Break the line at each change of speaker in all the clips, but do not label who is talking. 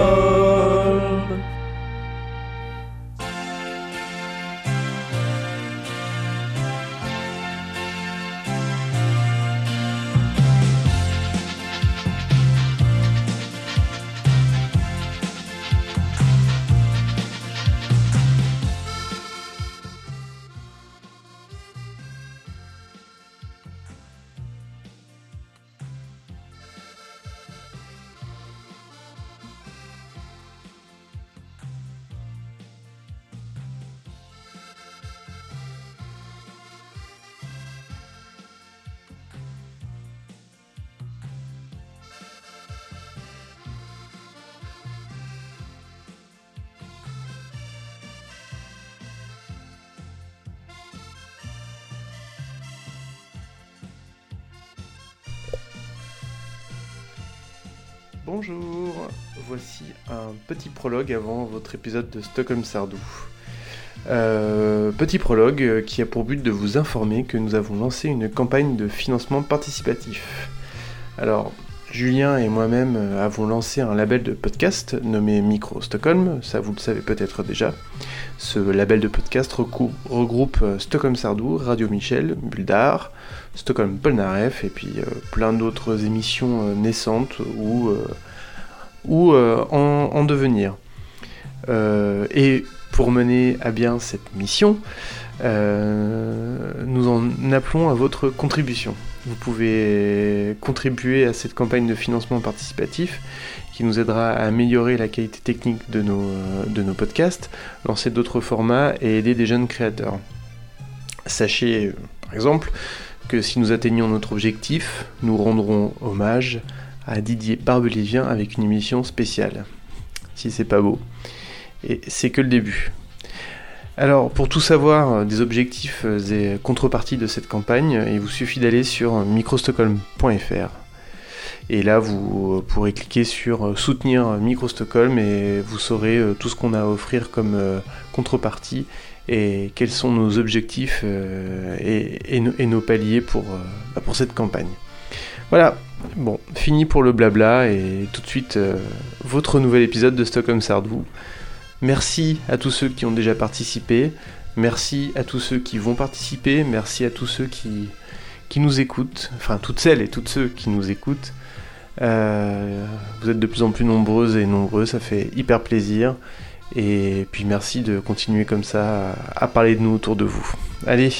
Micro-Stockholm.
Bonjour, voici un petit prologue avant votre épisode de Stockholm Sardou. Euh, petit prologue euh, qui a pour but de vous informer que nous avons lancé une campagne de financement participatif. Alors, Julien et moi-même euh, avons lancé un label de podcast nommé Micro Stockholm, ça vous le savez peut-être déjà. Ce label de podcast recou- regroupe euh, Stockholm Sardou, Radio Michel, Buldar, Stockholm Polnareff et puis euh, plein d'autres émissions euh, naissantes ou, euh, ou euh, en, en devenir. Euh, et pour mener à bien cette mission, euh, nous en appelons à votre contribution. Vous pouvez contribuer à cette campagne de financement participatif qui nous aidera à améliorer la qualité technique de nos, euh, de nos podcasts, lancer d'autres formats et aider des jeunes créateurs. Sachez, euh, par exemple, que si nous atteignons notre objectif, nous rendrons hommage à Didier Barbelivien avec une émission spéciale. Si c'est pas beau. Et c'est que le début. Alors, pour tout savoir euh, des objectifs euh, et contreparties de cette campagne, euh, il vous suffit d'aller sur euh, microstockholm.fr. Et là, vous euh, pourrez cliquer sur euh, Soutenir euh, Microstockholm et vous saurez euh, tout ce qu'on a à offrir comme euh, contrepartie et quels sont nos objectifs euh, et, et nos- et nos paliers pour, euh, bah, pour cette campagne. Voilà, bon, fini pour le blabla et tout de suite euh, votre nouvel épisode de Stockholm Sardou. Merci à tous ceux qui ont déjà participé, merci à tous ceux qui vont participer, merci à tous ceux qui, qui nous écoutent, enfin toutes celles et toutes ceux qui nous écoutent. Euh, vous êtes de plus en plus nombreuses et nombreux, ça fait hyper plaisir. Et puis merci de continuer comme ça à, à parler de nous autour de vous. Allez,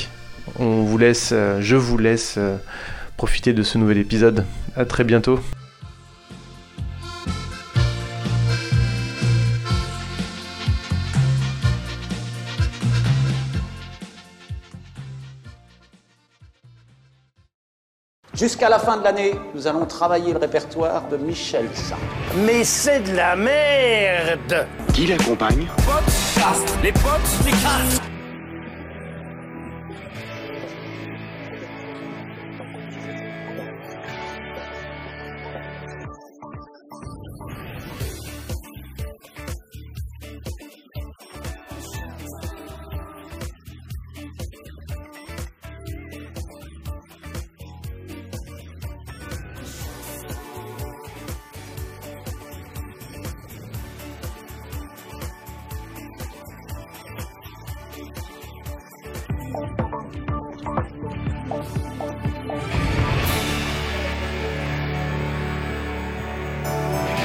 on vous laisse, euh, je vous laisse euh, profiter de ce nouvel épisode. À très bientôt.
Jusqu'à la fin de l'année, nous allons travailler le répertoire de Michel Sardou.
Mais c'est de la merde
qui l'accompagne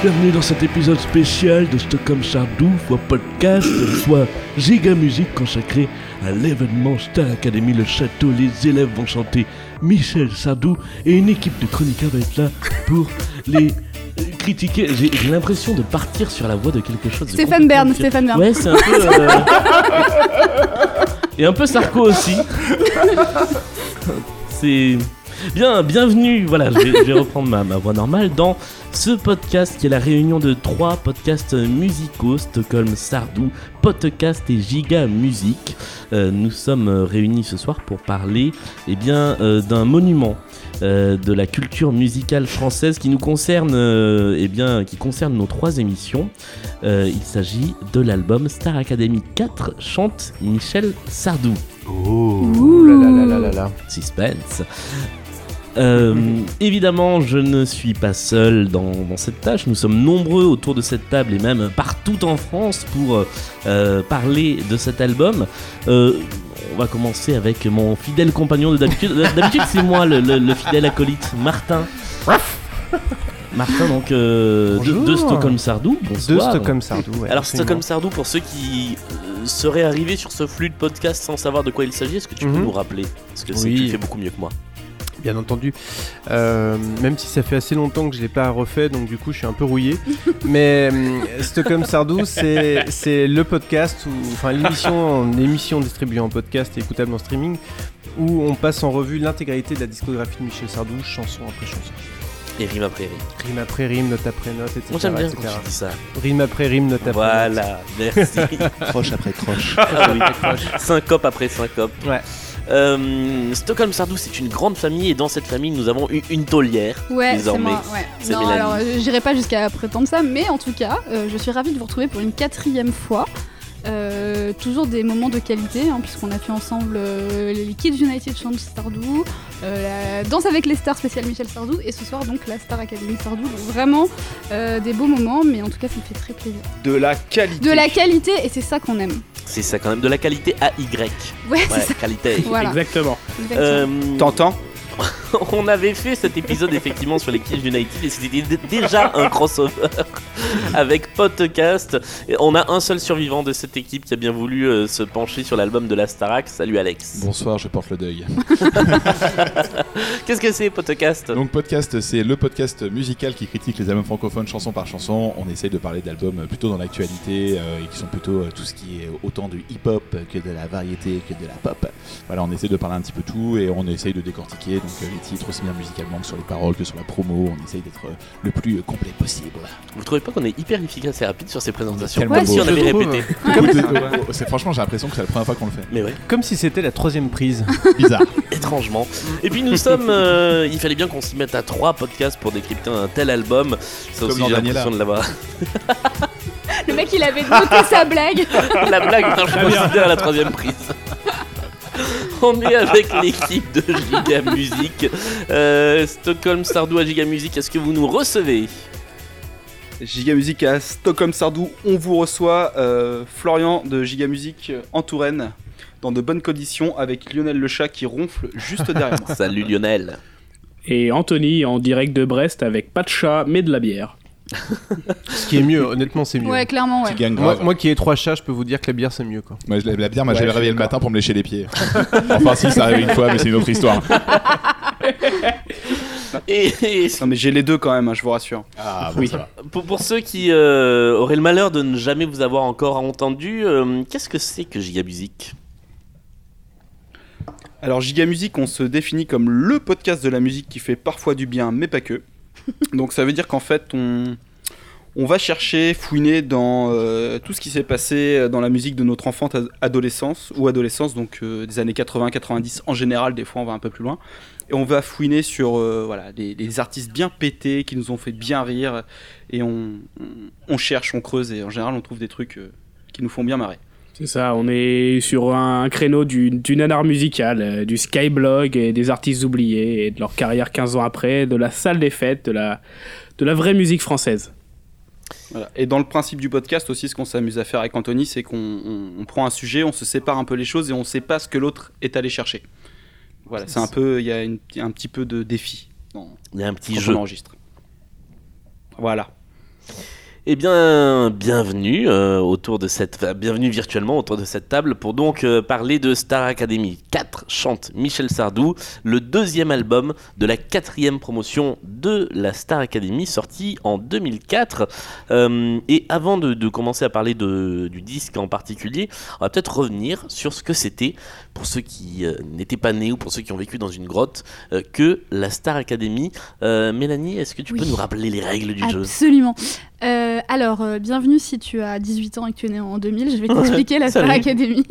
Bienvenue dans cet épisode spécial de Stockholm Sardou, soit podcast, soit Giga Musique consacré à l'événement Star Academy Le Château. Les élèves vont chanter Michel Sardou et une équipe de chroniqueurs va être là pour les euh, critiquer. J'ai j'ai l'impression de partir sur la voie de quelque chose. de
Stéphane Bern,
complètement
Stéphane Bern.
Ouais, c'est un peu. euh, Et un peu Sarko aussi. C'est. Bien, bienvenue, voilà, je vais, je vais reprendre ma, ma voix normale dans ce podcast qui est la réunion de trois podcasts musicaux, Stockholm Sardou, Podcast et Giga Musique. Euh, nous sommes euh, réunis ce soir pour parler eh bien, euh, d'un monument euh, de la culture musicale française qui nous concerne, euh, eh bien, qui concerne nos trois émissions. Euh, il s'agit de l'album Star Academy 4 chante Michel Sardou.
Oh
Ouh.
là là là là là là.
Suspense. Euh, évidemment, je ne suis pas seul dans, dans cette tâche. Nous sommes nombreux autour de cette table et même partout en France pour euh, parler de cet album. Euh, on va commencer avec mon fidèle compagnon de d'habitude. D'habitude, c'est moi le, le- le fidèle acolyte, Martin. Martin, donc euh, de,
Bonjour.
de Stockholm Sardou.
Deux
Bonsoir.
Stockholm Sardou. ouais,
Alors
absolument.
Stockholm Sardou, pour ceux qui euh, seraient arrivés sur ce flux de podcast sans savoir de quoi il s'agit, est-ce que tu peux
Mhm.
nous rappeler Parce que c'est
Oui.
tu le fais beaucoup mieux que moi.
Bien entendu. Euh, même si ça fait assez longtemps que je l'ai pas refait, donc du coup je suis un peu rouillé. Mais hum, Stockholm Sardou, c'est c'est le podcast, ou enfin l'émission l'émission distribuée en podcast et écoutable en streaming, où on passe en revue l'intégralité de la discographie de Michel Sardou, chanson après chanson.
Et rime après rime.
Rime après rime, note après note, etc.
Moi j'aime bien quand
etc.
tu dis ça.
Rime après rime, note après note.
Voilà, merci.
Croche après croche.
Ah oui. Syncope après syncope.
Ouais.
Euh, Stockholm Sardou, c'est une grande famille et dans cette famille, nous avons eu une taulière.
Ouais, c'est
Désormais,
moi. Ouais.
c'est
Non,
Mélanie.
alors euh, j'irai pas jusqu'à prétendre ça, mais en tout cas, euh, je suis ravie de vous retrouver pour une quatrième fois. Euh, toujours des moments de qualité, hein, puisqu'on a fait ensemble euh, les Kids United Chant Sardou, euh, la Danse avec les stars spéciale Michel Sardou, et ce soir donc la Star Academy Sardou. Donc vraiment euh, des beaux moments, mais en tout cas ça me fait très plaisir.
De la qualité.
De la qualité, et c'est ça qu'on aime.
C'est ça quand même, de la qualité AY.
Ouais, c'est
Ouais,
ça.
qualité.
Voilà.
Exactement.
exactement.
Euh,
T'entends
on avait fait cet épisode effectivement sur les Kids United et c'était d- déjà un crossover avec Podcast. Et on a un seul survivant de cette équipe qui a bien voulu euh, se pencher sur l'album de la Starac. Salut Alex.
Bonsoir, je porte le deuil.
Qu'est-ce que c'est Podcast
Donc podcast, c'est le podcast musical qui critique les albums francophones chanson par chanson. On essaye de parler d'albums plutôt dans l'actualité euh, et qui sont plutôt euh, tout ce qui est autant du hip-hop que de la variété que de la pop. Voilà, on essaye de parler un petit peu tout et on essaye de décortiquer donc euh, les titres aussi bien musicalement que sur les paroles que sur la promo. On essaye d'être euh, le plus euh, complet possible.
Vous trouvez pas qu'on est hyper efficace et rapide sur ces présentations
Tellement
Comme
beau.
si on
Je
avait
trouve,
répété.
euh, comme-
C'est franchement, j'ai l'impression que c'est la première fois qu'on le fait.
Mais ouais,
Comme si c'était la troisième prise.
Bizarre.
étrangement. Et puis nous sommes. euh, il fallait bien qu'on s'y mette à trois podcasts pour décrypter un tel album. Ça
Comme
aussi,
dans
j'ai l'impression
Daniela.
de l'avoir.
Le mec il avait noté sa blague.
La blague, non, je considère à la troisième prise. On est avec l'équipe de Giga Music. Euh, Stockholm Sardou à Giga Music, est-ce que vous nous recevez
Giga Music à Stockholm Sardou, on vous reçoit euh, Florian de Giga Music euh, en Touraine dans de bonnes conditions avec Lionel le chat qui ronfle juste derrière moi.
Salut Lionel.
Et Anthony en direct de Brest avec pas de chat mais de la bière.
Ce qui est mieux, honnêtement, c'est mieux.
Ouais, clairement, ouais.
Tu gagnes
Moi,
grave.
moi qui ai trois chats, je peux vous dire que la bière c'est mieux quoi.
Moi, je- la, la bière m'a
Ouais,
jamais
je suis
réveillé le
d'accord.
matin pour me lécher les pieds. enfin, si, ça arrive une fois, mais c'est une autre histoire.
Et, et
Non mais j'ai les deux quand même, hein, je vous rassure.
Ah, bon,
Oui.
ça va.
pour, pour ceux qui euh, auraient le malheur de ne jamais vous avoir encore entendu, euh, qu'est-ce que c'est que Giga Music
Alors Giga Music, on se définit comme le podcast de la musique qui fait parfois du bien, mais pas que. Donc ça veut dire qu'en fait, on, on va chercher, fouiner dans euh, tout ce qui s'est passé dans la musique de notre enfant adolescence ou adolescence, donc euh, des années 80-90 en général. Des fois, on va un peu plus loin. Et on va fouiner sur euh, voilà des, des artistes bien pétés qui nous ont fait bien rire. Et on, on- on cherche, on creuse et en général, on trouve des trucs euh, qui nous font bien marrer.
C'est ça, on est sur un créneau du, du nanar musical, euh, du skyblog et des artistes oubliés et de leur carrière 15 ans après, de la salle des fêtes, de la, de la vraie musique française.
Voilà. Et dans le principe du podcast aussi, ce qu'on s'amuse à faire avec Anthony, c'est qu'on on- on prend un sujet, on se sépare un peu les choses et on ne sait pas ce que l'autre est allé chercher. Voilà, c'est un peu, il y a une- un petit peu de défi dans,
Il y a un petit
quand
jeu.
on enregistre. Voilà.
Eh bien, bienvenue euh, autour de cette, enfin, bienvenue virtuellement autour de cette table pour donc euh, parler de Star Academy 4 chante Michel Sardou, le deuxième album de la quatrième promotion de la Star Academy sorti en 2004. Euh, et avant de, de commencer à parler de- du disque en particulier, on va peut-être revenir sur ce que c'était pour ceux qui euh, n'étaient pas nés ou pour ceux qui ont vécu dans une grotte euh, que la Star Academy. Euh, Mélanie, est-ce que tu peux
Oui. Ah,
nous rappeler les règles du jeu
Absolument. Euh, alors, euh, bienvenue si tu as 18 ans et que tu es né en 2000. Je vais t'expliquer la Star
salut.
Academy.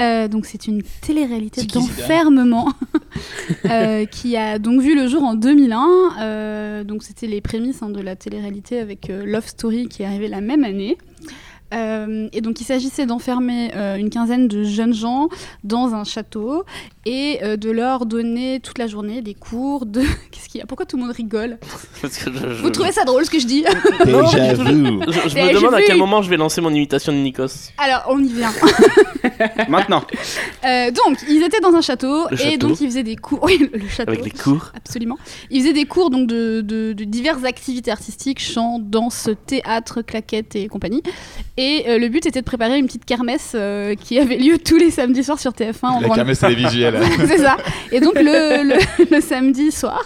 Euh, donc, c'est une télé-réalité d'enfermement euh, qui a donc vu le jour en 2001. Euh, donc, c'était les prémices hein, de la télé-réalité avec euh, Love Story qui est arrivée la même année. Euh, et donc, il s'agissait d'enfermer euh, une quinzaine de jeunes gens dans un château et euh, de leur donner toute la journée des cours de. Qu'est-ce qu'il y a Pourquoi tout le monde rigole
Parce que je, je-
Vous trouvez ça drôle ce que je dis
Déjà vu.
je- je
Eh,
me
j'ai
demande à
vu.
quel moment je vais lancer mon imitation de Nikos.
Alors on y vient.
Maintenant,
Euh, donc ils étaient dans un château
Le
et
château.
donc ils faisaient des cours. Oui, le château.
Avec les cours.
Absolument. Ils faisaient des cours donc de, de- de diverses activités artistiques, chant, danse, théâtre, claquettes et compagnie. Et euh, le but était de préparer une petite kermesse euh, qui avait lieu tous les samedis soirs sur TF1. en
La
grande-
kermesse télévisuelle.
C'est ça. Et donc le, le- le samedi soir,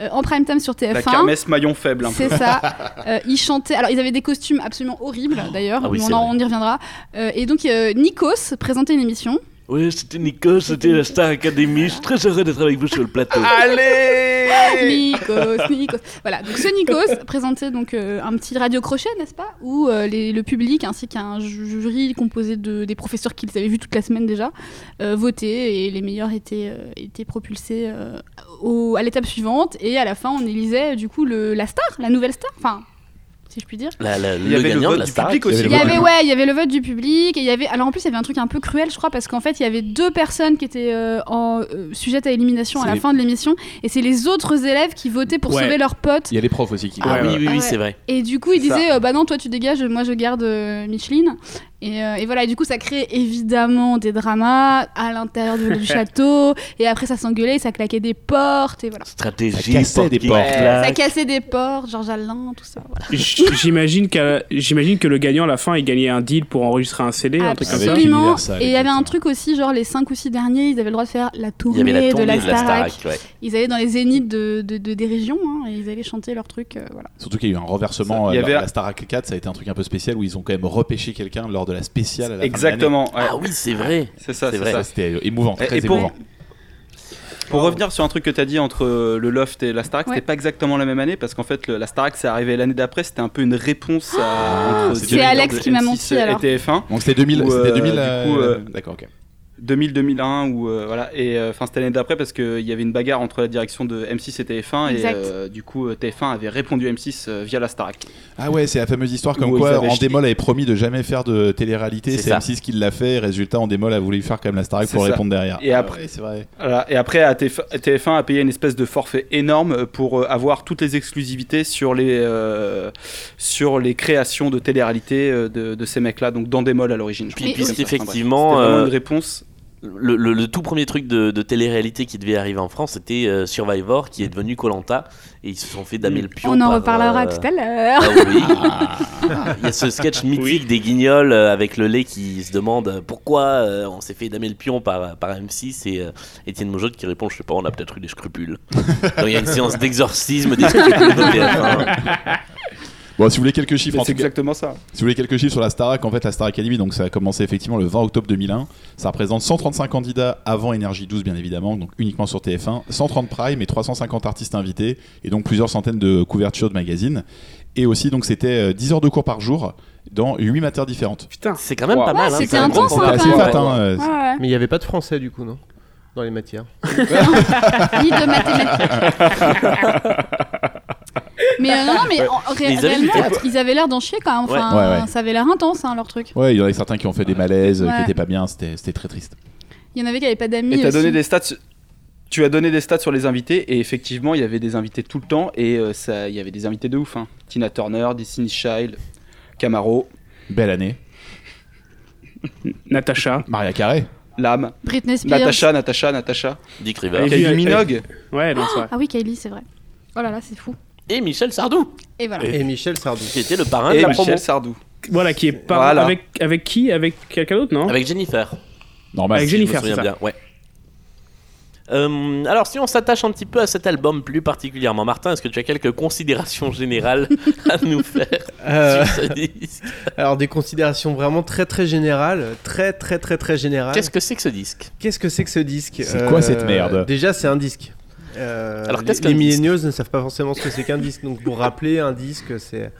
euh, en prime time sur TF1.
la kermesse maillon faible. un peu.
C'est ça. Euh, ils chantaient. Alors, ils avaient des costumes absolument horribles, d'ailleurs.
hein. Ah oui,
mais on,
c'est
en-
vrai.
on y reviendra. Euh, et donc, euh, Nikos présentait une émission.
Oui, c'était Nikos, c'était la Star Academy. Je suis très heureux d'être avec vous sur le plateau.
Nikos, Nikos. Voilà. Donc, ce Nikos présentait donc euh, un petit radio crochet, n'est-ce pas Où euh, les- le public ainsi qu'un ju- jury composé de des professeurs qu'ils avaient vus toute la semaine déjà euh, votaient et les meilleurs étaient euh, étaient propulsés euh, au- à l'étape suivante. Et à la fin, on élisait du coup le, la star, la nouvelle star. Enfin, si je puis dire.
La- la-
Il y
le
avait le
gagnant de
vote
la
du
Star
public aussi.
Il y avait ouais, il y avait le vote du public et il y avait alors en plus il y avait un truc un peu cruel je crois parce qu'en fait il y avait deux personnes qui étaient euh, en euh, sujettes à élimination à
C'est
la
les-
fin de l'émission et c'est les autres élèves qui votaient pour
Ouais.
sauver leurs potes
Il y a les profs aussi qui.
Ah
Ouais,
oui,
ouais.
oui, oui,
Ah ouais.
c'est vrai.
et du coup ils
C'est ça.
disaient euh, bah non toi tu dégages moi je garde euh, Micheline et, euh, et voilà et du coup ça crée évidemment des dramas à l'intérieur de- du château et après ça s'engueulait ça claquait des portes et voilà
Stratégie,
Ça cassait
porte
des
qui
portes.
claque.
ça cassait des portes Georges Alain tout ça voilà.
J- J'imagine qu'à- j'imagine que le gagnant à la fin, il gagnait un deal pour enregistrer un CD, un truc comme ça.
Avec
absolument
Universal,
et il y avait un
exactement.
truc aussi genre les 5 ou 6 derniers ils avaient le droit de faire la
Il
tournée,
y avait la tournée
de la Starac
Starac, ouais.
Ils allaient dans les zéniths de, de- de- des régions hein, et ils allaient chanter leurs trucs. euh, voilà.
Surtout qu'il y a eu un renversement.
Ça, il y
euh,
avait-
La Starac 4, ça a été un truc un peu spécial où ils ont quand même repêché quelqu'un lors de la spéciale. À la fin de
Exactement. ouais.
Ah oui, c'est vrai.
C'est ça,
C'est
c'est
vrai.
ça.
l'année. Ça, c'était émouvant,
Et-
très
et pour-
émouvant.
Pour revenir sur un truc que tu as dit entre euh, le Loft et la Starac,
Ouais.
c'était pas exactement la même année parce qu'en fait le- la Starac c'est arrivé l'année d'après, c'était un peu une réponse à. entre
c'est
deux
Ah, Alex
leaders de
qui m'a
M6
menti,
et
alors.
TF1.
Donc c'était 2000.
Ou,
C'était
euh,
2000.
du
euh,
coup, euh,
D'accord, ok.
2000-2001 ou euh, voilà et enfin c'était l'année d'après parce que il y avait une bagarre entre la direction de M6 et TF1
Exact.
et euh, du coup euh, TF1 avait répondu à M6 euh, via la Starac.
Ah ouais, c'est la fameuse histoire comme
Où ils
quoi
avaient
en
jeté-
démol avait promis de jamais faire de télé-réalité.
C'est
C'est
ça.
M6 qui l'a fait. Et résultat, en démol a voulu faire comme la Starac
C'est
pour
ça.
répondre derrière.
Et
Ah
après-
ouais, c'est vrai.
Voilà. Et après à TF1, a payé une espèce de forfait énorme pour euh, avoir toutes les exclusivités sur les euh, sur les créations de télé-réalité euh, de, de ces mecs là donc dans des molles à l'origine. je
Puis,
crois,
puisque
comme ça. Enfin, bref.
effectivement,
C'était vraiment
euh,
une réponse
Le, le- le tout premier truc de, de télé-réalité qui devait arriver en France, c'était euh, Survivor, qui est devenu Colanta, et ils se sont fait damer le pion.
Mm. On en
par,
reparlera
euh,
tout à l'heure.
Ah oui. Ah, Il y a ce sketch mythique des guignols euh, avec le lait qui se demande euh, pourquoi euh, on s'est fait damer le pion par, par M6 et euh, Étienne Maugeot qui répond je sais pas on a peut-être eu des scrupules. Donc il y a une séance d'exorcisme des scrupules de hein. TF1.
Bon, si vous voulez quelques chiffres, en
c'est
tout cas,
exactement ça.
si vous voulez quelques chiffres sur la Starac, en fait, la Star Academy, donc ça a commencé effectivement le 20 octobre 2001. Ça représente 135 candidats avant Énergie 12, bien évidemment, donc uniquement sur TF1, 130 prime et 350 artistes invités, et donc plusieurs centaines de couvertures de magazines. Et aussi, donc, c'était euh, 10 heures de cours par jour dans 8 matières différentes.
Putain.
C'est quand même pas
Wow.
mal. hein,
C'était
quand même.
intense,
C'était
hein,
assez
quand même.
fat, hein, euh,
Ouais, ouais.
Mais il n'y avait pas de français du coup, non Dans les matières.
Ni de mathématiques. mais euh, non, non, mais en- ré-
Mais ils avaient
réellement,
du tempo.
ils avaient l'air d'en chier quand même.
Ouais.
Enfin,
Ouais, ouais.
Ça avait l'air intense hein, leur truc.
Ouais, il y en avait certains qui ont fait des malaises, euh, qui
Ouais.
étaient pas bien, c'était c'était très triste.
Il y en avait qui n'avaient pas d'amis.
Et t'as
aussi.
donné des stats. su- Tu as donné des stats sur les invités et effectivement il y avait des invités tout le temps et euh, ça il y avait des invités de ouf. hein. Tina Turner, Destiny Child, Camaro,
Belle année.
Natacha.
Maria Carré.
Lame,
Britney Spears.
Natacha, Natacha, Natacha,
Dick
Et
River.
puis,
Kylie
euh,
Minogue.
Ouais, non, c'est vrai.
Ah oui, Kylie, c'est vrai. Oh là là, c'est fou.
Et Michel Sardou
Et voilà.
Et Michel Sardou.
qui était le parrain de
Et
la promo
Michel Sardou.
Voilà, qui est pas
Voilà.
avec avec qui Avec quelqu'un d'autre, non
avec Jennifer.
Normal.
Avec
c'est-
Jennifer,
je me
c'est
souviens
ça.
bien, ouais. Euh, alors, si on s'attache un petit peu à cet album plus particulièrement, Martin, est-ce que tu as quelques considérations générales à nous faire
Euh,
sur ce disque
alors des considérations vraiment très très générales, très très très très générales.
Qu'est-ce que c'est que ce disque
Qu'est-ce que c'est que ce disque euh,
C'est quoi cette merde
Déjà, c'est un disque. Euh,
Alors,
les-
qu'est-ce qu'un
les
disque
millennials ne savent pas forcément ce que c'est qu'un disque. Donc, pour rappeler, un disque, c'est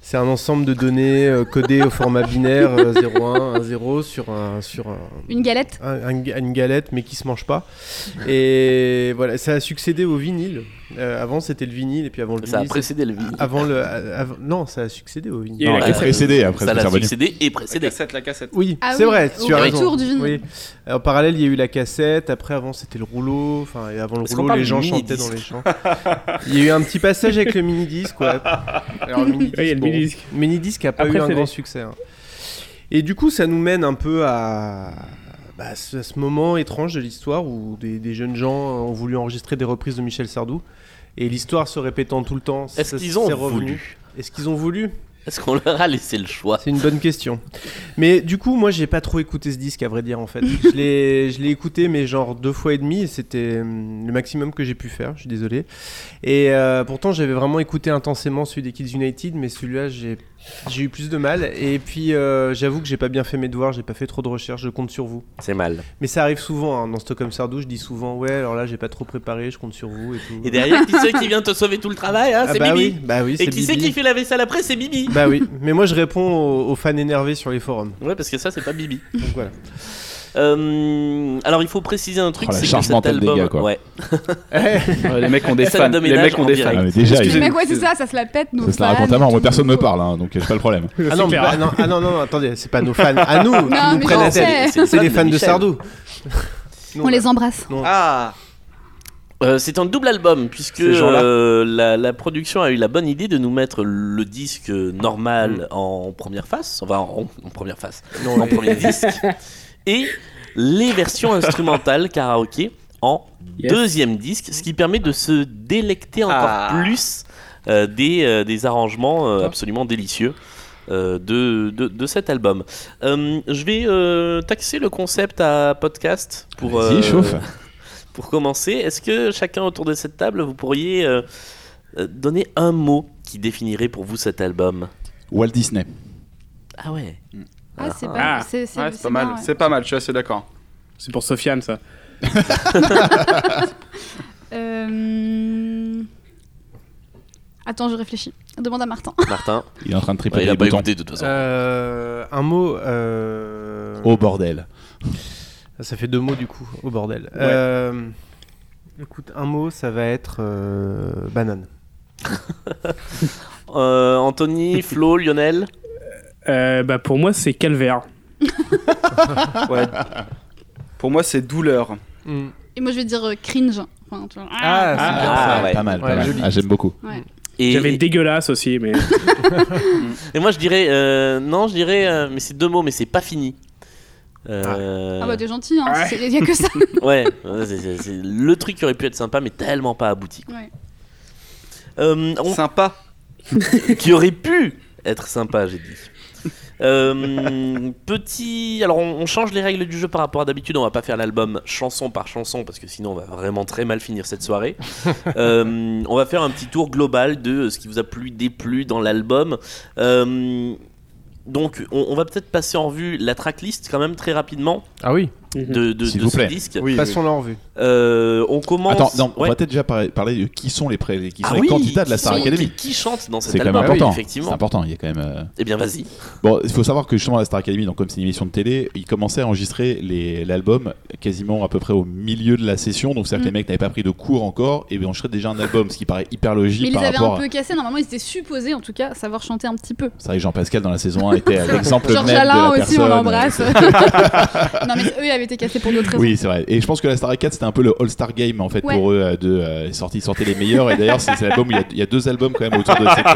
c'est un ensemble de données euh, codées au format binaire euh, 01, 10 sur un sur un,
Une galette.
un- un- une galette mais qui se mange pas. Et voilà, ça a succédé au vinyle. Euh, avant, c'était le vinyle, et puis avant le
Ça a
vinyle.
précédé
Ah,
le vinyle.
c'est- Avant le. a- avant- Non, ça a succédé au vinyle.
Il y a eu
Non,
la
elle a
cassette.
précédé après
Ça
c'est
l'a
revenu.
succédé et
La
précédé.
cassette, la cassette.
Oui,
Ah
c'est
oui,
vrai,
au
tu as raison.
retour du vinyle.
Oui. En parallèle, il y a eu la cassette, après avant c'était le rouleau, enfin et avant le
Est-ce qu'on
rouleau
parle
les
du
gens
mini-disque
chantaient dans les champs. il y a eu un petit passage avec le mini disque ouais. Alors mini
Oui, il y a le mini-disque.
a pas
Après,
eu un
c'est
grand
les-
succès. hein. Et du coup, ça nous mène un peu à bah, ce, à ce moment étrange de l'histoire où des, des jeunes gens ont voulu enregistrer des reprises de Michel Sardou et l'histoire se répétant tout le temps. ça-
Est-ce qu'ils ont
c'est revenu.
voulu
Est-ce qu'ils ont voulu
Est-ce qu'on leur a laissé le choix
c'est une bonne question. Mais du coup, moi, j'ai pas trop écouté ce disque, à vrai dire, en fait. je l'ai je l'ai écouté, mais genre deux fois et demi, et c'était hum, le maximum que j'ai pu faire, je suis désolé. Et euh, pourtant, j'avais vraiment écouté intensément celui des Kids United, mais celui-là, j'ai j'ai eu plus de mal. Et puis, euh, j'avoue que j'ai pas bien fait mes devoirs, j'ai pas fait trop de recherches, je compte sur vous.
C'est mal.
Mais ça arrive souvent, hein, dans Stockholm Sardou, je dis souvent, ouais, alors là, j'ai pas trop préparé, je compte sur vous et tout.
Et derrière, qui c'est qui vient te sauver tout le travail hein,
Ah
C'est
bah
Bibi.
oui, bah oui,
Et
c'est
qui c'est
Bibi.
qui fait la vaisselle après C'est Bibi.
Bah oui, mais moi je réponds aux, aux fans énervés sur les forums.
Bah.
Ouais, parce que ça, c'est pas Bibi.
Donc voilà.
Euh, alors, il faut préciser un truc
Oh, la
c'est que
charge
cet
mentale des
album.
gars, quoi.
ouais.
Ouais, les mecs ont des
Salle
fans.
de
Les
ménage
mecs ont
en
des
direct.
Ah,
fans.
mais déjà,
Excusez-moi,
excusez-
ouais, c'est ça, ça se la pète. Nos
ça se la
fans,
raconte à mort. Moi,
tout
personne
le
me
monde.
parle, hein, donc euh, j'ai pas le problème.
Ah non,
Super.
bah non, ah non, non, non, attendez, c'est pas nos fans. À nous, qui
Non,
nous
mais
prennent
non,
la tête.
c'est-
C'est les fans de
Michel.
Sardou. Nous,
On les embrasse.
Ah Euh, c'est un double album puisque
Ces gens-là.
euh, la, la production a eu la bonne idée de nous mettre le disque normal en première face, enfin en, en première face,
Non,
en
mais-
premier disque, et les versions instrumentales karaoké en
Yes.
deuxième disque, ce qui permet de se délecter encore
Ah.
plus euh, des, euh, des arrangements euh, absolument délicieux euh, de, de, de cet album. Euh, je vais euh, taxer le concept à podcast pour,
Vas-y,
euh,
chauffe.
pour commencer. Est-ce que chacun autour de cette table, vous pourriez euh, euh, donner un mot qui définirait pour vous cet album
Walt Disney.
Ah ouais.
Ah, c'est
Ah,
pas, c'est- c'est-
Ouais,
c'est
c'est pas mal.
marrant, ouais.
C'est pas mal, je suis assez d'accord.
hein. C'est pour Sofiane, ça.
Euh, Attends, je réfléchis. Demande à Martin.
Martin,
Il est en train de tripoter
Ouais, il
les
a pas
boutons.
écouté de toute façon.
Euh, un mot. euh,
Oh bordel.
Ça fait deux mots du coup, au bordel. Euh, Écoute, un mot, ça va être euh, banane.
Euh, Anthony, Flo, Lionel
Euh, bah, pour moi, c'est calvaire.
Ouais. Pour moi, c'est douleur.
Et moi, je vais dire euh, cringe. Enfin, tu vois.
Ah, c'est
ah,
bien
ah,
ça.
ouais.
Pas mal, pas
Ouais,
mal.
joli.
Ah, j'aime beaucoup.
et,
J'avais dégueulasse aussi, mais.
et moi je dirais, euh, non, je dirais, euh, mais c'est deux mots, mais c'est pas fini. Euh,
Ah bah, t'es gentil, hein.
Ouais.
c'est- Il y a que ça.
ouais, ouais, c'est- c'est- c'est le truc qui aurait pu être sympa, mais tellement pas abouti. quoi.
Ouais.
Euh, on-
Sympa.
qui aurait pu être sympa, j'ai dit. Euh, petit. Alors, on, on change les règles du jeu par rapport à d'habitude. On va pas faire l'album chanson par chanson parce que sinon on va vraiment très mal finir cette soirée. Euh, on va faire un petit tour global de ce qui vous a plu, déplu dans l'album. Euh, donc, on, on va peut-être passer en revue la tracklist quand même très rapidement
Ah oui,
de, de, de
S'il vous
ce
plaît.
disque.
passons-la en revue.
Euh, on commence.
Attends, non, on
Ouais.
va peut-être déjà par- parler de qui sont les, pré- les- qui sont
Ah
les
oui,
candidats de la
qui
Star
sont-
Academy.
Qui, qui chante dans cet
C'est quand même
album oui,
important. C'est
Effectivement.
important. Il y a quand même. euh,
Eh bien, vas-y.
Bon, il faut savoir que justement la Star Academy, donc comme c'est une émission de télé, ils commençaient à enregistrer les- l'album quasiment à peu près au milieu de la session. Donc c'est-à-dire que les
Mm.
mecs n'avaient pas pris de cours encore et enregistraient déjà un album, ce qui paraît hyper logique
Mais ils
par
avaient
rapport.
un peu cassé. Normalement, ils étaient supposés, en tout cas, savoir chanter un petit peu.
à... C'est vrai que Jean-Pascal dans la saison 1 était l'exemple même
Georges
de la
Alain aussi, on
personne.
l'embrasse. non, mais eux, ils avaient été cassés pour d'autres raisons.
Oui, c'est vrai. Et je pense que la Star 4 c'était un peu le All-Star Game en fait
Ouais.
pour eux euh, de euh, sortir sortaient les meilleurs. Et d'ailleurs, c'est c'est l'album où il y a- il y, a deux albums quand même autour de cette.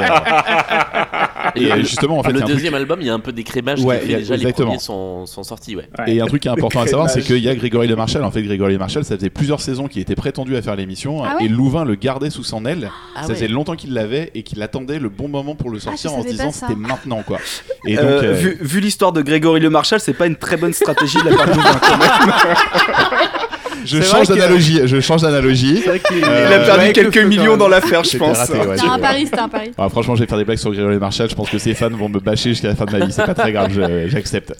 euh, Et euh, justement, en fait, il y
le
a un truc-
deuxième album, il y a un peu d'écrémage
Ouais,
qui
il y
fait
a-
déjà
exactement.
les premiers sont, sont sortis, ouais.
Ouais.
Et un truc qui est important à savoir, c'est
crémage.
qu'il y a Grégory Le Marchal. En fait, Grégory Le Marchal, ça faisait plusieurs saisons qu'il était prétendu à faire l'émission
Ah ouais
et Louvain le gardait sous son aile.
Ah
ça
ouais.
faisait longtemps qu'il l'avait et qu'il attendait le bon moment pour le sortir
Ah, je
en se
savais
disant
pas ça.
c'était maintenant quoi. Et donc,
Euh,
euh,
Vu, vu l'histoire de Grégory Le Marchal, c'est pas une très bonne stratégie de la part de Louvain, quand même.
je
c'est
change
vrai que-
d'analogie. Je change d'analogie.
C'est vrai qu'il
Euh,
Il a perdu
ouais,
quelques
que-
millions dans l'affaire, je
C'était
pense.
raté, ouais,
C'était un
je-
pari, c'était un pari.
Ah, franchement, je vais faire des blagues sur Grégory Le Marchal. Je pense que ses fans vont me bâcher jusqu'à la fin de ma vie. C'est pas très grave, je- euh, j'accepte.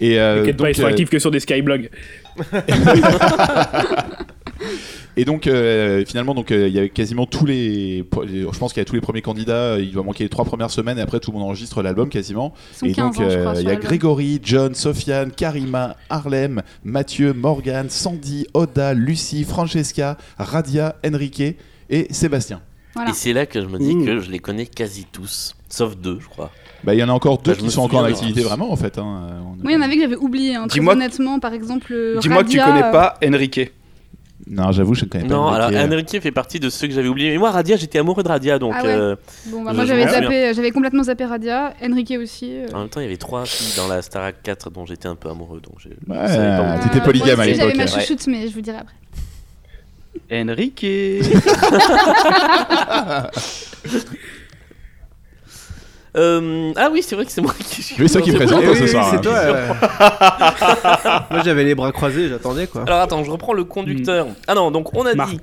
Et euh,
T'inquiète pas,
donc,
ils sont
euh,
actifs que sur des skyblogs.
Et donc euh, finalement donc euh, il y avait quasiment tous les je pense qu'il y a tous les premiers candidats, euh, il va manquer les trois premières semaines et après tout le monde enregistre l'album quasiment.
Ils sont
et
15
donc
ans, je crois,
euh,
sur
il y a
l'album.
Grégory, John, Sofiane, Karima, Harlem, Mathieu, Morgan, Sandy, Oda, Lucie, Francesca, Radia, Enrique et Sébastien.
Voilà.
Et c'est là que je me dis
Hmm.
que je les connais quasi tous, sauf deux, je crois.
Bah, il y en a encore deux
Bah, je
qui
me
sont encore en
souviens de-
activité vraiment en fait. hein, euh, on-
Moi, il y en avait que j'avais oublié. hein, très
Dis-moi que-
honnêtement, par exemple, euh,
Dis-moi que tu
Radia,
connais
euh,
pas Enrique.
Non, j'avoue, je ne connais pas.
non,
le
alors
métier.
Enrique fait partie de ceux que j'avais oubliés. Mais moi, Radia, j'étais amoureux de Radia, donc
Ah ouais.
euh,
Bon, bah,
Je
moi,
me
j'avais
souviens.
zappé- j'avais complètement zappé Radia, Enrique aussi. euh.
en même temps, il y avait trois filles dans la Starac 4 dont j'étais un peu amoureux, donc je je
Ouais,
savais pas
Ah,
où-
t'étais
moi
polygame à
aussi, J'avais ma
l'époque, hein.
ouais.
chouchoute, mais je vous dirai après.
Enrique
Euh, ah oui, c'est vrai que c'est moi qui suis.
Mais c'est toi qui
Non,
présente
Eh
hein,
oui,
ce
oui,
soir.
c'est
hein.
toi. euh. Moi j'avais les bras croisés, j'attendais quoi.
Alors attends, je reprends le conducteur.
Hmm.
Ah non, donc on a
Marc.
dit.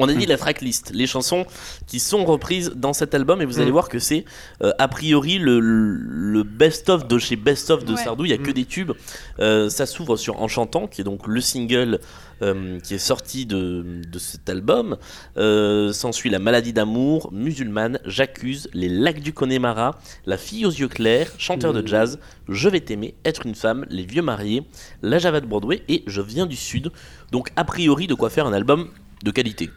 On a dit la tracklist, les chansons qui sont reprises dans cet album, et vous allez voir que c'est euh, a priori le, le best-of de chez best-of de
Ouais.
Sardou, il n'y a que des tubes. Euh, ça s'ouvre sur En chantant, qui est donc le single euh, qui est sorti de, de cet album. Euh, S'ensuit La maladie d'amour, Musulmane, J'accuse, Les lacs du Connemara, La fille aux yeux clairs, Chanteur de jazz, Je vais t'aimer, Être une femme, Les vieux mariés, la Java de Broadway et Je viens du Sud. Donc, a priori, de quoi faire un album de qualité.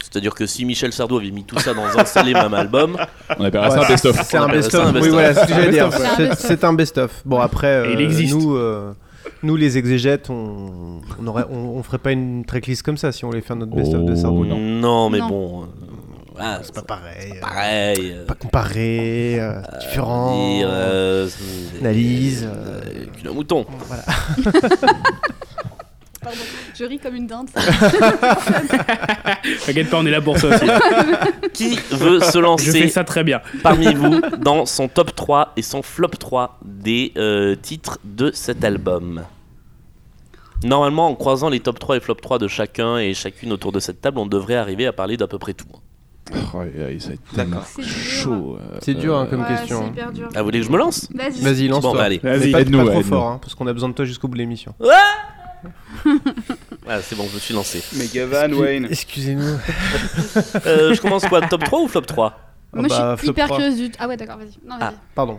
C'est-à-dire que si Michel Sardou avait mis tout ça dans un seul et même album,
On appellera
Ouais,
ça Ah, un best-of.
C'est
On
un
appelle
best-of.
ça un
Oui,
best-of.
voilà, c'est ce que j'allais dire.
best-of, ouais.
C'est- C'est un best-of. Bon, après,
Et il
euh,
existe.
nous, euh, nous, les exégètes, on, on, aurait, on, on ferait pas une tracklist comme ça si on voulait faire notre best-of de
Oh,
Sardou.
non,
Non.
mais
Non.
bon. euh, ah,
C'est pas pareil. euh,
pareil. euh,
Pas comparé, euh, différent.
dire, euh,
analyse,
euh, cul à mouton.
Voilà.
Pardon, je ris comme une dinde.
T'inquiète pas, on est là pour ça aussi.
Qui veut se
Je fais
lancer
ça très bien.
parmi vous dans son top 3 et son flop 3 des euh, titres de cet album Normalement, en croisant les top 3 et flop 3 de chacun et chacune autour de cette table, on devrait arriver à parler d'à peu près tout.
Oh, aïe, aïe, ça va être
D'accord.
C'est dur.
chaud. euh,
C'est dur hein, comme
Ouais,
question.
C'est
hein.
hyper dur.
Ah, vous voulez que je me lance
Vas-y.
Vas-y, lance-toi.
Bon, bah, allez.
Mais
Vas-y.
pas,
Aide-nous,
pas trop
aide-nous.
fort, hein, parce qu'on a besoin de toi jusqu'au bout de l'émission.
Ah, c'est bon, je me suis lancé.
Megavan Wayne.
Excusez-nous.
Euh, je commence quoi Top 3 ou flop 3
Moi,
bah,
je suis hyper
flop trois.
curieuse du. Ah ouais, d'accord, vas-y. Non, vas-y.
Pardon.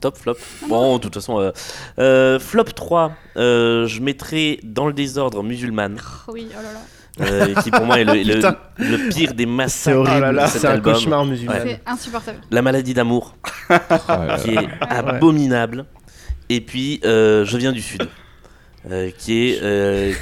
Top flop. Bon, de toute façon, euh, euh, flop 3, euh, je mettrai dans le désordre musulmane,
Oh oui, oh là là.
euh, qui pour moi est le, est le-
Putain.
le pire des
C'est
massacres
horrible. Ah
de cet
Oh c'est un
album.
cauchemar musulman.
Ouais.
C'est insupportable.
La maladie d'amour,
oh là là.
qui est abominable. Et puis, euh, je viens du sud. euh, qui est euh,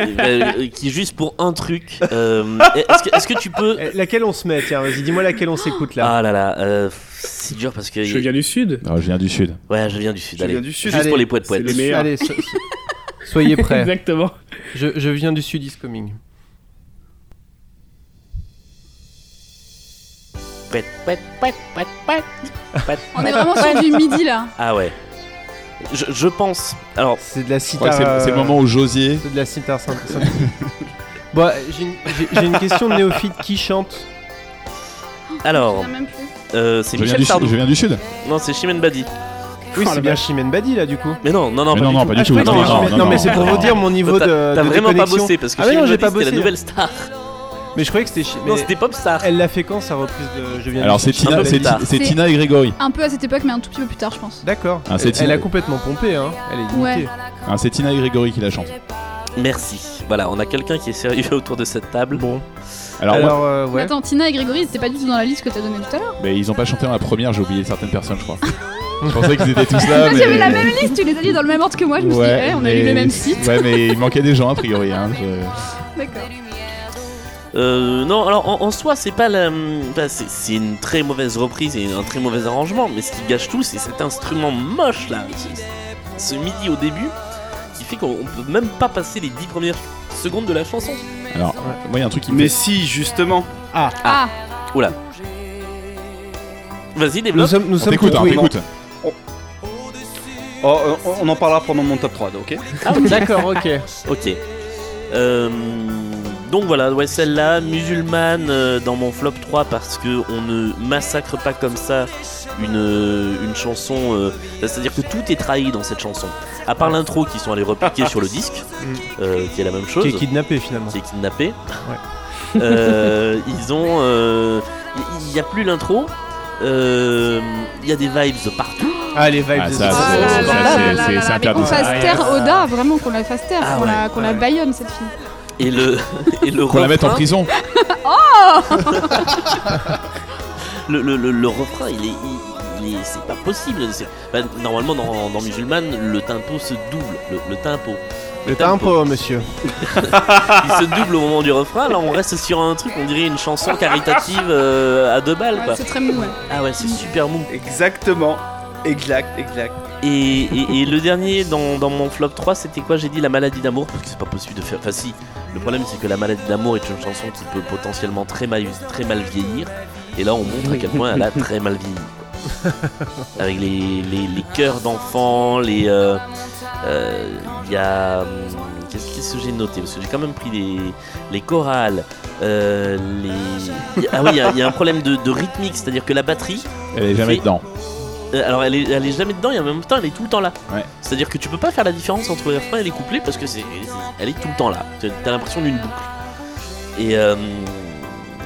euh, qui est juste pour un truc. euh, est-ce, que, est-ce que tu peux
Eh, Laquelle on se met Tiens, vas-y, dis-moi laquelle on s'écoute là.
Ah là là, euh, c'est dur parce que
Je viens du Sud.
Non, Ah, je viens du sud.
ouais, je viens du sud.
Je
allez.
viens du Sud.
Juste
Allez,
pour les poètes
c'est
poètes.
le meilleur.
Allez, so- so- soyez prêts.
Exactement.
Je, je viens du sud is coming.
Poète, poète, poète, poète, poète. Poète,
On est vraiment sur du midi là.
Oh.
Ah ouais. Je, je pense. Alors,
C'est de la
Je crois que
sitar.
c'est- c'est le
euh,
moment où Josier.
C'est de la sitar synth- synth- Bon, euh, j'ai une, j'ai- j'ai une question de néophyte qui chante.
Je
alors,
sais même plus.
euh, c'est
Je viens,
Michel
du sud,
Sardou.
je viens du sud.
Non, c'est Chimène Badi.
Oui,
Oh, la
c'est bien Chimène Badi là du coup.
Mais non, non, non,
Mais
pas
non,
du
non,
tout.
pas du
Ah, je
tout.
croyais que
Non,
c'était Chimène-
non, non,
mais c'est
non,
pour
non.
vous dire mon niveau
T'as-
de.
T'as
de
vraiment pas
déconnexion.
bossé parce que
Ah, mais non,
Chimène
j'ai
Badi
pas
c'était la
bossé.
nouvelle star.
Mais je croyais que c'était. Chi-
Non,
mais
c'était Pop Star.
Elle l'a fait quand sa reprise de Je viens du
Alors c'est
sud
Un
Tina,
peu
c'est-
plus tard.
c'est
C'est-
Tina et Grégory.
Un peu à cette époque, mais un tout petit peu plus tard, je pense.
D'accord.
Ah, c'est
elle,
Tina.
elle a complètement pompé, hein. Elle est limitée.
Ouais.
Hein, c'est Tina et Grégory qui la chante.
Merci. Voilà, on a quelqu'un qui est sérieux autour de cette table.
Bon.
Alors,
Alors, euh, ouais.
Attends, Tina et Grégory, c'était pas du tout dans la liste que t'as donnée tout à l'heure.
ouais, mais ils ont pas chanté dans la première, j'ai oublié certaines personnes, je crois. je pensais qu'ils étaient tous là.
Ah,
mais...
J'avais la même liste, tu les as dit dans le même ordre que moi. Je me suis dit,
Ouais,
eh, on a
mais-
lu le même site.
Ouais, mais il manquait des gens a priori. Hein. je-
D'accord.
Euh, non, alors en, en soi, c'est pas la. bah, c'est- c'est une très mauvaise reprise et un très mauvais arrangement, mais ce qui gâche tout, c'est cet instrument moche là, ce- ce midi au début, qui fait qu'on on peut même pas passer les 10 premières secondes de la chanson.
Alors, moi, il y a un truc qui me
Mais
fait-
si, justement.
Ah,
Vas-y,
Nous
développe.
sommes, nous
On
sommes
t'écoute, hein,
contre- oui.
t'écoutes.
Oh, euh, on on en parlera pendant mon top 3, ok
Ah, ok.
D'accord, ok.
Ok. Euh, donc voilà, ouais, celle-là, musulmane euh, dans mon flop 3 parce que on ne massacre pas comme ça une, euh, une chanson. euh, C'est-à-dire que tout est trahi dans cette chanson. À part l'intro qui sont allés repiquer sur le disque,
Mm.
euh, qui est la même chose
Qui est kidnappé finalement.
qui est kidnappé. Euh, ils ont. euh, Il n'y a plus l'intro. Euh, Il y a des vibes partout.
Ah, les vibes
Ah,
de
ça,
Oh
ça,
ça,
c'est-
là
ça,
là
ça,
là
Ah
c'est-
là
c'est-
là
c'est
là, mais
interdit,
Qu'on
ça.
fasse taire Oda, vraiment qu'on la fasse taire,
Ah
qu'on la,
ouais,
qu'on la
ouais.
baïonne cette fille.
Et le, et le
Qu'on la mette en
refrain-
prison.
le, le- le- le refrain, il est. il- il est- c'est pas possible. C'est- bah, normalement, dans, dans Musulmane, le tempo se double. Le, le tempo.
Le timbre, monsieur.
Il se double au moment du refrain. Là, on reste sur un truc, on dirait une chanson caritative euh, à deux balles.
Ouais,
Quoi.
c'est très mou, ouais.
Ah ouais, c'est super mou.
Exactement. Exact, exact.
Et, et- et le dernier dans, dans mon flop 3, c'était quoi J'ai dit la maladie d'amour, parce que c'est pas possible de faire. Enfin, si, le problème c'est que la maladie d'amour est une chanson qui peut potentiellement très mal, très mal vieillir. Et là, on montre à quel point elle a très mal vieilli. quoi. Avec les, les, les cœurs d'enfants, les. euh, euh, Il y a. hum, Qu'est-ce qu'est-ce que j'ai noté Parce que j'ai quand même pris les, les chorales, euh, les. Ah oui, il y a- il y, a un problème de, de rythmique, c'est-à-dire que la batterie.
Elle est jamais
Fait-
dedans.
Euh, Alors elle est, elle est jamais dedans et en même temps elle est tout le temps là.
Ouais.
C'est-à-dire que tu peux pas faire la différence entre les refrains et les couplets parce que c'est, c'est- elle est tout le temps là. T'as- T'as l'impression d'une boucle. Et euh,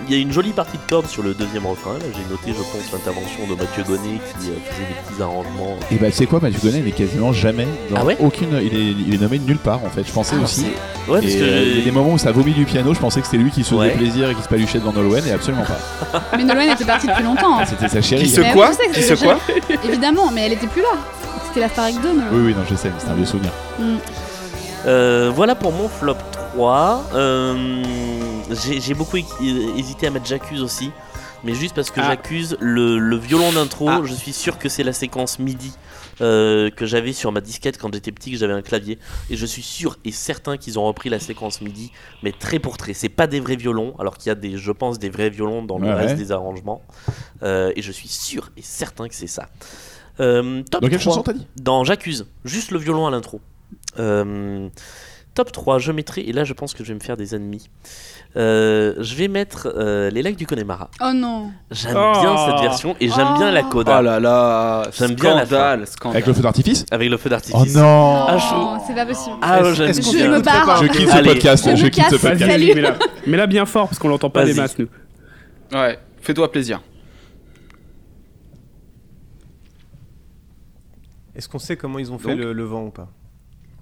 il y a une jolie partie de corde sur le deuxième refrain. Là j'ai noté je pense l'intervention de Mathieu Gonnet qui euh, faisait des petits arrangements.
Et bah, c'est quoi, Mathieu Gonnet, il est quasiment jamais dans
Ah ouais
aucune. Il est, il est nommé nulle part en fait, je pensais
Ah,
aussi.
c'est- Ouais parce
Et,
que
euh, il y a des moments où ça vomit du piano, je pensais que c'était lui qui se faisait
Ouais.
plaisir et qui se paluchait devant Nolwenn, et absolument pas.
Mais Nolwenn était partie depuis longtemps. hein.
C'était sa chérie.
Qui se
Mais oui,
quoi
je sais que
Qui se
c'est
quoi
Évidemment, mais elle était plus là. C'était la Star 2, Nolwenn.
Oui, oui, non, je sais, mais c'est un vieux souvenir.
Euh, voilà pour mon flop 3. Euh, j'ai j'ai beaucoup hé- hésité à mettre J'accuse aussi. Mais juste parce que
Ah.
j'accuse le, le violon d'intro,
Ah.
je suis sûr que c'est la séquence MIDI euh, que j'avais sur ma disquette quand j'étais petit, que j'avais un clavier. Et je suis sûr et certain qu'ils ont repris la séquence MIDI, mais trait pour trait. C'est pas des vrais violons, alors qu'il y a des, je pense, des vrais violons dans le
Ouais,
reste
ouais.
des arrangements. Euh, et je suis sûr et certain que c'est ça. Euh, top
Dans quelle
3
chanson t'as dit
dans J'accuse, juste le violon à l'intro. Euh, top 3, je mettrai, et là je pense que je vais me faire des ennemis. Euh, je vais mettre euh, Les Lacs du Connemara.
Oh non.
J'aime
Oh.
bien cette version et j'aime bien la
Oh.
coda
Oh là là.
J'aime bien la
scandale,
Avec le
scandale.
feu d'artifice
avec le feu
Oh
d'artifice.
non
Ah,
non,
je-
c'est pas possible.
Ah, ouais,
Est-ce-
j'aime
est-ce qu'on
Je
bien.
me
t'écouterait
barre.
pas
Je quitte ce
Allez,
podcast,
je
je
me
quitte ce
casse.
podcast.
Vas-y,
Salut.
mets-la. Mets-la bien fort parce qu'on l'entend pas des
Vas-y.
masses, nous.
Ouais, fais-toi plaisir.
Est-ce qu'on sait comment ils ont fait
Donc
le, le vent ou pas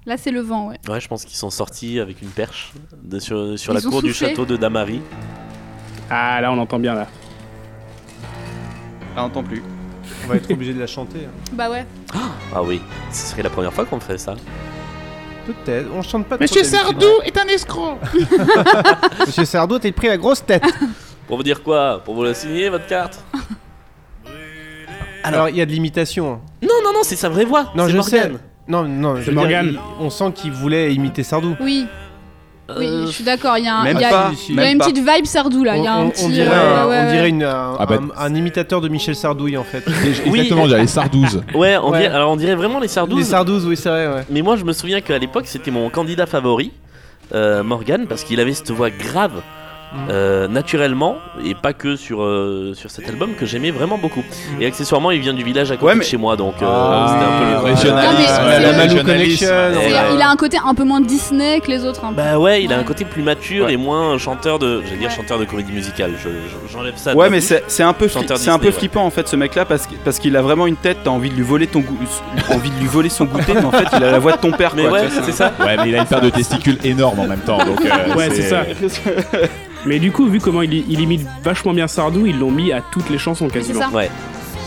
Là, c'est le vent, ouais.
Ouais, je pense qu'ils sont sortis avec une perche de- sur, sur
Ils
la
ont
cour du
soufflé.
château de Damari.
Ah, là, on entend bien, là.
Ah, on entend plus.
On va être obligé de la chanter. hein.
Bah ouais.
Ah oui, ce serait la première fois qu'on ferait ça.
Peut-être. On chante pas. trop
Monsieur
d'habitude.
Sardou est un escroc.
Monsieur Sardou, t'es pris la grosse tête.
Pour vous dire quoi Pour vous la signer, votre carte
Alors il y a de l'imitation. hein.
Non, non, non, c'est sa vraie voix.
Non,
c'est
je
Morgane.
sais. Non, non. je veux dire,
Morgane.
il- On sent qu'il voulait imiter Sardou.
Oui, oui,
Euh,
je suis d'accord. Il y a, un-
Même
Ah, il y a-
pas.
il y a
Même
une
pas.
petite vibe Sardou là. Il y a
on,
un
on-
petit.
on dirait,
ouais,
un,
ouais,
on
ouais.
dirait une- un,
Ah bah-
un- un imitateur de Michel Sardouille en fait.
Oui.
Exactement, j'avais Sardouze.
Ouais, on
Ouais.
dirait- alors on dirait vraiment les Sardous.
Les Sardouze, oui, c'est vrai. Ouais.
Mais moi, je me souviens qu'à l'époque, c'était mon candidat favori, euh, Morgan, parce qu'il avait cette voix grave, euh, naturellement, et pas que sur, euh, sur cet album, que j'aimais vraiment beaucoup. Et accessoirement, il vient du village à côté
Ouais,
de
mais-
chez moi, donc euh,
Ah,
c'était un peu le
oui,
Non, mais c'est-
Régionalisme.
la
euh,
Malou
régionalisme.
Connection.
Ouais.
C'est- Il a un côté un peu moins Disney que les autres. Un peu.
Bah ouais, il a un côté plus mature
Ouais.
et moins chanteur de. J'allais dire
Ouais.
chanteur de comédie musicale, je- je- j'enlève ça. de
Ouais,
la
mais
bouche.
c'est c'est un peu, fli-
Chanteur
c'est un peu
Disney, ouais.
flippant en fait ce mec-là parce que- parce qu'il a vraiment une tête. T'as envie de lui voler ton goût, envie de lui voler son goûter, mais en fait il a la voix de ton père.
Mais
quoi,
ouais,
tu vois,
c'est ça.
Ouais, mais il a une paire de testicules énorme en même temps. donc, euh,
Ouais, c'est ça. Mais du coup, vu comment il, il imite vachement bien Sardou, ils l'ont mis à toutes les chansons quasiment.
ça.
Ouais.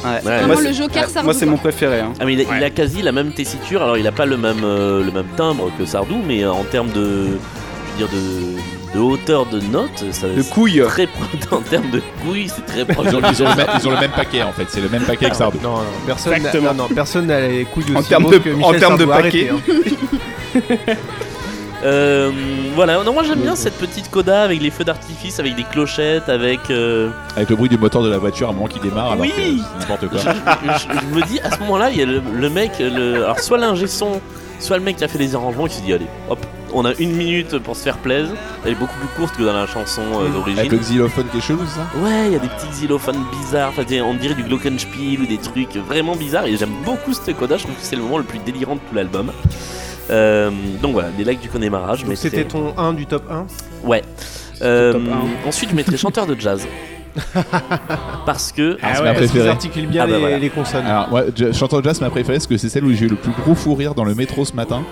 Ouais.
Vraiment
Moi,
le
c'est-
Joker
ouais,
Sardou,
Moi c'est
quoi.
mon préféré. hein.
Ah, mais il a, il a
Ouais.
quasi la même tessiture, alors il a pas le même, euh, le même timbre que Sardou, mais euh, en termes de. Je veux dire, de, de hauteur de notes, ça,
De couille.
très pro- en termes de couilles, c'est très proche.
Ils ont, ils ont le même, ils ont le même paquet en fait, c'est le même paquet que Sardou.
Non, non, personne n'a
Exactement.
non, non, personne n'a les couilles
En
aussi
termes
grosses
de-
que
en
Michel
termes de
Sardou,
paquet.
arrêtez, hein.
Euh, voilà, non, moi j'aime bien cette petite coda avec les feux d'artifice, avec des clochettes, avec. euh,
Avec le bruit du moteur de la voiture à un moment qui démarre, alors
Oui.
que c'est n'importe
je,
quoi.
je- je me dis, à ce moment-là, il y a le, le mec, le, alors soit l'ingé son, soit le mec qui a fait les arrangements qui se dit, allez, hop, on a une minute pour se faire plaisir. Elle est beaucoup plus courte que dans la chanson euh,
Avec le
d'origine.
xylophone qui est chelou, c'est ça
Ouais, il y a des petits xylophones bizarres, enfin, des- on dirait du glockenspiel ou des trucs vraiment bizarres, et j'aime beaucoup ce coda, je trouve que c'est le moment le plus délirant de tout l'album. Euh, donc voilà, les lacs du Connemara, je
Donc, C'était
mettrais-
ton 1 du top 1.
Ouais. Euh,
top un.
ensuite, je mettrai chanteur de jazz. Parce que.
Ah, c'est ma
ouais, parce qu'ils
préférée.
articulent bien
Ah bah
les,
voilà.
les consonnes.
Alors, ouais, je- chanteur de jazz, ma préférée, parce que c'est celle où j'ai eu le plus gros fou rire dans le métro ce matin.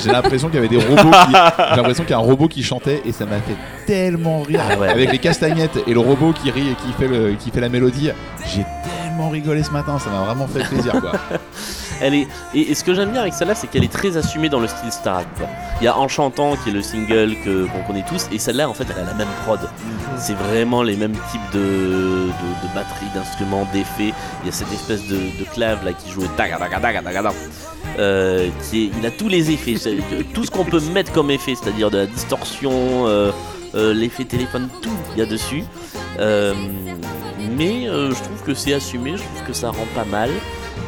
j'ai l'impression qu'il y avait des robots qui... J'ai l'impression qu'il y a un robot qui chantait et ça m'a fait tellement rire.
Ah ouais.
Avec les castagnettes et le robot qui rit et qui fait, le... qui fait la mélodie. J'ai tellement rigolé ce matin, ça m'a vraiment fait plaisir, quoi.
Elle est, et, et ce que j'aime bien avec celle-là, c'est qu'elle est très assumée dans le style Starak. quoi. Il y a En chantant qui est le single que qu'on connaît tous, et celle-là, en fait, elle a la même prod. C'est vraiment les mêmes types de, de, de batteries, d'instruments, d'effets. Il y a cette espèce de, de clave là qui joue au taga, taga, taga, taga, taga, euh, qui est, il a tous les effets, c'est- euh, tout ce qu'on peut mettre comme effet, c'est-à-dire de la distorsion, euh, euh, l'effet téléphone, tout il y a dessus. Euh, mais euh, je trouve que c'est assumé, je trouve que ça rend pas mal.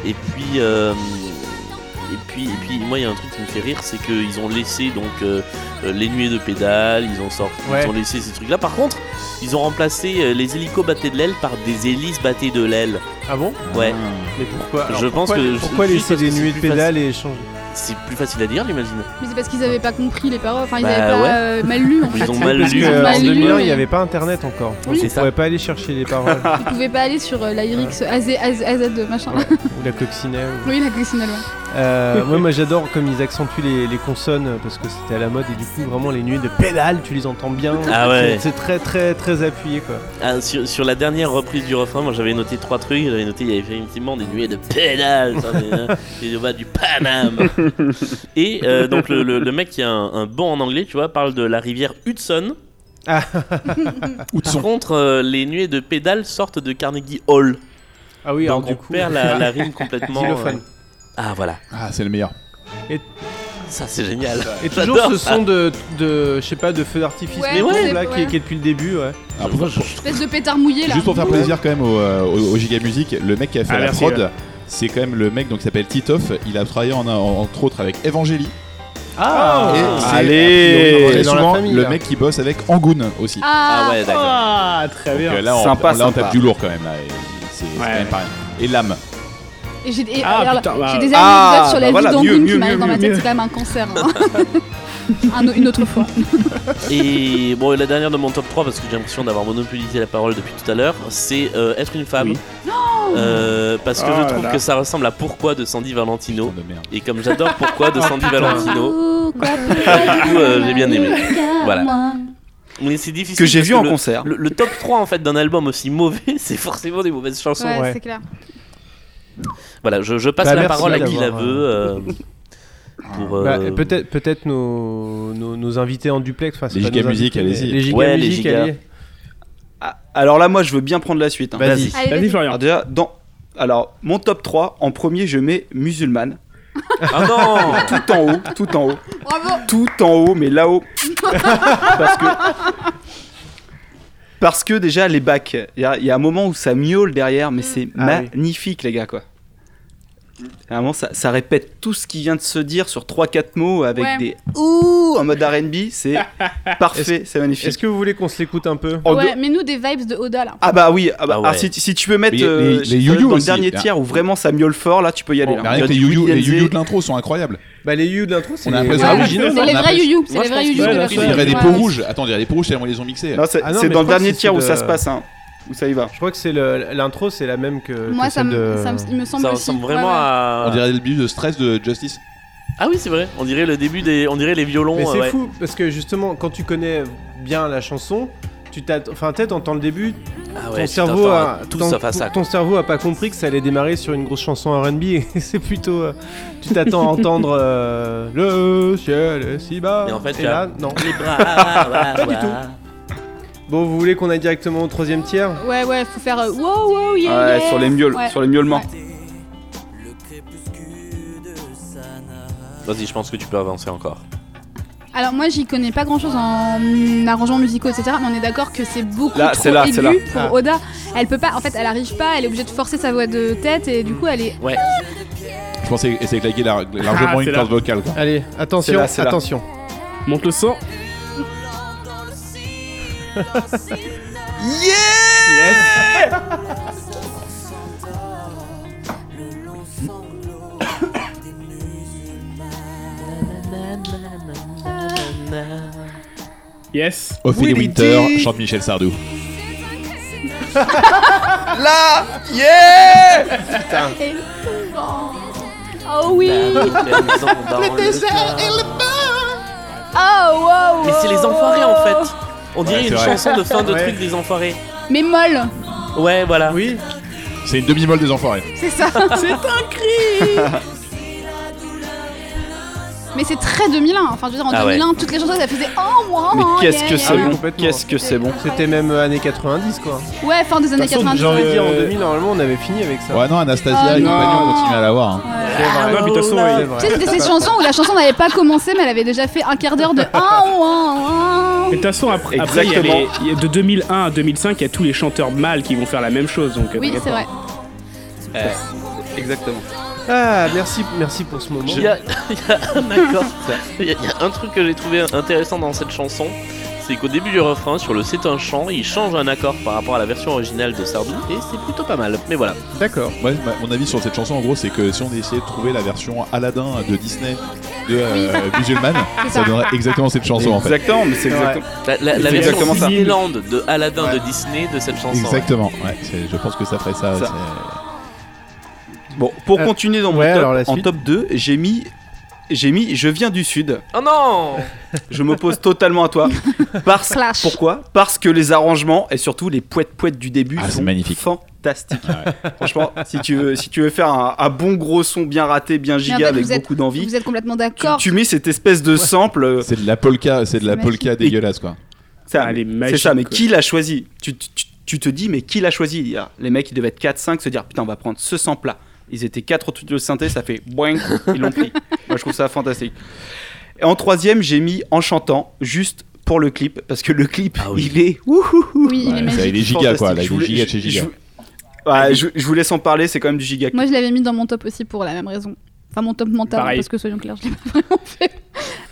Et puis, euh, et puis, et puis, moi, il y a un truc qui me fait rire, c'est qu'ils ont laissé donc euh, euh, les nuées de pédales, ils ont sorti,
Ouais.
ils ont laissé ces trucs-là. Par contre, ils ont remplacé euh, les hélicos battés de l'aile par des hélices battées de l'aile.
Ah bon
Ouais,
Mais pourquoi alors,
Je pense
pourquoi,
que-
Pourquoi
juste
laisser
parce que
des
c'est
nuées de
plus
pédales et changer
c'est plus facile à dire, j'imagine.
Mais c'est parce qu'ils n'avaient pas compris les paroles, enfin ils
Bah
n'avaient pas
ouais.
euh, mal lu en
Ils
fait.
ont mal
Parce
lu.
Ils ont
qu'en
mal lu,
2001, il
mais
n'y avait pas internet encore. Donc
Oui.
on
C'est ça.
pouvait pas aller chercher les paroles.
Ils pouvaient pas aller sur euh, la lyrics AZ, AZ, AZ, machin.
Ouais. ou la coccinelle. ou-
Oui, la coccinelle, ouais.
Euh, moi, moi j'adore comme ils accentuent les, les consonnes euh, parce que c'était à la mode et du coup vraiment les nuits de pédale tu les entends bien.
Ah ouais.
C'est c'est très très très appuyé quoi.
Ah, sur, sur la dernière reprise du refrain, moi j'avais noté trois trucs. J'avais noté, il y avait effectivement des nuées de pédales, ça, des, euh, des ovales du Paname. Et euh, donc le, le- le mec qui a un, un bon en anglais, tu vois, parle de la rivière Hudson.
Ah.
Par contre, euh, les nuées de pédales sortent de Carnegie Hall.
Ah oui
donc on perd la, la rime complètement.
Xylophone.
euh, Ah voilà,
Ah, c'est le meilleur.
ça c'est génial.
Et toujours
J'adore
ce
ça.
son de, de je sais pas de feu d'artifice
Ouais,
mais
ouais,
bon, là
ouais.
qui, est- qui est depuis le début ouais.
Ah, pour-
Je-
Espèce de pétard mouillé là.
Juste pour faire plaisir quand même au, euh, au, au Giga Music, le mec qui a fait
Ah,
la
merci,
prod,
euh.
ouais.
c'est quand même le mec donc, qui s'appelle Titoff. Il a travaillé en- en- entre autres avec Evangélie.
Ah,
et c'est,
Allez.
a priori,
Dans la
souvent
famille, hein.
le
là.
mec qui bosse avec Angoon aussi.
Ah,
Ah ouais, d'accord.
Ah, très bien.
Donc, euh, là, on,
Sympa,
on- là, on
sympa.
tape du lourd quand même. Là, et c'est, c'est quand même
ouais.
pas rien. Et l'âme.
Et j'ai et
Ah,
alors,
putain, bah,
j'ai des anecdotes
ah,
sur la
bah voilà,
vie
mieux,
d'Angoune qui
mieux,
m'arrive dans ma
mieux,
tête,
mieux.
c'est quand même un cancer. hein. Un- une autre fois.
Et bon, et la dernière de mon top 3, parce que j'ai l'impression d'avoir monopolisé la parole depuis tout à l'heure, c'est euh, Être une femme.
Oui.
Euh, parce que
Oh
je
là
trouve
là.
que ça ressemble à Pourquoi de Sandy Valentino.
Putain de merde.
Et comme j'adore Pourquoi de Sandy Valentino,
Du
coup, euh, j'ai bien aimé. Voilà. mais c'est difficile.
Que j'ai
parce
vu en
le-
concert.
Le, le top 3 en fait d'un album aussi mauvais, c'est forcément des mauvaises chansons.
Ouais,
Ouais.
c'est clair.
Voilà, je, je passe
Bah,
la
merci
parole à qui la
d'avoir,
veut. euh, pour,
Bah,
euh,
peut-être peut-être nos, nos, nos invités en duplex enfin, c'est
Les
pas
Giga
nos
Music,
invités, mais
allez-y.
Les giga
Ouais, les
music,
Giga.
allez.
Ah, Alors là, moi, je veux bien prendre la suite. hein.
Vas-y.
Allez,
Vas-y,
vas-y.
Florian.
Alors déjà, dans... Alors, mon top 3, en premier, je mets musulmane.
Ah non
Tout en haut, tout en haut,
Bravo.
tout en haut, mais là-haut. Parce que... Parce que déjà, les bacs, il y, a- il y a un moment où ça miaule derrière, mais c'est
Ah oui.
magnifique, les gars, quoi. Vraiment, ça, ça répète tout ce qui vient de se dire sur 3-4 mots avec
Ouais.
des ouh en mode RB, c'est parfait, c'est magnifique.
Est-ce que vous voulez qu'on se l'écoute un peu
En deux-
Ouais, mais nous des vibes de Oda là.
Ah bah oui, ah bah-
Ah ouais.
ah, si, si tu peux mettre
Mais les-
euh,
les- les youyou
dans le
aussi,
dernier
là.
tiers où vraiment ça miaule fort, là tu peux y aller.
Bon,
Mais
là.
rien que les
Youyou,
youyou les
Lindsay.
youyou de l'intro sont incroyables.
Bah les you de l'intro c'est
On a
les-
l'impression-
Ouais.
Ah oui,
Ouais,
j'ai- non,
c'est
non,
les
on a
vrais
plus-
youyou, c'est
Moi,
les
je
vrais
pense
que-
youyou de
Ouais,
la
là, Ouais,
Il y aurait
soirée.
des
ouais.
peaux rouges. Attends, il y a des peaux rouges, tellement ils les ont mixés.
Non, c'est
Ah non,
c'est
mais
dans le
je crois
dernier
que c'est
tiers où
ceux
ça
de-
se passe, hein, où ça y va.
Je crois que c'est le- l'intro c'est la même que
Euh, Moi
que
ça
celle
me
de-
ça me- il me semble
Ça
aussi.
ressemble
Ouais,
vraiment
ouais.
On
à.
dirait le début de stress de Justice.
Ah oui, c'est vrai. On dirait le début des. On dirait les violons.
Mais
euh,
c'est
ouais.
fou parce que justement quand tu connais bien la chanson, tu t'as enfin peut-être entends le début,
Ah
ton
ouais,
cerveau
putain,
a
hein,
enfin, tout
ton,
sauf à ça.
ton cerveau a pas compris que ça allait démarrer sur une grosse chanson R&B et c'est plutôt euh, tu t'attends à entendre euh, le ciel est si bas
Mais en fait,
et
tu as-
là non.
Les bras, pas
du tout. Bon, vous voulez qu'on aille directement au troisième tiers
Ouais ouais, faut faire euh, wow wow yeah.
ouais,
yeah.
sur les miaules,
Ouais.
sur les miaulements.
Vas-y, je pense que tu peux avancer encore.
Alors moi j'y connais pas grand chose en arrangements musicaux etc mais on est d'accord que c'est beaucoup
Là,
trop
c'est là,
aigu
c'est là.
pour
Ah.
Oda. Elle peut pas en fait elle arrive pas elle est obligée de forcer sa voix de tête et du coup elle est
Je pensais essayer de claquer lar- largement
Ah,
une
c'est
corde
là.
vocale. quoi.
Allez, attention,
C'est là, c'est là.
attention.
Monte le son. Yes.
Ophélie
Willy
Winter
D.
chante Michel Sardou.
Là Yeah
Oh oui
Bah.
Le désert et le
Oh wow
Mais c'est les enfoirés en fait. On dirait
c'est
une
vrai.
chanson de fin de
Ouais.
truc des enfoirés.
Mais molle
Ouais, voilà.
Oui,
C'est une demi-molle des enfoirés.
C'est ça C'est un cri Mais c'est très 2001, enfin je veux dire en
Ah ouais.
2001 toutes les chansons ça faisait oh moi
Mais
oh,
qu'est-ce
yeah,
que
yeah.
c'est
oui,
bon
complètement.
Qu'est-ce que c'est bon
c'était même euh, années 90 quoi.
Ouais fin des années
De toute façon,
90
J'ai envie de dire en
Euh,
2000 normalement on avait fini avec ça.
Ouais, non, Anastasia
Ah,
et
non.
compagnie, on continue à l'avoir. hein.
Ouais.
Ah,
non, mais de toute façon, oui.
C'est
Tu sais,
vrai.
c'était ces chansons où la chanson n'avait pas commencé, mais elle avait déjà fait un quart d'heure de ah ouah, ouah.
Mais de toute façon, après, après, il y a
Exactement.
les- il y a de 2001 à 2005, il y a tous les chanteurs mâles qui vont faire la même chose. Donc, euh,
Oui,
t'inquiète
c'est
pas.
vrai.
Exactement.
Ah, merci, merci pour ce moment.
Il y a, il y a un accord. Il y, a- il y a un truc que j'ai trouvé intéressant dans cette chanson. C'est qu'au début du refrain, sur le C'est un chant, il change un accord par rapport à la version originale de Sardou. Et c'est plutôt pas mal. Mais voilà.
D'accord.
Ouais, ma- mon avis sur cette chanson en gros c'est que si on essayait de trouver la version Aladdin de Disney de euh, Musulman,
C'est
ça
ça.
donnerait exactement cette chanson en fait.
Exactement, mais c'est
Ouais.
exactement.
La, la- la
C'est
version
exactement ça.
Disneyland de Aladdin de Disney de cette chanson. ouais.
Exactement, ouais, c'est- je pense que ça ferait ça.
Ça.
c'est-
Bon, pour
Euh,
continuer dans mon
ouais,
top,
alors la
en
suite.
top 2, j'ai mis. J'ai mis Je viens du Sud.
Oh non
Je m'oppose totalement à toi. Parce,
Clash.
pourquoi Parce que les arrangements et surtout les poètes-poètes du début
Ah, c'est
sont
magnifique. Ah
fantastiques. Franchement, si tu, veux, si tu veux faire un, un bon gros son bien raté, bien giga
Mais en fait,
avec
vous êtes-
beaucoup d'envie,
Vous êtes complètement
tu,
d'accord.
tu mets cette espèce de sample. euh,
C'est de la polka, c'est de la
C'est magique.
polka dégueulasse quoi.
ça,
Ah, elle est
C'est
Bah,
magique,
ça, mais
quoi.
qui l'a choisi tu, tu- tu- tu te dis, mais qui l'a choisi Il y a- Les mecs, ils devaient être 4-5, se dire, putain, on va prendre ce sample-là. Ils étaient 4 autour de synthé, ça fait boing, ils l'ont pris. Moi, je trouve ça fantastique. Et en troisième, j'ai mis En chantant, juste pour le clip, parce que le clip,
Ah oui.
il est. Ouhouhou.
Oui, il
Ouais,
est
ça,
magique.
il est giga quoi,
Fantastique.
là, il
Je
est
voulais-
giga de chez
je-
giga.
je- ouais, je, je vous laisse en parler, c'est quand même du giga.
Moi, je l'avais mis dans mon top aussi pour la même raison. Enfin, mon top mental, hein,
Pareil.
parce que soyons clairs, je l'ai pas vraiment fait.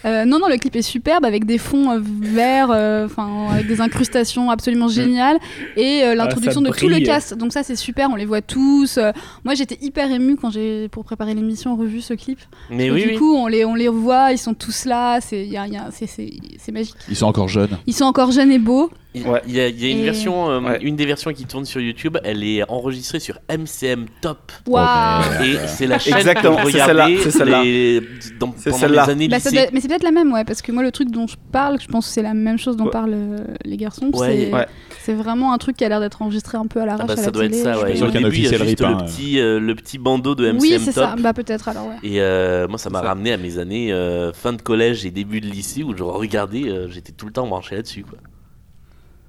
Euh, non, non, le clip est superbe avec des fonds euh, verts, euh, enfin avec des incrustations absolument géniales et euh, l'introduction de tout le
brille.
cast. Donc ça, c'est super, on les voit tous. Euh, moi, j'étais hyper émue quand j'ai, pour préparer l'émission, revu ce clip.
Mais
Et
oui,
du
oui.
coup, on les, on les revoit, ils sont tous là, c'est, y a- y a- c'est, c'est, c'est magique.
Ils sont encore jeunes.
Ils sont encore jeunes et beaux.
Il
Ouais.
il y a, il y a une
Et-
version, euh,
Ouais.
une des versions qui tourne sur YouTube, elle est enregistrée sur MCM Top.
Waouh.
Oh, mais-
Et c'est la chaîne
Exactement,
que vous
c'est celle-là,
regardez
c'est celle-là.
les- dans-
C'est
pendant les
celle-là.
années
Bah, ça
lycée.
doit- mais c'est peut-être la même, ouais, parce que moi, le truc dont je parle, je pense que c'est la même chose dont
Ouais.
parlent euh, les garçons.
Ouais.
c'est,
Ouais.
c'est vraiment un truc qui a l'air d'être enregistré un peu à l'arrache.
Ah bah,
à la
ça doit être
télé,
ça,
je
ouais.
suis
Et
sûr
Au
pense.
qu'il y a un
début, il y a
officiel
juste
rip, hein.
le, petit, euh, le petit bandeau de MCM
Oui, c'est
Top.
ça, bah peut-être alors, ouais.
Et euh, moi, ça m'a
C'est ça.
ramené à mes années euh, fin de collège et début de lycée où je regardais, euh, j'étais tout le temps branché là-dessus. quoi.
Et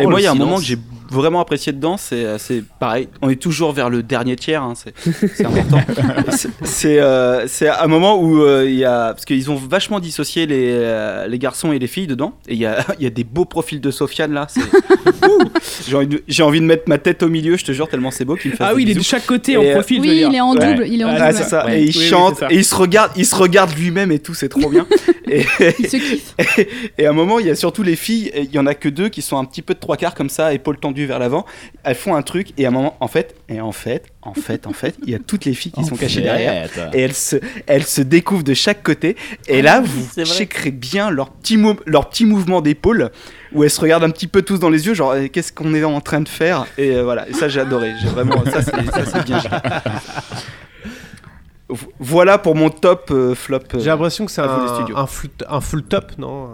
Oh,
moi,
le
il y a un
silence.
moment que j'ai vraiment apprécié dedans, c'est euh, c'est pareil. On est toujours vers le dernier tiers, hein, c'est c'est important. C'est- c'est euh, c'est un moment où euh, il y a. Parce qu'ils ont vachement dissocié les, euh, les garçons et les filles dedans. Et il y a, il y a des beaux profils de Sofiane là. c'est- Ouh J'ai envie, de- j'ai envie de mettre ma tête au milieu, je te jure, tellement c'est beau qu'il me fait
Ah oui, il est de chaque côté
Et, euh,
en profil. je veux
Oui,
dire.
il est en
Ouais.
double, il est en
Ah,
Ah,
double.
c'est
ouais.
ça.
Ouais.
Et il
Oui, oui,
chante,
c'est ça.
et il se regarde, il se regarde lui-même et tout, c'est trop bien. et,
Il se kiffe.
et à un moment, il y a surtout les filles, et il y en a que deux qui sont un petit peu de trois quarts comme ça, épaules tendues vers l'avant. Elles font un truc, et à un moment, en fait, et en fait, en fait, en fait, il y a toutes les filles qui sont
Oh,
cachées derrière. Et elles se, elles se découvrent de chaque côté. Et là, vous
Ah c'est vrai.
checkerez bien leur petit, mou- leur petit mouvement d'épaule, où elles se regardent un petit peu tous dans les yeux, genre, eh, qu'est-ce qu'on est en train de faire Et euh, voilà, et ça, j'ai adoré. J'ai vraiment, ça, c'est ça, c'est bien. géré. Vo- Voilà pour mon top euh, flop. euh,
J'ai l'impression que c'est
à vous, les
un,
studios.
un, full, un full top, non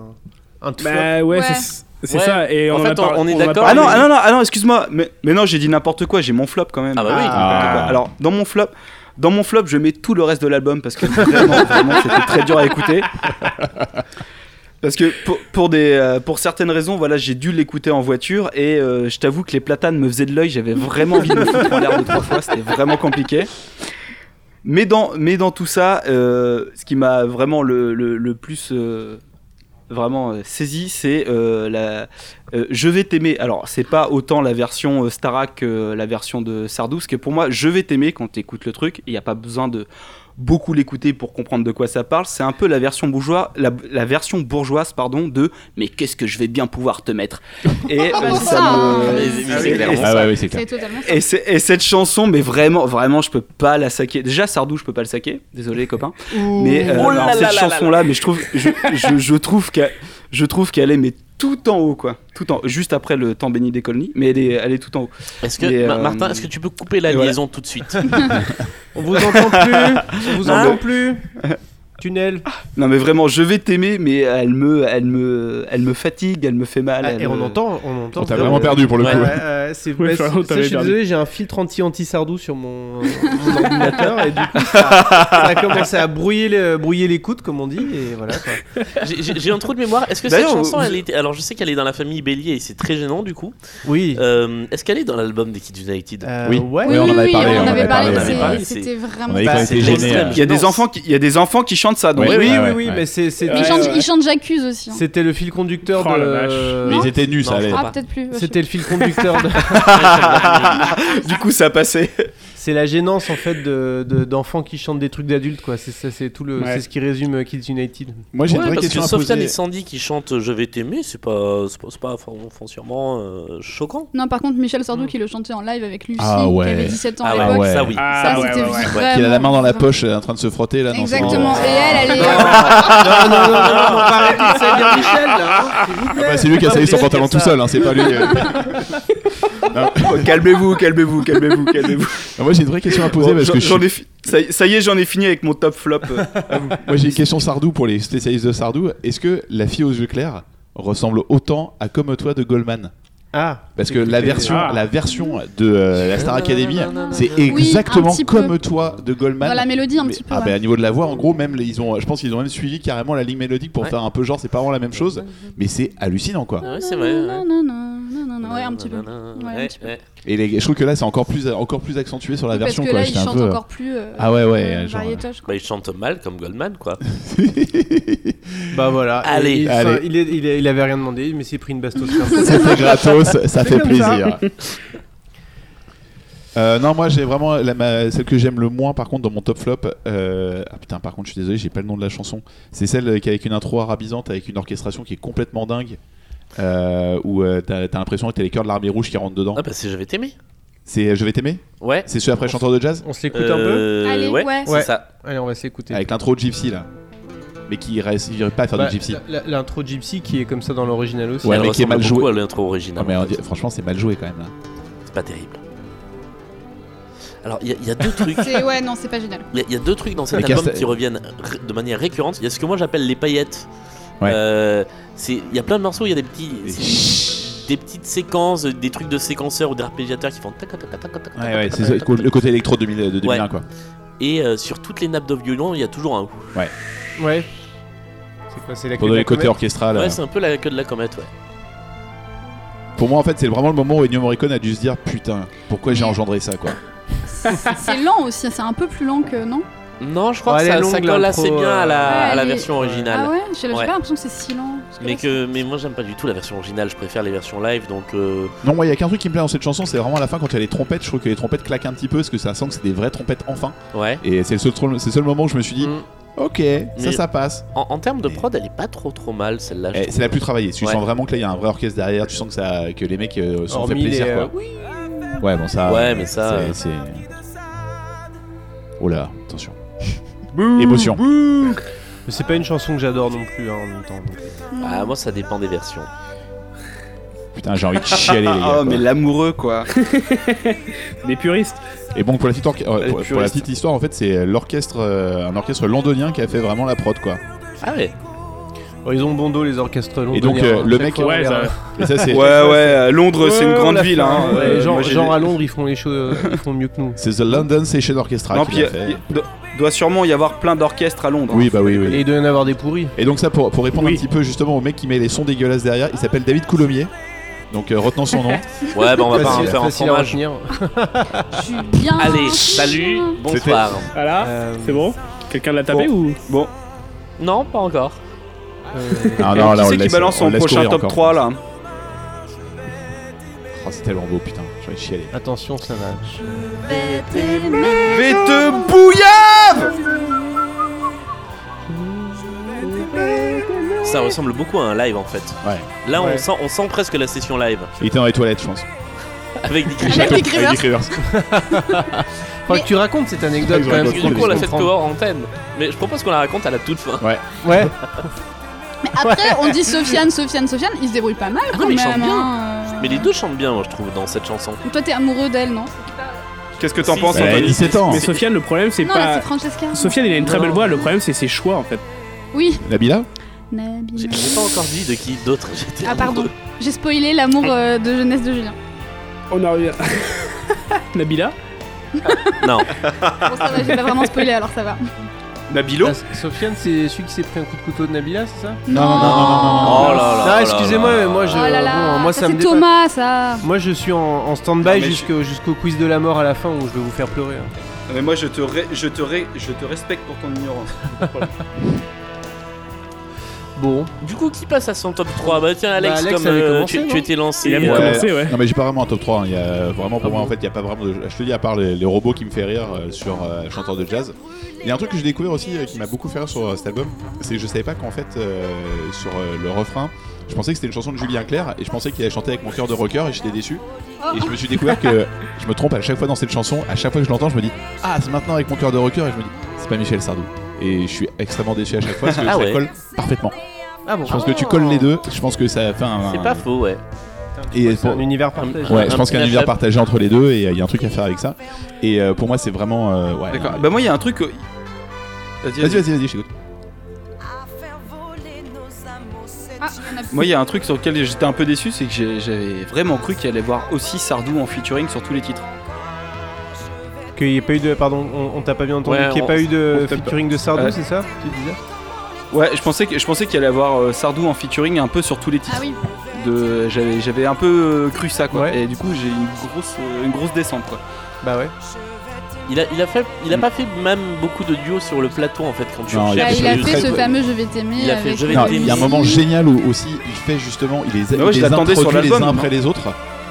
Un un top.
Bah ouais,
Ouais.
c'est c'est
Ouais.
ça. Et
En
on
fait,
en a parlé-
on est
en a
d'accord,
Ah
parlé-
non, ah non, non, ah non, excuse-moi. Mais, mais non, j'ai dit n'importe quoi, j'ai mon flop quand même.
Ah bah oui.
N'importe quoi. Alors, dans mon flop, dans mon flop, je mets tout le reste de l'album parce que vraiment, vraiment, c'était très dur à écouter. Parce que pour, pour des, euh, pour certaines raisons, voilà, j'ai dû l'écouter en voiture et euh, je t'avoue que les platanes me faisaient de l'œil, j'avais vraiment envie de me foutre en l'air deux, trois fois, c'était vraiment compliqué. Mais dans, mais dans tout ça, euh, ce qui m'a vraiment le, le- le plus euh, vraiment euh, saisi, c'est euh, la, euh, Je vais t'aimer. Alors, c'est pas autant la version euh, Starak que euh, la version de Sardou, parce que pour moi, Je vais t'aimer, quand t'écoutes le truc, il n'y a pas besoin de beaucoup l'écouter pour comprendre de quoi ça parle. C'est un peu la version bourgeoise, la, la version bourgeoise, pardon, de Mais qu'est-ce que je vais bien pouvoir te mettre Et
bah,
euh,
c'est ça.
me-
Mais- mais c'est
et-
clairement
et-
Ah ouais, oui, c'est clair.
C'est totalement ça.
et, c'est- et cette chanson, mais vraiment, vraiment, je peux pas la saquer. Déjà, Sardou, je peux pas le saquer. Désolé, copain. Mais euh,
Oh là
alors,
là
cette
là là
chanson-là, mais je trouve, je, je, je trouve qu'elle, je trouve qu'elle est mais tout en haut, quoi. Tout en haut. Juste après le temps béni des colonies, mais elle est, elle est tout en haut.
Est-ce que,
Et,
Ma-
euh,
Martin, est-ce que tu peux couper la
et voilà.
liaison tout de suite
On vous entend plus On vous
Non,
entend
mais-
plus Tunnel
Non, mais vraiment, je vais t'aimer, mais elle me, elle me, elle me fatigue, elle me fait mal.
Ah,
elle
Et on
me-
entend, on entend.
On t'a
c'est-
vraiment perdu pour le
Ouais.
coup.
Ouais, ouais, c'est
Oui,
bah,
Florent,
c'est- ça,
t'avais
je suis
perdu.
désolé, j'ai un filtre anti anti sardou sur mon, mon ordinateur et du coup ça, ça a commencé à brouiller le- brouiller l'écoute comme on dit et voilà quoi.
J'ai- J'ai j'ai un trou de mémoire. Est-ce que cette
D'ailleurs,
chanson,
vous-
elle était. Alors je sais qu'elle est dans la famille Bélier et c'est très gênant du coup.
Oui.
Euh, Est-ce qu'elle est dans l'album des Kids United
Euh,
oui.
Ouais.
Oui, on en avait
oui,
parlé,
on en avait parlé,
on en avait
c'est-
parlé,
c'était vraiment.
On avait quand
Bah,
même été
c'est
gênés.
extrême.
euh,
Il y a des enfants qui, il y a des enfants qui chantent ça. Donc,
Oui,
Ouais,
oui,
ouais,
oui,
ouais,
oui,
ouais.
mais c'est- c'est-
Mais
Ouais,
ils chantent-
ouais.
ils chantent J'accuse aussi. hein.
c'était le fil conducteur
Oh, la
de. euh,
Mais ils étaient nus,
Non,
ça allait.
je crois
Ah, peut-être plus. ouais, je sais
C'était le fil conducteur de.
du coup, ça a passé.
C'est la gênance en fait de de- d'enfants qui chantent des trucs d'adultes quoi. C'est ça, c'est tout le,
Ouais.
c'est ce qui résume euh, Kids United.
Moi j'ai
Ouais,
une vraie
parce que
question à
Sofiane
poser.
et Sandy qui chantent Je vais t'aimer, c'est pas, c'est pas, c'est pas fran- foncièrement euh, choquant.
Non, par contre, Michel Sardou qui le chantait en live avec Lucie,
Ah ouais.
qui avait 17 ans
Hmm. Ah
à
ouais,
l'époque.
ouais.
ça oui.
Ah,
Ça,
ouais,
c'était
ouais, ouais.
vraiment-
Qu'il a la main dans la poche euh, en train de se frotter là. non, c'est-
Exactement. Et elle, elle est.
Non, non, non, non, on va arrêter de salir Michel là. hein, s'il vous plaît.
Ah bah, c'est lui qui a
Pas
saisi son
vous
pantalon
dire
tout
ça.
seul, hein, c'est pas lui. euh.
Oh, calmez-vous, calmez-vous, calmez-vous, calmez-vous.
Non, Moi j'ai une vraie question à poser
Bon,
parce
j'en-
que je suis-
j'en ai fi- ça, y- ça y est, j'en ai fini avec mon top flop. euh.
moi j'ai une question Sardou pour les spécialistes de Sardou. Est-ce que la fille aux yeux clairs ressemble autant à Comme toi de Goldman
Ah.
Parce que la
Écoutez,
version,
Ah.
la version de euh, la Star Academy, c'est
Oui, un
exactement
petit peu.
comme toi de Goldman.
Dans la mélodie, un
Mais-
petit peu,
Ah
ouais.
bah, à niveau de la voix, en gros, même les- ils ont, je pense qu'ils ont même suivi carrément la ligne mélodique pour
Ouais.
faire un peu genre, c'est pas vraiment la même chose, mais c'est hallucinant quoi.
Ouais, c'est vrai.
Non,
ouais.
non, non, non, non, non, ouais, un petit peu. Ouais, un
Ouais,
petit peu.
ouais.
Et les- je trouve que là, c'est encore plus, encore plus accentué sur la
Parce
version
que
quoi.
là, ils
J'étais un
chantent
peu-
encore plus. euh,
Ah ouais, ouais,
euh,
genre,
variétoche, quoi.
Bah, ils chantent mal comme Goldman quoi.
euh,
Bah voilà.
Allez.
Il, il-
Allez.
enfin, il est- il est- il avait rien demandé, mais c'est pris une bastos.
Ça fait gratos, ça fait
comme ça.
plaisir. Euh, non, moi j'ai vraiment la, ma- celle que j'aime le moins par contre dans mon top flop. euh, ah putain, par contre, je suis désolé, j'ai pas le nom de la chanson. C'est celle qui est avec une intro arabisante, avec une orchestration qui est complètement dingue. euh, où euh, t'as t'as l'impression que t'as les cœurs de l'armée rouge qui rentrent dedans.
Ah bah c'est Je vais t'aimer.
C'est euh, Je vais t'aimer
Ouais.
C'est celui après chanteur de jazz
On se l'écoute un peu.
Euh,
Allez,
ouais,
ouais.
c'est
Ouais.
ça.
Allez, on va s'écouter.
Avec l'intro de Gypsy là. Mais qui réussirait pas à faire
Bah,
du Gypsy.
la- la- L'intro Gypsy qui est comme ça dans l'original aussi.
Ouais,
Elle
mais qui est
ressemble
mal joué. Ah,
beaucoup à l'intro originale.
Non, mais on dit- franchement, c'est mal joué quand même là.
C'est pas terrible. Alors, il y a- il y, a deux trucs.
C'est- Ouais, non, c'est pas génial.
Il y a- il y, a deux trucs dans cet
Les
album
casta-
qui reviennent ré- de manière récurrente. Il y a ce que moi j'appelle les paillettes.
Ouais.
Euh, c'est- Il y a plein de morceaux, où il y a des petits.
Et-
c'est- Des petites séquences, des trucs de séquenceurs ou de arpégiateurs qui font tac, tac, tac, tac, tac, tac,
Ouais, ouais,
tac,
c'est
tac,
le
tac,
co-
tac.
le côté électro de 2000 de 2001 quoi.
Et euh, sur toutes les nappes de violon, il y a toujours un.
Ouais. C'est quoi C'est la
Pendant
queue de
les
la
côtés
comète
orchestrales. euh,
Ouais, c'est un peu la queue de la comète, ouais.
Pour moi, en fait, c'est vraiment le moment où Ennio Morricone a dû se dire putain, pourquoi j'ai engendré ça quoi.
C'est lent aussi, hein, c'est un peu plus lent que. Non
Non, je crois
Oh, elle
que
est
ça,
longue,
ça colle
l'intro,
assez bien à la,
euh.
à la
Ouais,
version
elle est-
originale.
Ah ouais J'ai j'ai
Ouais.
pas l'impression que c'est si lent. parce que
Mais,
là,
que, mais moi j'aime pas du tout la version originale, je préfère les versions live donc. euh,
Non, moi, il y a qu'un truc qui me plaît dans cette chanson, c'est vraiment à la fin quand il y a les trompettes. Je trouve que les trompettes claquent un petit peu parce que ça sent que c'est des vraies trompettes enfin.
ouais.
Et c'est le seul, trom- c'est le seul moment où je me suis dit
Mm.
ok, ça,
Mais-
ça passe.
En, en termes de
Mais-
prod, elle est pas trop trop mal celle-là. je
Eh,
trouve.
c'est la plus travaillée. Tu
Ouais.
sens vraiment que là, il y a un vrai orchestre derrière. Tu sens que, ça, que les mecs euh, se sont fait
Hormis
plaisir
les, euh,
quoi. Ouais, bon, ça.
Ouais,
euh,
mais ça,
c'est-
euh,
C'est. Oh là, attention. Émotion.
Mais c'est pas une chanson que j'adore non plus hein, en même temps. donc.
non.
Ah, moi ça dépend des versions.
Putain, j'ai envie de chialer, les gars.
Ah,
quoi.
oh, mais l'amoureux, quoi.
Des puristes.
Et bon, pour la petite, orque- euh,
Les
pour- pour la
puristes.
petite histoire, en fait, c'est l'orchestre, euh, un orchestre londonien qui a fait vraiment la prod, quoi.
Ah ouais.
Bon, Oh, ils ont bon dos les orchestres longs. hein,
Et donc, euh, le mec-
Ouais, ça-
Et ça, c'est
Ouais, ouais, euh, Londres, c'est une
Ouais, on
grande
l'a
ville.
fait,
Hein.
ouais.
Euh,
genre,
moi, j'ai-
genre à Londres, ils font les choses, euh, ils font mieux que nous.
c'est The London Session Orchestra.
Non,
qui
puis
l'a
il y a-
ah, fait.
il y a- do- doit sûrement y avoir plein d'orchestres à Londres. hein.
Oui, bah oui, oui.
Et il doit y en avoir des pourris.
Et donc ça, pour, pour répondre
Oui.
un petit peu justement au mec qui met les sons dégueulasses derrière, il s'appelle David Coulommier. Donc euh, retenons son nom.
Ouais, bah on va pas en
Facile-
faire un
facile à
fromage.
retenir.
Julien
Allez, salut, bonsoir.
Voilà,
Euh,
Ah, c'est bon Quelqu'un l'a tapé ou
Bon,
Non, pas encore.
euh,
Ah
Alors, qui c'est qui balance son prochain top 3 là
Oh, c'est tellement beau, putain. J'ai envie de chialer.
attention, ça va.
Mais te bouillave
Ça ressemble beaucoup à un live en fait.
Ouais.
Là,
Ouais.
on, sent, on sent presque la session live
Il était dans les toilettes, je pense.
avec des cris.
Avec des
Avec
criveurs.
des crivers.
Faut que tu racontes cette anecdote
Ils ont
quand même. parce
raconté
que
Du
des
coup, on
je
l'a fait
comprends.
hors antenne. Mais je propose qu'on la raconte à la toute fin.
Ouais.
Mais mais après, on dit Sofiane, Sofiane, Sofiane, il se débrouille pas mal
Ah non,
quand
mais
même.
il chante bien.
hein, euh.
Mais les deux chantent bien, moi, je trouve, dans cette chanson.
Toi, t'es amoureux d'elle, non
Qu'est-ce que t'en
Si,
penses,
Elle a
Anthony
17 ans.
Mais Sofiane, le problème, c'est
Non, là,
pas.
c'est Francesca.
Sofiane, il a une très
Non.
belle voix, le problème, c'est ses choix en fait.
Oui.
Nabila
J'ai
Nabila.
j'ai pas encore dit de qui d'autre j'étais.
Ah, pardon.
amoureux.
J'ai spoilé l'amour euh, de jeunesse de Julien.
On en revient. Nabila
Non,
Bon, ça va, j'ai pas vraiment spoilé, alors ça va.
Nabilo
Ah, c'est- Sofiane, c'est celui qui s'est pris un coup de couteau de Nabila, c'est ça
Non,
non, non,
non, non, non. Oh là là
Non,
là
excusez-moi,
là
mais moi
là
je.
Oh là là,
bon, moi
ça,
ça me
c'est
dépasse.
Thomas, ça. Ah,
Moi je suis en, en
Non,
stand-by
mais je-
jusqu'au jusqu'au quiz de la mort à la fin où je vais vous faire pleurer. hein.
Mais moi, je te, ré- je, te ré- je te respecte pour ton ignorance.
Bon,
du coup, qui passe à son top 3 Bah, tiens, Alex,
Bah, Alex
comme
avait
euh,
commencé,
tu,
non
tu étais lancé.
Il avait
euh,
commencé, ouais.
Non mais j'ai pas vraiment un top 3, hein. il y a vraiment pour
Ah
moi
bon
en fait il y a pas vraiment de... Je te dis à part les, les robots qui me fait rire euh, sur euh, chanteur de jazz. Il y a un truc que j'ai découvert aussi euh, qui m'a beaucoup fait rire sur euh, cet album, c'est que je savais pas qu'en fait euh, sur euh, le refrain, je pensais que c'était une chanson de Julien Clerc et je pensais qu'il allait chanter avec mon cœur de rocker et j'étais déçu.
Oh.
Et je me suis découvert que je me trompe à chaque fois dans cette chanson, à chaque fois que je l'entends je me dis Ah c'est maintenant avec mon cœur de rocker et je me dis c'est pas Michel Sardou. Et je suis extrêmement déçu à chaque fois parce que
Ah
ça
ouais.
colle parfaitement.
ah bon.
Je pense que tu colles les deux, je pense que ça fait un.
C'est pas faux, ouais.
Et
C'est
pour-
un univers partagé.
Ouais,
Un
je pense qu'il y a un
petit
univers
mashup.
partagé entre les deux et euh, il y a un truc à faire avec ça. Et euh, pour moi, c'est vraiment. euh, ouais,
D'accord.
euh,
Bah, moi, il y a un truc. euh, Vas-y,
Vas-y,
vas-y.
vas-y, vas-y, je t'écoute.
Ah, on a-
Moi, il y a un truc sur lequel j'étais un peu déçu, c'est que j'ai- j'avais vraiment cru qu'il allait voir aussi Sardou en featuring sur tous les titres.
Qu'il n'y ait pas eu de. Pardon, on, on t'a pas bien entendu.
Ouais,
Qu'il n'y ait
on-
pas eu de
on t'a-
featuring de Sardou,
Ouais.
c'est ça Tu disais
Ouais, je pensais que- je pensais qu'il allait avoir euh, Sardou en featuring un peu sur tous les titres.
Ah oui.
de j'avais j'avais un peu euh, cru ça quoi
Ouais.
et du coup j'ai une grosse euh, une grosse descente quoi
Bah ouais.
Il a, il a, fait, il a
Mm.
pas fait même beaucoup de duos sur le plateau en fait quand tu
Non, il a
Bah,
recherches.
il a
je-
fait
très-
ce fameux Je vais t'aimer.
Il a fait
avec-
Je vais
Non,
t'aimer.
il y a un moment génial où aussi il fait justement. Il les,
Bah ouais, je
il les
l'attendais
introduit
sur
les
l'album,
uns après
non
les autres.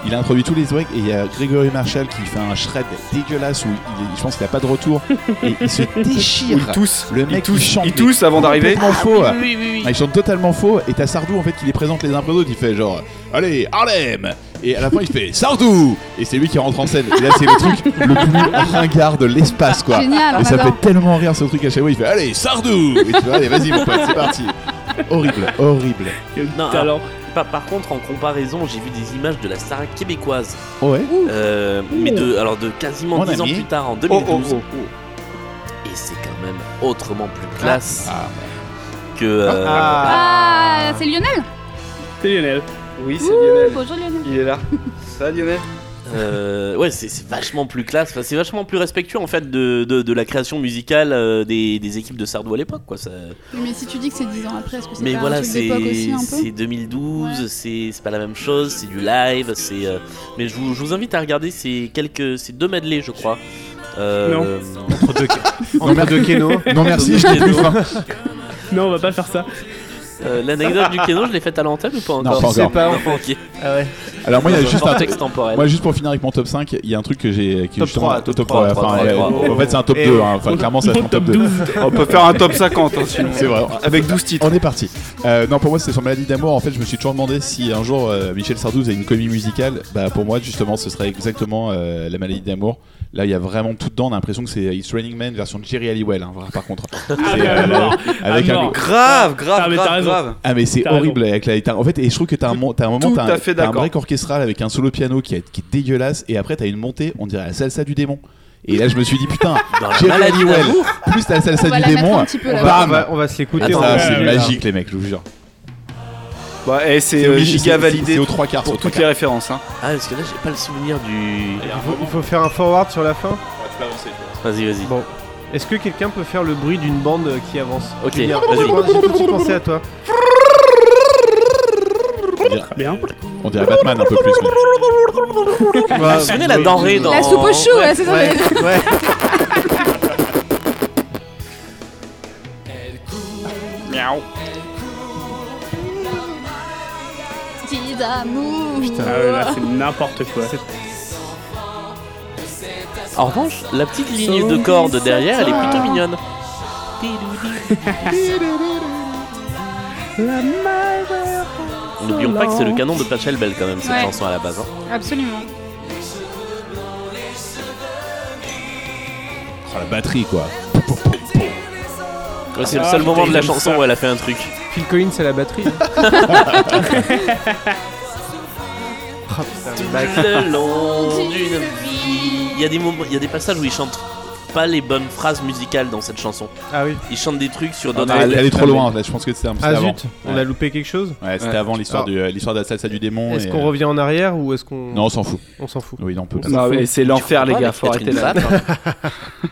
Il introduit tous les breaks et il y a Grégory Marshall qui fait un shred dégueulasse où il est- je pense qu'il a pas de retour et il se déchire.
tous
Ah. Le mec
tous
qui chante.
ils tous avant d'arriver
Complètement faux.
Oui, oui,
Ah, ils chantent totalement faux et t'as Sardou en fait qui les présente les uns après les autres. Il fait genre Allez, Harlem Et à la fin il fait Sardou Et c'est lui qui rentre en scène. Et là c'est le truc le plus ringard de l'espace quoi.
Génial,
Et ça
j'adore.
fait tellement rire ce truc à chaque fois. Il fait Allez, Sardou Et tu vois, allez, vas-y mon pote, c'est parti. Horrible, horrible.
Quel
Non,
talent.
Par, par contre, en comparaison, j'ai vu des images de la Sarah québécoise.
Oh ouais
Euh, mais de, alors de quasiment
Mon
10 ans
ami.
plus tard, en
oh oh
2012.
oh
Et c'est quand même autrement plus classe
oh. Ah,
que. euh,
Ah, c'est Lionel
C'est Lionel.
oui c'est
Ouh,
Lionel
Bonjour Lionel.
il est là ça Lionel
ah.
euh, ouais, c'est c'est vachement plus classe. Enfin, c'est vachement plus respectueux en fait de, de, de la création musicale euh, des, des équipes de Sardou à l'époque, quoi. Ça...
Oui, Mais si tu dis que c'est 10 ans après, est-ce que c'est
Mais
pas un
voilà,
truc
c'est
d'époque aussi un
c'est
peu
2012,
Ouais.
c'est c'est pas la même chose, c'est du live, c'est. euh, Mais je vous, je vous invite à regarder ces quelques, ces deux medley, je crois. Euh,
Entre deux, entre deux kénos.
bah. Non merci, je n'ai plus faim.
Non, on va pas faire ça.
euh, L'anecdote du piano, je l'ai faite à l'antenne ou pas encore
pas
Je sais
encore.
pas.
Ok.
Ah ouais.
Alors moi il y a juste un
texte temporel.
Moi juste pour finir avec mon top 5, il y a un truc que j'ai qui est
Top
justement-
3, top
top
3,
3, enfin,
top
ouais,
3.
en fait c'est un top
Et
2 hein. enfin clairement ça c'est un top 2.
on peut faire un top 50 hein, sinon.
C'est vrai.
avec 12 titres
On est parti. Euh, non, pour moi, c'est sur Maladie d'amour. En fait, je me suis toujours demandé si un jour euh, Michel Sardou faisait une comédie musicale. Bah, pour moi, justement, ce serait exactement euh, La Maladie d'amour. Là, il y a vraiment tout dedans. On a l'impression que c'est euh, It's Raining Man version Jerry Halliwell. hein, par contre, C'est, euh,
mort.
avec
Ah,
un-
mort.
grave grave
Ah, mais t'as
grave
raison.
grave
ah mais c'est
T'as raison.
horrible avec la guitare. En fait, et je trouve que t'as un, mo- t'as un moment,
tout
t'as
à
un,
fait
t'as un
d'accord.
break orchestral avec un solo piano qui est, qui est dégueulasse, et après t'as une montée, on dirait la salsa du démon. Et là, je me suis dit putain,
Dans la
Jerry
maladie
Halliwell,
d'amour.
plus t'as la salsa
On va
du
la mettre
démon. hein.
un petit peu
On
là.
va, on
Bam.
va, on va se l'écouter.
Ah,
on
ça,
va-
c'est
on va-
magique, les mecs, je vous jure.
bah, et c'est
C'est
euh,
obligé,
giga
c'est-
validé
C'est aux trois quarts. c'est
pour
aux trois
toutes les références hein.
Ah, parce que là, j'ai pas le souvenir du.
Il faut, il faut faire un forward sur la fin.
Vas-y, vas-y.
Bon. Est-ce que quelqu'un peut faire le bruit d'une bande euh, qui avance
Ok,
Julien,
vas-y.
J'ai tout de suite pensé à toi.
quarts. On dirait-
Bien.
On dirait Batman un peu plus. mais-
Bah,
Souvenez la denrée dans.
La soupe au chou, ouais, c'est ça.
Ouais, ouais.
Petits amours.
Ah ouais, là, c'est n'importe quoi.
En revanche, la petite ligne de corde derrière, elle est plutôt mignonne. N'oublions pas que c'est le canon de Pachel Bell quand même cette
Ouais.
chanson à la base. hein.
Absolument.
Oh, la batterie quoi.
Ouais, c'est le
Ah,
seul
putain,
moment de la
j'aime
chanson
Ah,
ça.
ah,
où elle a fait un truc.
Phil Collins à la batterie. hein. Ah, putain,
Bah,
le bac.
Le long d'une vie. Il y a des moments, il y a des passages où il chante pas les bonnes phrases musicales dans cette chanson.
Ah oui.
Il chante des trucs sur
Non,
d'autres.
non, elle, elle est trop
Ah,
loin, là, je pense que c'était un peu
Ah
avant.
zut, on a loupé quelque chose.
Ouais, c'était
Ouais.
avant l'histoire
Alors,
du, euh, l'histoire de la salsa du démon.
Est-ce
et,
qu'on
euh,
revient en arrière ou est-ce qu'on
Non, on s'en fout.
on s'en fout
Oui, non, on peut pas.
Non, mais c'est l'enfer, les
Ouais,
gars,
mais
faut
être
arrêter
une
là.
femme. hein.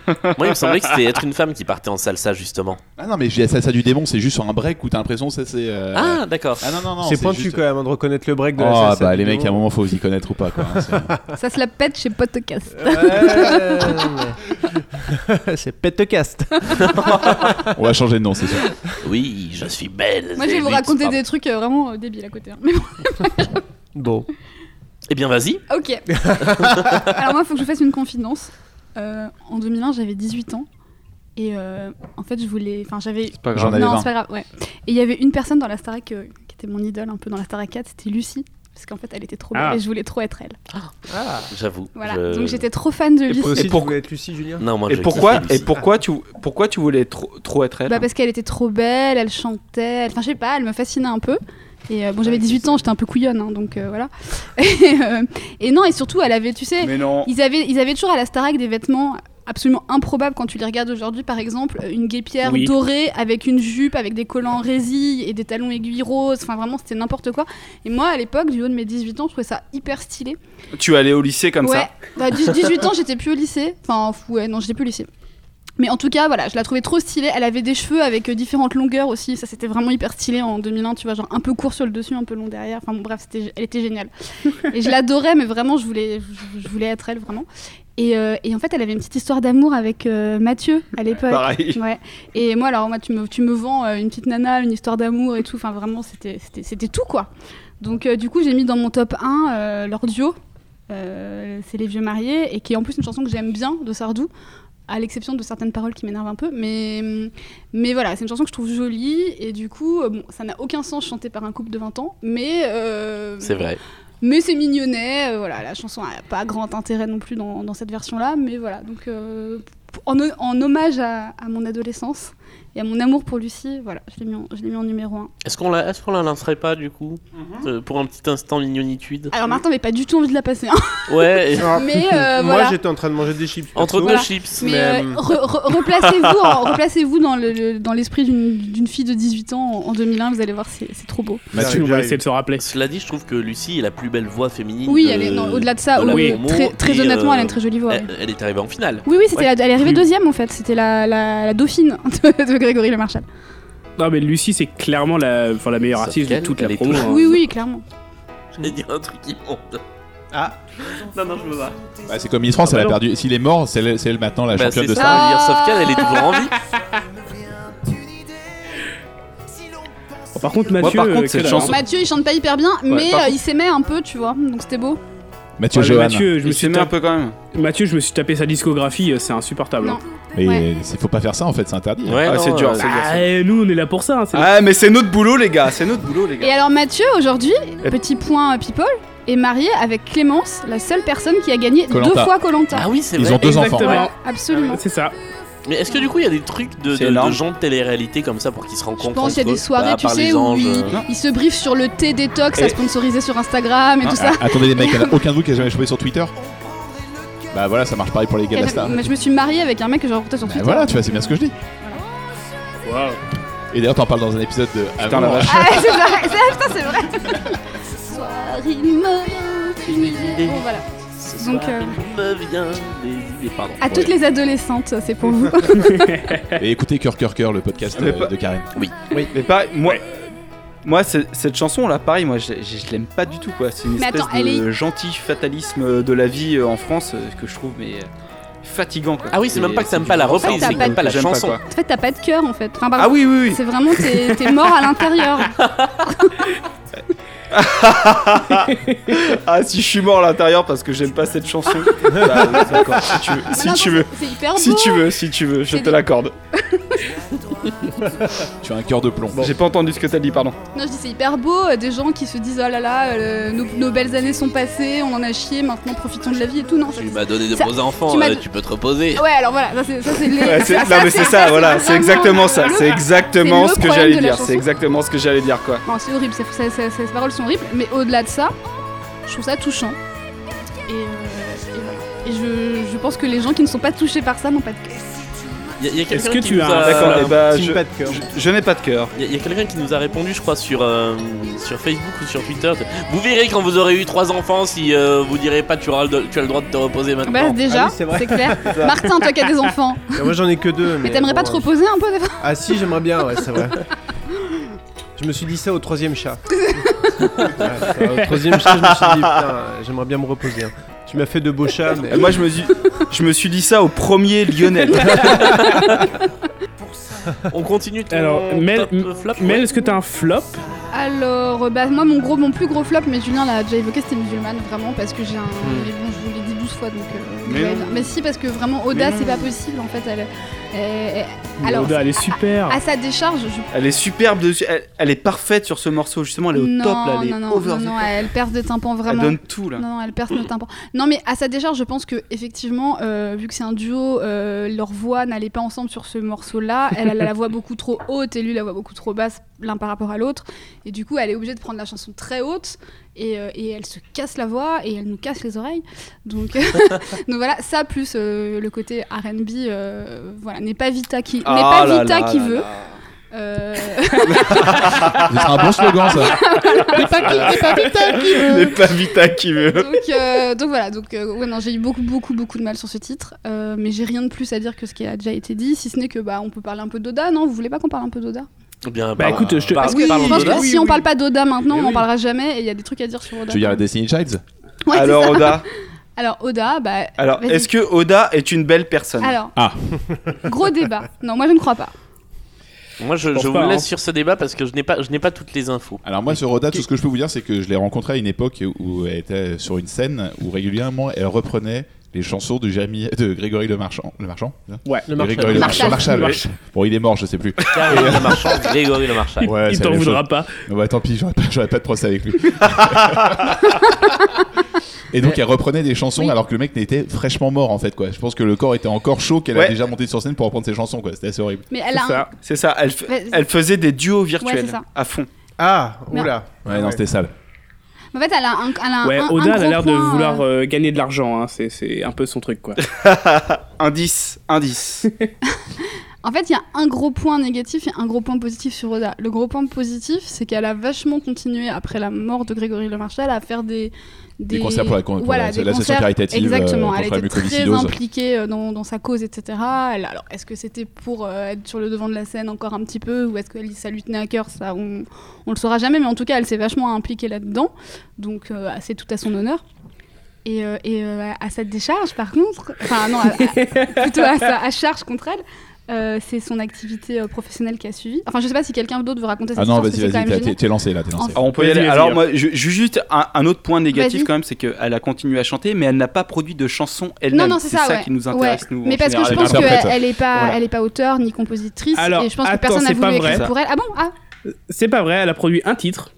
Moi, il me semblait que c'était être une femme qui partait en salsa justement.
Ah non, mais j'ai la salsa du démon, c'est juste sur un break où t'as l'impression que ça, c'est. euh,
Ah, d'accord.
Ah non, non, non.
C'est pointu
juste-
quand même hein, de reconnaître le break de la
Ah
salsa
bah
du
les mecs, à un
démon.
moment, faut vous y connaître ou pas quoi. hein, c'est-
Ça se la pète chez Podcast.
Ouais, mais- C'est Petecast.
on va changer de nom, c'est sûr.
Oui, je suis belle.
Moi, je vais vous
Zénith.
raconter
Pardon.
des trucs euh, vraiment euh, débiles à côté. hein. Mais bon,
Bon,
Eh bien, vas-y.
ok. Alors, moi, il faut que je fasse une confidence. Euh, en 2001, j'avais 18 ans. Et euh, en fait, je voulais. Enfin, j'avais.
Pas J'en avais
Non, c'est
20.
pas grave. Ouais. Et il y avait une personne dans la Starac euh, qui était mon idole un peu dans la Starac 4, c'était Lucie. Parce qu'en fait, elle était trop belle
Ah.
et je voulais trop être elle. Ah.
J'avoue.
Voilà.
je-
Donc, j'étais trop fan de
toi
Lucie.
aussi tu
pour-
voulais être Lucie, Julien
Non, moi,
Et
je
pourquoi,
kiffe
et
Lucie.
pourquoi tu, pourquoi tu voulais trop, trop être elle
Bah parce qu'elle était trop belle, elle chantait, elle- enfin je sais pas, elle me fascinait un peu. Et euh, bon, j'avais 18 ans, j'étais un peu couillonne, hein, donc euh, voilà. et, euh, et non, et surtout, elle avait, tu sais,
Mais non.
ils avaient, ils avaient toujours à la Starac des vêtements absolument improbables quand tu les regardes aujourd'hui, par exemple, euh, une guépière
Oui.
dorée avec une jupe, avec des collants en résille et des talons aiguilles roses, enfin vraiment, c'était n'importe quoi. Et moi, à l'époque, du haut de mes 18 ans, je trouvais ça hyper stylé.
Tu allais au lycée comme
ouais.
ça.
Bah, dix- 18 ans, j'étais plus au lycée. Enfin, f- ouais, non, j'étais plus au lycée. Mais en tout cas, voilà, je la trouvais trop stylée. Elle avait des cheveux avec euh, différentes longueurs aussi. Ça, c'était vraiment hyper stylé en 2001, tu vois, genre un peu court sur le dessus, un peu long derrière. Enfin, bon, bref, c'était gé- elle était géniale. et je l'adorais, mais vraiment, je voulais, je, je voulais être elle, vraiment. Et, euh, et en fait, elle avait une petite histoire d'amour avec euh, Mathieu à l'époque.
Pareil.
Ouais. Et moi, alors, moi, tu me, tu me vends euh, une petite nana, une histoire d'amour et tout. Enfin, vraiment, c'était c'était- c'était tout, quoi. Donc, euh, du coup, j'ai mis dans mon top 1 euh, leur duo. Euh, c'est Les Vieux Mariés. Et qui est en plus une chanson que j'aime bien de Sardou. À l'exception de certaines paroles qui m'énervent un peu. Mais, mais voilà, c'est une chanson que je trouve jolie. Et du coup, euh, bon, ça n'a aucun sens chanté par un couple de 20 ans. Mais. euh,
C'est vrai.
mais c'est mignonnet, euh, voilà, la chanson n'a pas grand intérêt non plus dans, dans cette version-là, mais voilà, donc euh, p- en, ho- en hommage à, à mon adolescence et à mon amour pour Lucie, voilà, je l'ai mis, en- je l'ai mis en numéro 1.
Est-ce qu'on la, est-ce qu'on la lancerait pas du coup Euh, pour un petit instant mignonitude
Mhm. Alors Martin n'avait pas du tout envie de la passer, hein,
Ouais. et-
mais euh,
Moi
voilà.
j'étais en train de manger des chips.
Entre
perso.
deux
Voilà.
chips.
Mais
mais,
euh,
euh,
re- re- replacez-vous en- replacez-vous dans le- le- dans l'esprit d'une d'une fille de 18 ans en, en 2001, vous allez voir, c'est c'est trop beau.
Mathieu, on va essayer de se rappeler.
Cela dit, je trouve que Lucie est la plus belle voix féminine.
Oui,
de-
elle est- non, au-delà de ça,
de la
oui,
promo,
très, très
euh, et,
honnêtement, elle a
euh,
une très jolie voix. oui.
Elle, elle est arrivée en finale.
Oui, oui, c'était
Ouais.
la- elle est arrivée
Plus-
deuxième en fait, c'était la, la, la dauphine de, de Grégory Le Marchal.
Non, mais Lucie, c'est clairement la, enfin, la meilleure
Sauf
artiste de
qu'elle,
toute
elle
la
est
promo.
toujours-
hein.
Oui, oui, clairement.
J'ai dit un truc immonde.
Ah.
Non, non, je me bats.
Bah, c'est comme Miss France,
Ah,
elle a
bah non.
perdu. S'il est mort, c'est elle, c'est elle maintenant la
Bah,
championne
c'est
de
ça,
ça.
Ah.
je veux dire, sauf qu'elle, elle est toujours en vie.
Oh, par contre,
Moi,
Mathieu,
par contre,
euh,
cette
quel-
chanson-
Mathieu, il chante pas hyper bien, mais
par
euh, il s'aimait un peu, tu vois, donc c'était beau.
Mathieu
Ouais, mais
Johan.
Mathieu, je me suis
mis un
tapé-
peu quand même.
Mathieu, je me suis tapé sa discographie, euh, c'est insupportable.
Non.
hein.
Mais
Ouais.
c'est- faut pas faire ça en fait, c'est interdit. hein.
Ouais,
Ah,
non,
c'est dur,
euh,
c'est dur.
Ah, et nous, on est là pour ça. hein, c'est-
Ah, mais c'est notre boulot, les gars. C'est notre boulot, les
Et
gars.
alors Mathieu, aujourd'hui, petit point euh, people, est marié avec Clémence, la seule personne qui a gagné
Koh-Lanta.
deux fois Colanta.
Ah oui, c'est
Ils
vrai.
ont deux enfants.
Exactement.
Ouais, absolument.
Ah
C'est ça.
Mais est-ce que du coup, il y a des trucs de,
C'est
de,
énorme.
de gens de télé-réalité comme ça pour qu'ils se rencontrent
Je pense qu'il y a
entre
des
eux
soirées,
Bah, à
tu
part les
sais, où
anges,
ils,
euh,
ils se briefent sur le thé détox à
Et-
sponsoriser sur Instagram et tout ça.
Ah, attendez les mecs, y'en a aucun de vous qui a jamais chopé sur Twitter Bah voilà, ça marche pareil pour les gars de la star.
Mais je me suis mariée avec un mec que j'ai rencontré sur
Bah
Twitter.
voilà, tu vois, c'est bien ce que je dis.
Waouh.
Et d'ailleurs, t'en parles dans un épisode de.
Putain, la vache.
Ah ouais, c'est vrai, c'est vrai, putain, c'est vrai. Ce soir, il me vient. Bon, voilà.
ce
Donc,
soir,
euh,
il me vient des idées. Pardon.
À toutes les adolescentes, c'est pour vous.
Et écoutez Cœur Cœur Cœur, le podcast
Mais
euh,
pas-
de Karen.
Mais pareil, moi. Moi, c'est- cette chanson là, pareil, moi je, l'ai- je l'aime pas du tout quoi. C'est une
Mais
espèce
attends, elle
de gentil fatalisme de la vie euh, en France euh, que je trouve mais euh, fatigant quoi.
Ah oui, c'est même pas que t'aimes
du-
pas la
du-
reprise,
c'est que t'aimes
que
pas la
j'aime
chanson.
quoi.
En fait, t'as pas de cœur en fait. Enfin, pardon,
Ah oui, oui, oui.
C'est vraiment, t'es t'es mort à l'intérieur.
Ah si je suis mort à l'intérieur parce que j'aime pas cette chanson. bah, d'accord, si tu veux,
Mais non,
si tu veux,
C'est hyper beau.
si tu veux, si tu veux, je
C'est
te
des-
l'accorde.
Tu as un cœur de plomb.
J'ai pas entendu ce que t'as dit, pardon.
Non, je dis c'est hyper beau, euh, des gens qui se disent oh là là, euh, nos, nos belles années sont passées, on en a chié, maintenant profitons de la vie et tout. Non, ça,
Tu
c'est-
m'as donné de
Ça-
beaux enfants,
tu m'as-
euh, tu peux te reposer.
Ouais, alors voilà, ça c'est ça, c'est les-
Ouais, c'est-
ça,
non mais c'est ça, voilà, c'est
vraiment
exactement ça,
le-
c'est exactement
c'est
ce
le
que
problème
j'allais
de la
dire,
chanson.
c'est exactement ce que j'allais dire quoi.
Non, c'est horrible, c'est- c'est- c'est- ces paroles sont horribles, mais au-delà de ça, je trouve ça touchant. Et, euh, et voilà. Et je, je pense que les gens qui ne sont pas touchés par ça n'ont pas de cœur.
Y a- y a
Est-ce
quelqu'un
que
qui
tu
nous
as-
a-
D'accord,
Il
et bah,
Team
je,
pas de cœur.
je- je n'ai pas de cœur.
y a- y a, quelqu'un qui nous a répondu, je crois, sur, euh, sur Facebook ou sur Twitter. Vous verrez quand vous aurez eu trois enfants si euh, vous direz pas tu, auras le, do- tu as le droit de te reposer maintenant.
Bah, déjà,
Ah oui, c'est vrai.
c'est clair. Martin, toi qui as des enfants,
Et ah, Moi j'en ai que deux.
mais t'aimerais
bon,
pas te reposer un peu des fois
Ah si, j'aimerais bien, ouais, c'est vrai. Je me suis dit ça au troisième chat. Ouais, c'est vrai, au troisième chat, je me suis dit, putain, j'aimerais bien me reposer. hein. Tu m'as fait de beaux chats, mais.
Et moi je me, suis, je me suis dit ça au premier Lionel.
On continue ton
Alors, Mel,
top, euh, flop
Mel, est-ce que t'as un flop
Alors, euh, bah, moi, mon, gros, mon plus gros flop, mais Julien l'a déjà évoqué, c'était musulmane, vraiment, parce que j'ai un. Mais bon, je vous l'ai dit 12 fois, donc. euh,
Hmm. Mais
ouais,
non.
mais si, parce que vraiment, Oda, c'est pas possible, en fait. Elle, elle- elle- alors, Ah.
Oda, bah, elle est super.
à sa décharge, je
Elle est superbe, dessus, elle, elle est parfaite sur ce morceau, justement elle est au
non,
top là, elle est
non, non,
over
non,
the
non,
top.
elle perd des tympans
Elle
vraiment.
donne tout là.
Non, non, elle perd nos tympans. Non, mais à sa décharge, je pense que effectivement, euh, vu que c'est un duo, euh, leurs voix n'allaient pas ensemble sur ce morceau-là. Elle, elle a la voix beaucoup trop haute et lui la voix beaucoup trop basse, l'un par rapport à l'autre. Et du coup, elle est obligée de prendre la chanson très haute et, euh, et elle se casse la voix et elle nous casse les oreilles. Donc, donc voilà, ça plus euh, le côté R&B, euh, voilà, n'est pas Vita qui, n'est
Ah
pas
là
Vita
là
qui
là
veut.
là.
Euh,
Ce sera un bon slogan ça.
n'est pas, n'est pas Vita qui veut.
Elle n'est pas Vita qui veut.
donc, euh, donc voilà, donc euh, ouais, non, j'ai eu beaucoup, beaucoup, beaucoup de mal sur ce titre, euh, mais j'ai rien de plus à dire que ce qui a déjà été dit, si ce n'est que bah on peut parler un peu d'Oda, non Vous voulez pas qu'on parle un peu d'Oda
Eh Bien,
Bah, écoute, je te-
par-
est-ce
Oui,
parlons
je pense
d'Oda.
que si on parle pas d'Oda maintenant, on en parlera jamais, et il y a des trucs à dire sur Oda.
Tu veux dire la Destiny Childs
Ouais, c'est
Alors
ça.
Oda,
Alors Oda, bah
alors
Vas-y.
est-ce que Oda est une belle personne
alors.
Ah.
gros débat. Non, moi je ne crois pas.
Moi, je,
pense
je
pas,
vous
hein.
laisse sur ce débat parce que je n'ai pas, je n'ai pas toutes les infos.
Alors moi sur Roda, tout ce que je peux vous dire, c'est que je l'ai rencontrée à une époque où elle était sur une scène où régulièrement elle reprenait les chansons de Jérémy, de Grégory Le Marchand. Le Marchand c'est ça
Ouais.
Le
De
marchand.
Grégory Le
Marchal.
Marchand. Marchal, oui. Bon, il est mort, je sais plus.
Caroline Le Marchand, Grégory Le Marchand.
Il-
Ouais,
il
c'est
t'en
la même
voudra pas.
Ouais, bah, tant pis, j'aurais pas, j'aurais pas de procès avec lui. Et donc elle reprenait des chansons
Oui.
alors que le mec n'était fraîchement mort en fait quoi. Je pense que le corps était encore chaud qu'elle
Ouais.
a déjà monté sur scène pour reprendre ses chansons quoi. C'était assez horrible.
Mais
C'est
elle a un-
ça, c'est ça. Elle, f-
Vas-y.
elle faisait des duos virtuels
c'est ça.
à fond.
Ah, oula.
Ouais, non c'était sale.
En fait, elle a un, elle a un-
Ouais,
un-
Oda, elle a
un gros
l'air de
point,
vouloir
euh,
euh, gagner de l'argent, hein. c'est- c'est un peu son truc quoi.
Indice, indice.
En fait, il y a un gros point négatif et un gros point positif sur Oda. Le gros point positif, c'est qu'elle a vachement continué, après la mort de Grégory Le Marchal, à faire des,
Des concerts pour la- pour
voilà,
la-
des
l'association
concerts.
caritative,
Exactement,
euh,
elle
contre la
était très
mucoviscidose.
impliquée euh, dans, dans sa cause, etc. Elle- alors, est-ce que c'était pour euh, être sur le devant de la scène encore un petit peu, ou est-ce que ça lui tenait à cœur Ça, on, on le saura jamais, mais en tout cas, elle s'est vachement impliquée là-dedans. Donc, euh, c'est tout à son honneur. Et, euh, et, euh, à sa décharge, par contre, enfin non, à- à- plutôt à sa à charge contre elle, euh, c'est son activité euh, professionnelle qui a suivi. Enfin, je sais pas si quelqu'un d'autre veut raconter cette
Ah non,
histoire, parce
vas-y,
que c'est
vas-y,
quand
t'es-
même
t'es
gênant.
t'es lancé là, t'es lancé.
Enfin,
Alors, Ah, on peut y
Vas-y, hein.
aller.
vas-y,
Alors,
vas-y.
moi, ju- ju- juste un, un autre point négatif
Vas-y.
quand même, c'est qu'elle a continué à chanter, mais elle n'a pas produit de chansons
Non,
elle-même.
non, c'est
c'est
ça, ouais.
qui nous intéresse,
Ouais.
nous. en
Mais parce que je
général.
pense
Elle est
qu'elle
interprète.
elle est pas,
Voilà.
elle est pas auteur ni compositrice,
Alors,
et je pense que
attends,
personne n'a
c'est pas
voulu écrire
vrai.
pour elle. Ah bon Ah
C'est pas vrai, elle a produit un titre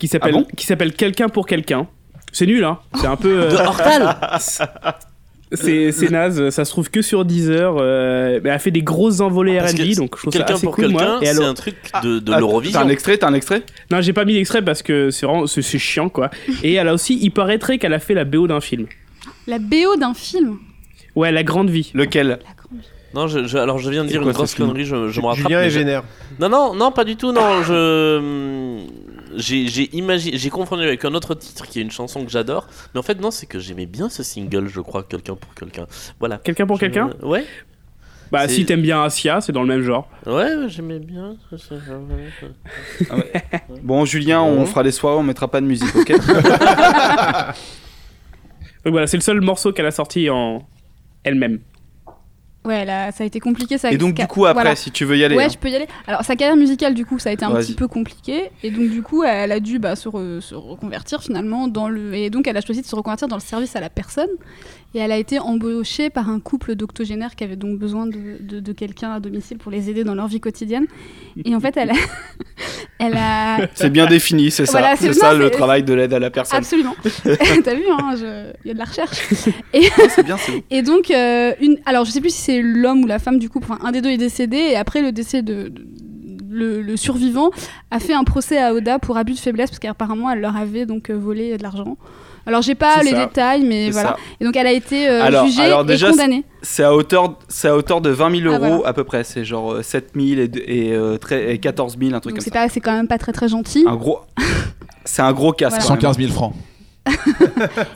qui s'appelle
Ah bon
qui s'appelle Quelqu'un pour quelqu'un. C'est nul, hein. C'est un peu. euh,
De Hortal Euh,
c'est c'est naze, ça se trouve que sur Deezer. Euh, mais elle a fait des grosses envolées
Ah, Parce que
RB, donc je trouve ça
Quelqu'un
assez
pour
cool,
quelqu'un,
moi. Et elle-
c'est un truc de, de
Ah,
l'Eurovision.
T'as un extrait, t'as un extrait
Non, j'ai pas mis l'extrait parce que c'est vraiment c'est c'est chiant, quoi. Et elle a aussi, il paraîtrait qu'elle a fait la BO d'un film.
La BO d'un film
Ouais, La Grande Vie.
Lequel
La grande-
Non, je, je- alors je viens de
C'est
dire
quoi
une
ce
grosse
film
connerie, je, je me rattrape.
Julien
mais
est
je-
vénère.
Non, non, non, pas du tout, non. Je. hum, J'ai j'ai imaginé, j'ai confondu avec un autre titre qui est une chanson que j'adore, mais en fait non, c'est que j'aimais bien ce single, je crois, quelqu'un pour quelqu'un. Voilà.
Quelqu'un pour
Je-
quelqu'un
Ouais,
Bah,
c'est-
si t'aimes bien Asia, c'est dans le même genre.
ouais, ouais, j'aimais bien. ce-
Bon, Julien, on fera des soirées, on mettra pas de musique, ok
Donc voilà, c'est le seul morceau qu'elle a sorti en elle-même.
Ouais, là, ça a été compliqué. Ça
Et donc, du coup, après, si tu veux y aller.
Ouais,
hein.
je peux y aller. Alors, sa carrière musicale, du coup, ça a été un
Vas-y.
petit peu compliqué. Et donc, du coup, elle a dû bah, se, re- se reconvertir finalement. Dans le... Et donc, elle a choisi de se reconvertir dans le service à la personne. Et elle a été embauchée par un couple d'octogénaires qui avait donc besoin de, de- de quelqu'un à domicile pour les aider dans leur vie quotidienne. Et en fait, elle a. elle a...
C'est bien défini, c'est ça.
Voilà, c'est-
c'est ça
non,
le
c'est-
travail de l'aide à la personne.
Absolument. T'as vu, hein, je- il y a de la recherche. Et,
C'est bien, c'est bon.
Et donc, euh, une... alors je sais plus si c'est l'homme ou la femme du couple, enfin, un des deux est décédé, et après le décès de. de- Le, le survivant a fait un procès à Oda pour abus de faiblesse parce qu'apparemment elle leur avait donc euh, volé de l'argent. Alors j'ai pas
C'est
les
ça.
détails mais
C'est
voilà.
ça.
Et donc elle a été euh,
Alors-
jugée
alors déjà,
et condamnée.
C'est à hauteur, c'est à hauteur de 20 000
Ah,
euros
voilà.
à peu près. C'est genre euh, 7 000 et, de- et, euh, très- et 14 000, un truc
Donc c'est
comme ça. Ah.
pas c'est quand même pas très très gentil.
Un gros. C'est un gros casse.
Voilà.
quand même.
115 000 francs.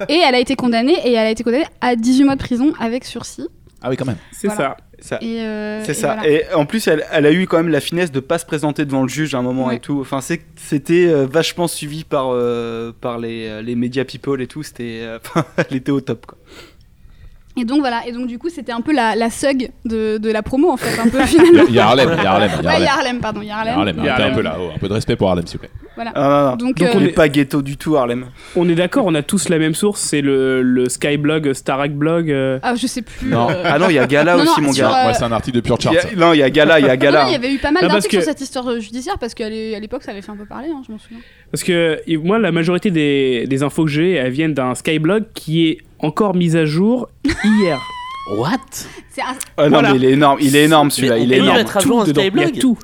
Et elle a été condamnée et elle a été condamnée à 18 mois de prison avec sursis.
Ah oui, quand même.
C'est ça.
Voilà.
Ça-
Et, euh,
C'est
et
ça.
voilà.
Et en plus, elle, elle a eu quand même la finesse de pas se présenter devant le juge à un moment
Ouais.
et tout. Enfin, c'est- c'était euh, vachement suivi par, euh, par les, euh, les médias people et tout. C'était, euh, elle était au top. Quoi.
Et donc voilà, et donc du coup c'était un peu la, la SUG de, de la promo en fait, un peu
Il y
finalement.
a- il y a Harlem, il y a Harlem, il y a
Ouais, il y
Harlem.
a Harlem, pardon, il y a
Il y a
Harlem.
Harlem,
Il y a
arrêtez un
Harlem.
peu là, oh, un peu de respect pour Harlem, s'il vous plaît.
Ah, non, non.
Donc,
Donc, on
euh,
n'est pas ghetto du tout, Harlem.
On est d'accord, on a tous la même source, c'est le, le Skyblog, Starac Blog. euh,
Ah, je sais plus.
Non.
euh,
Ah non, il y a Gala
Non, non,
aussi, mon
sur,
gars.
euh,
Ouais, c'est un article de Pure Chart.
Il y a- non, il y a Gala, il y a
Non,
Gala.
non, il y avait eu pas mal
Ah, parce
d'articles
que-
sur cette histoire euh, judiciaire parce qu'à l'é- à l'époque ça avait fait un peu parler, hein, je m'en souviens.
Parce que et moi, la majorité des, des infos que j'ai, elles viennent d'un Skyblog qui est encore mis à jour hier.
What
C'est un-
Ah non,
Voilà.
mais il est énorme, il est énorme celui-là,
Mais on
il
peut
est
y
énorme.
mettre à jour un
dedans. Il y a
Skyblog
tout.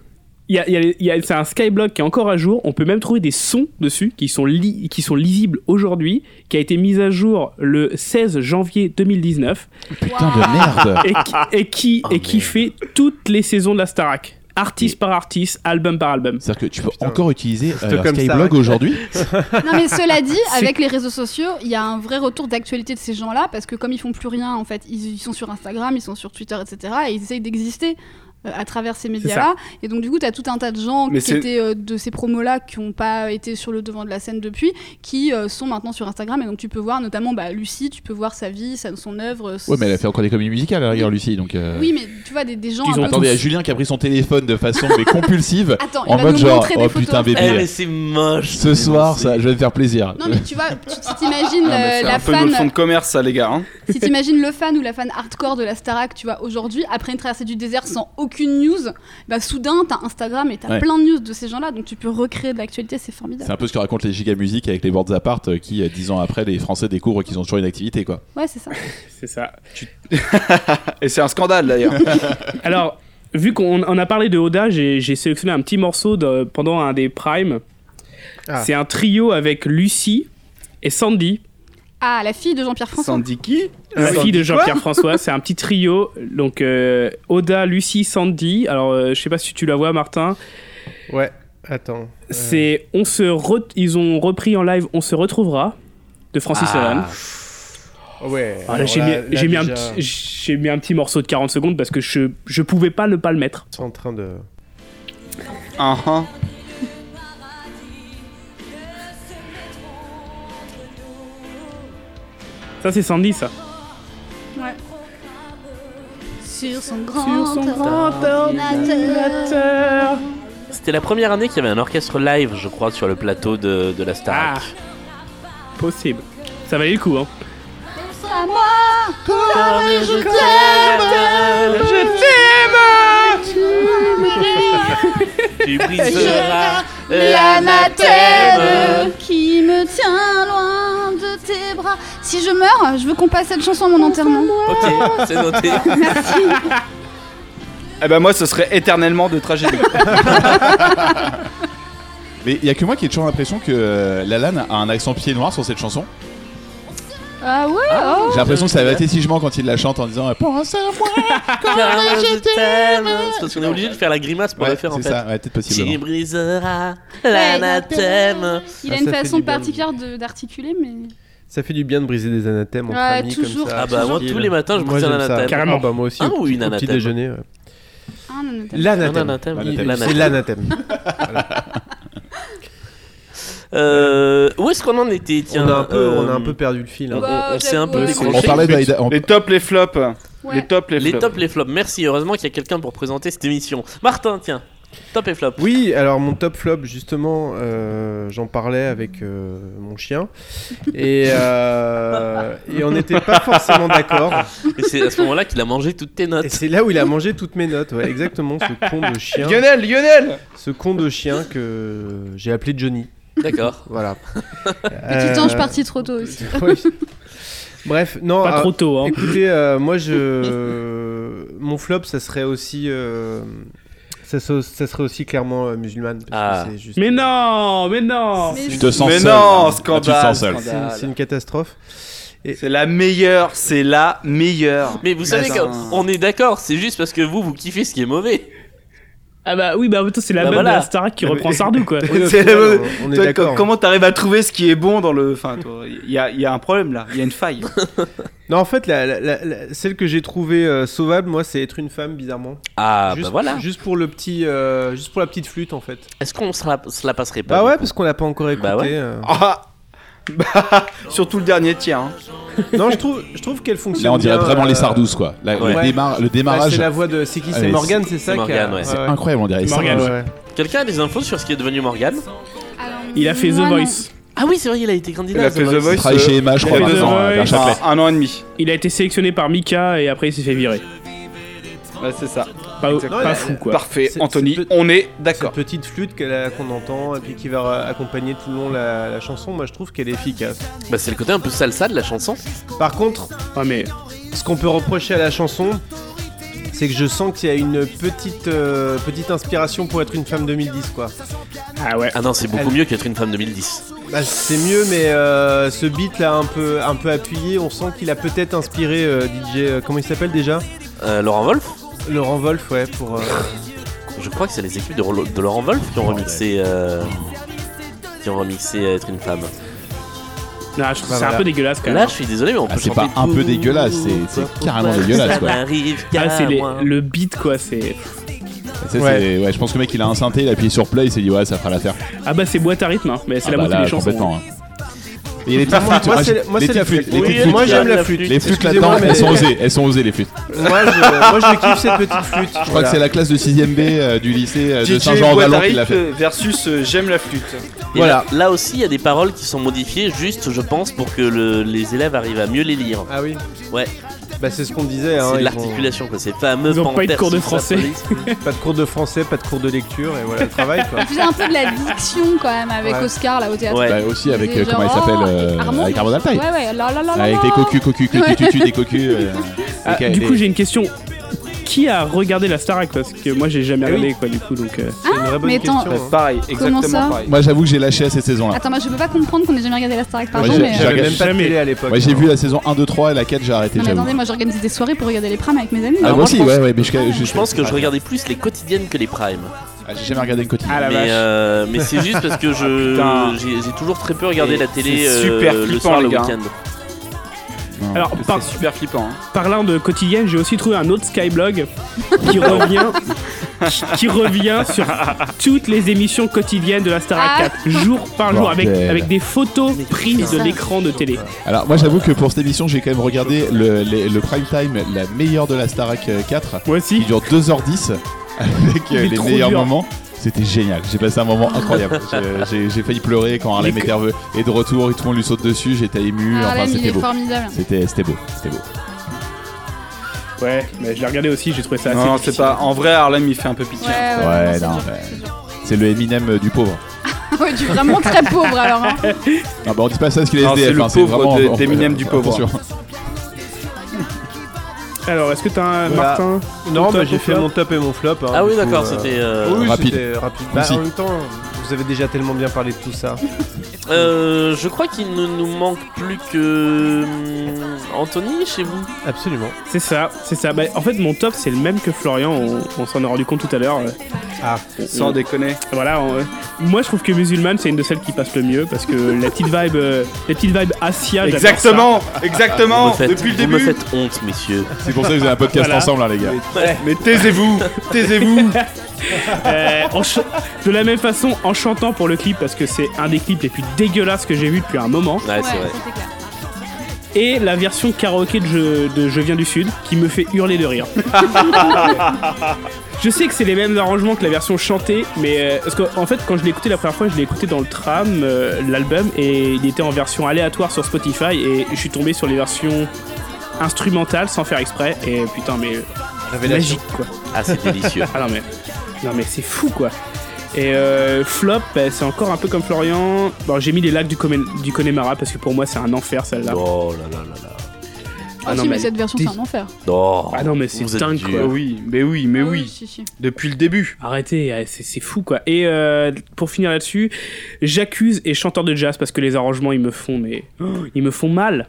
Il y a- il y a les- il y a- c'est un Skyblog qui est encore à jour. On peut même trouver des sons dessus qui sont, li- qui sont lisibles aujourd'hui, qui a été mis à jour le 16 janvier 2019
Putain de merde.
et qui, et qui,
Oh,
et qui
merde.
fait toutes les saisons de la Starac. Artiste par artiste, album par album.
C'est-à-dire que tu peux
Putain.
encore utiliser euh,
Stockholm
Skyblog
Star.
aujourd'hui.
Non mais cela dit,
C'est-
avec les réseaux sociaux, il y a un vrai retour d'actualité de ces gens-là parce que comme ils font plus rien en fait, ils, ils sont sur Instagram, ils sont sur Twitter, etc. et ils essayent d'exister euh, à travers ces médias-là. Et donc du coup, tu as tout un tas de gens
Mais
qui
c'est-
étaient euh, de ces promos-là, qui n'ont pas été sur le devant de la scène depuis, qui euh, sont maintenant sur Instagram. Et donc tu peux voir notamment bah, Lucie, tu peux voir sa vie, sa- son œuvre.
Ouais, mais elle a fait encore des comédies musicales, à la rigueur, Lucie. Donc, euh,
Oui, mais tu vois des, des gens...
Ils
un
ont
peu-
Attendez, il y a Julien qui a pris son téléphone de façon mais compulsive.
Attends, il
en
va
mode
nous
genre,
montrer des
oh,
photos.
putain, bébé.
Eh, mais c'est moche.
Ce soir, ça, je vais me faire plaisir.
Non mais tu vois, tu tu t'imagines
Ah, mais
euh,
c'est
la
un peu notre fond
fan,
de commerce, ça, les gars. hein.
si t'imagines le fan ou la fan hardcore de la Starac, tu vois, aujourd'hui, après une traversée du désert sans aucune news, bah soudain t'as Instagram et t'as
Ouais.
plein de news de ces gens-là, donc tu peux recréer de l'actualité, c'est
C'est
formidable.
un peu ce que racontent les giga musiques avec les boards apart euh, qui, euh, dix ans après, les Français découvrent qu'ils ont toujours une activité, quoi.
Ouais, c'est ça.
C'est ça.
Et c'est un scandale d'ailleurs.
Alors, vu qu'on on a parlé de Oda, j'ai j'ai sélectionné un petit morceau de- pendant un des primes.
Ah.
C'est un trio avec Lucie et Sandy,
Ah, la fille de Jean-Pierre François.
Sandy qui
la
Sandy
fille de
quoi
Jean-Pierre François. C'est un petit trio. Donc, euh, Oda, Lucie, Sandy. Alors, euh, je sais pas si tu la vois, Martin.
Ouais, attends. euh,
C'est on se re- ils ont repris en live On se retrouvera de Francis Lalanne.
Ah,
Ouais.
Alors là, J'ai mis, j'ai mis un petit- j'ai mis un petit morceau de 40 secondes parce que je, je pouvais pas ne pas le mettre.
en train de.
Ah, ah.
Ça, c'est Sandy, ça.
Ouais. Sur son grand.
Sur son grand ordinateur.
C'était la première année qu'il y avait un orchestre live, je crois, sur le plateau de, de la Star.
Ah. Possible. Ça valait le coup, hein.
à moi,
Tu briseras
l'anathème qui me tient loin de tes bras. Si je meurs, je veux qu'on passe cette chanson à mon enterrement.
Ok, c'est noté.
Eh ben moi, ce serait éternellement de tragédie.
Mais il y a que moi qui ai toujours l'impression que euh, Lalanne a un accent pied noir sur cette chanson.
Ah ouais, oh.
J'ai l'impression que ça va attentivement quand il la chante en disant euh, Pense à moi
je t'aime. C'est parce qu'on est obligé de faire la grimace pour le
Ouais,
faire en
C'est
fait.
ça, ouais, peut-être
Tu
possible.
briseras l'anathème.
Il
Ah,
a une
ça fait
façon
du bien.
particulière de- d'articuler, mais.
Ça fait du bien de briser des anathèmes entre
Ouais,
amis
toujours,
comme ça.
Ah bah, moi,
tranquille.
tous les matins, je
Moi,
brise un
j'aime ça.
anathème.
Carrément.
Ah bah, moi aussi. au
Ah, ou
petit-
une
au petit
anathème.
déjeuner. ouais.
Ah, non, non, non.
Un
L'anathème.
anathème,
L'anathème.
l'anathème.
C'est l'anathème.
Euh, où est-ce qu'on en était
on,
tiens
a un peu, on a un
euh,
peu perdu le fil. hein.
Oh,
on- on s'est un peu
Ouais,
On
décroché.
parlait d'Aïda. on-
les tops, les flops.
Ouais.
Les tops, les
Les
flops.
tops, les flops. Merci, heureusement qu'il y a quelqu'un pour présenter cette émission. Martin, tiens, top et flop.
Oui, alors mon top flop, justement, euh, j'en parlais avec euh, mon chien. Et, euh, et on n'était pas forcément d'accord.
Et c'est à ce moment-là qu'il a mangé toutes tes
Et
notes.
c'est là où il a mangé toutes mes notes. Ouais, exactement, ce con de chien.
Hein. Lionel, Lionel
Ce con de chien que j'ai appelé Johnny.
D'accord.
Voilà.
Et
Euh,
tu changes parti trop tôt aussi.
ouais. Bref, non.
Pas
ah,
trop tôt, hein.
Écoutez, euh, moi, je. Mon flop, ça serait aussi. euh, Ça, se- ça serait aussi clairement euh, musulmane. parce que
Ah.
c'est juste-
Mais non, mais non
Mais
Tu te sens
Mais
seul.
non,
là.
scandale,
Tu te sens seul.
euh, C'est une- c'est une catastrophe.
C'est la meilleure, c'est la meilleure. Ah,
Mais vous savez
Attends.
qu'on est d'accord, c'est juste parce que vous, vous kiffez ce qui est mauvais.
Ah bah oui, bah en même temps, c'est la
Bah
même
voilà.
de la Starac qui reprend Sardou, quoi.
Oui, au
C'est-
final, on, on est
Toi,
d'accord.
co- comment t'arrives à trouver ce qui est bon dans le. Enfin, toi, il y a, il y a un problème là, il y a une faille.
Non, en fait, la, la- la- la- celle que j'ai trouvée euh, sauvable, moi, c'est être une femme, bizarrement.
Ah,
juste,
bah voilà.
Juste pour le petit, euh, juste pour la petite flûte, en fait.
Est-ce qu'on se la, se la passerait pas
Bah
du
ouais,
coup
parce qu'on l'a pas encore écouté.
Bah ouais.
euh.
Ah Bah, surtout le dernier tiers. hein.
Ah, Non, je trouve, je trouve qu'elle fonctionne.
Là, on dirait
bien,
vraiment les
euh,
sardous, quoi. La- le,
Ouais.
démar- le
bah,
démarrage,
c'est la voix de. C'est qui C'est
Allez,
Morgane, c'est ça
c'est
qui a-
Morgane, ouais, c'est
incroyable, on dirait les
Morgane,
Sardouz.
ouais.
Quelqu'un a des infos sur ce qui est devenu Morgan
Alors,
Euh,
Il a fait The
moi, non.
Voice.
Ah oui, c'est vrai, il a été candidat.
Il a
à
fait The Voice.
Il travaille chez Emma, je
Il
crois,
y a deux
maintenant,
ans,
euh,
ouais.
vers Châtelet.
Enfin, Ah, un an et demi.
Il a été sélectionné par Mika et après il s'est fait virer.
Ouais, c'est ça.
Pas,
Exactement.
pas
Non,
fou,
il a-
quoi.
Parfait,
C'est-
Anthony,
c'est peut-
on est
Cette
d'accord.
petite flûte qu'elle a- qu'on entend et puis qui va accompagner tout le long la, la chanson, moi je trouve qu'elle est efficace.
Bah, c'est le côté un peu salsa de la chanson.
Par contre,
Ouais, Ah, mais
ce qu'on peut reprocher à la chanson, c'est que je sens qu'il y a une petite, euh, petite inspiration pour être une femme 2010 quoi.
ah ouais.
Ah non, c'est beaucoup
Elle-
mieux qu'être une femme 2010.
Bah, c'est mieux, mais euh, ce beat là un peu, un peu appuyé, on sent qu'il a peut-être inspiré euh, DJ. euh, comment il s'appelle déjà
Euh, Laurent Wolf
Laurent Wolf, ouais, pour. euh,
Je crois que c'est les équipes de, Rolo- de Laurent Wolf qui ont remixé. euh, Qui ont remixé euh, Être une femme.
Non, je trouve
Bah,
c'est un
voilà.
peu dégueulasse quand
Là,
même.
je suis désolé, mais on
Ah,
peut
c'est
chanter
pas un peu
tout,
dégueulasse, c'est- c'est
pourquoi
carrément
ça
dégueulasse, quoi.
m'arrive
Ah,
qu'à
c'est les-
moi.
le beat quoi, c'est.
Ça, c'est- ouais. je pense que le mec il a un synthé, il a appuyé sur play, il s'est dit ouais, ça fera l'affaire.
Ah bah c'est boîte à rythme, hein. mais c'est
Ah
la
bah
moitié
là,
des chansons.
complètement. hein. Et les petites
Moi,
flûtes,
moi,
ah,
c'est- moi,
les
c'est la
petites flûtes,
flûte.
les
Oui,
petites flûtes,
moi,
là.
j'aime la
flûte.
Les flûtes
Excusez-moi,
là-dedans,
mais-
elles sont osées, elles sont osées les flûtes.
moi, je, moi, je kiffe cette petite flûte.
Je crois que c'est la classe de 6ème B euh, du lycée euh, de
DJ
Saint-Jean-en-Ballon qui l'a
Guattari,
fait.
euh, versus euh, J'aime la flûte.
Et
Voilà.
Là, là aussi, il y a des paroles qui sont modifiées, juste, je pense, pour que le- les élèves arrivent à mieux les lire.
Ah oui
Ouais.
Bah, c'est ce qu'on disait. hein,
c'est de
ils
l'articulation, quoi. C'est fameux.
Ils ont pas eu de
panthère
cours de
sous sa
français.
police.
ont Pas de cours de français, pas de cours de lecture, et voilà le travail quoi.
Faisait un peu de la diction quand même avec
Ouais.
Oscar là au théâtre.
Ouais.
Bah, aussi avec
Des
euh, comment il
gens,
s'appelle
avec
euh,
oh, Armand.
avec Armand Altaï.
Ouais, ouais, là, là, là, là,
Avec
là.
les cocus, cocus,
Ouais.
cocus, tutu, des cocus. euh,
Ah,
ok,
du
des-
coup, j'ai une question. Qui a regardé la Starac Parce que moi, j'ai jamais
Ah oui.
regardé, quoi, du coup, donc. euh,
C'est une vraie bonne
mais attends.
question.
Ouais,
hein.
Pareil,
Comment ça
exactement pareil.
Moi j'avoue que j'ai lâché à cette saison-là.
Attends, moi je peux pas comprendre qu'on ait jamais regardé la Starac, pardon,
j'ai-
mais.
j'ai-
J'avais même pas de
Jamais.
télé à l'époque.
Moi j'ai vu la saison 1, 2, 3 et la 4 j'ai arrêté.
Non, mais
j'avoue.
attendez, moi j'organise des soirées pour regarder les primes avec mes amis.
Ah,
hein.
moi
moi,
aussi,
je pense-
ouais, ouais, mais je,
Je pense que je regardais plus les quotidiennes que les primes.
Ah, J'ai jamais regardé une quotidienne.
Ah la
mais
vache.
euh, mais c'est juste parce que
Ah,
je
putain.
j'ai j'ai toujours très peu regardé
Et
la télé
c'est
euh,
super
le
flippant,
soir,
les
le
gars.
week-end.
Alors, par,
C'est super flippant. hein.
parlant de quotidien, j'ai aussi trouvé un autre Skyblog qui revient. qui- qui revient sur toutes les émissions quotidiennes de la Starac
Ah.
4, jour par jour, avec,
Bordel.
avec des photos prises de
ça.
l'écran de télé.
Alors moi j'avoue que pour cette émission j'ai quand même regardé le, les- le prime time, la meilleure de la Starac euh, 4,
Moi
qui
aussi.
dure 2h10 avec
Il
euh,
est
les
trop
meilleurs
dur.
moments. C'était génial, j'ai passé un moment incroyable. Je- J'ai j'ai failli pleurer quand Harlem
Les-
est nerveux. Et de retour, tout le monde lui saute dessus, j'étais ému,
Ah,
enfin
Harlem, il
c'était
est
beau.
formidable.
C'était c'était beau, c'était beau.
Ouais, mais je l'ai regardé aussi, j'ai trouvé ça assez.
non, c'est
difficile.
pas. En vrai, Harlem, il fait un peu pitié.
Ouais, ouais,
Ouais,
c'est
non,
dur,
ouais.
c'est dur. Ah
C'est le Eminem euh, du pauvre.
Ouais, tu es vraiment très pauvre alors. hein.
Non, bah on dit pas ça parce qu'il est
Non,
SDF.
c'est le
hein,
pauvre
vraiment-
de- d'Eminem du pauvre.
Attention.
Alors, est-ce que t'as un
Voilà.
Martin
Non,
Ton
mais
top
j'ai
ou
fait
flop
mon top et mon flop. hein,
Ah oui,
du coup,
d'accord,
euh,
c'était. euh,
Oui,
rapide.
c'était rapide. Bah,
Concis.
en même temps, vous avez déjà tellement bien parlé de tout ça.
euh, je crois qu'il ne nous manque plus que. hum, Anthony chez vous
Absolument.
C'est ça, c'est ça. Bah, en fait, mon top, c'est le même que Florian, on, on s'en est rendu compte tout à l'heure. Euh,
Ah.
hein, Sans déconner.
Voilà, on- euh, moi je trouve que Musulman c'est une de celles qui passe le mieux parce que la petite vibe, euh, la petite vibe Asia. Ah, j'adore ça.
Exactement,
Vous
exactement,
me faites-
Oh, depuis le
vous me
début.
faites honte, messieurs.
C'est pour ça que vous avez un podcast
Voilà.
ensemble, hein, les gars.
Mais taisez-vous, taisez-vous.
Euh, en ch- de la même façon, en chantant pour le clip parce que c'est un des clips les plus dégueulasses que j'ai vu depuis un moment.
Ouais,
Ouais,
c'est vrai.
ça, c'est clair.
et la version karaoké de je, de je viens du Sud qui me fait hurler de rire. je sais que c'est les mêmes arrangements que la version chantée, mais euh, parce qu'en en fait, quand je l'ai écouté la première fois, je l'ai écouté dans le tram, euh, l'album, et il était en version aléatoire sur Spotify, et je suis tombé sur les versions instrumentales sans faire exprès, et putain, mais magique quoi.
Ah, c'est délicieux.
Ah non mais, non mais c'est fou quoi. Et euh, flop, bah, c'est encore un peu comme Florian. Bon, j'ai mis les lacs du, Comen- du Connemara parce que pour moi c'est un enfer celle-là.
oh là là là là.
Ah,
non,
si,
mais
mais cette version, c'est un enfer.
Oh,
Ah non mais c'est
vous êtes
dingue
dur.
quoi.
Ah oui, mais oui, mais
Ah
oui.
si, si.
Depuis le début.
Arrêtez, euh, c'est c'est fou quoi. Et euh, pour finir là-dessus, j'accuse et chanteur de jazz parce que les arrangements ils me font mais oh, ils me font mal.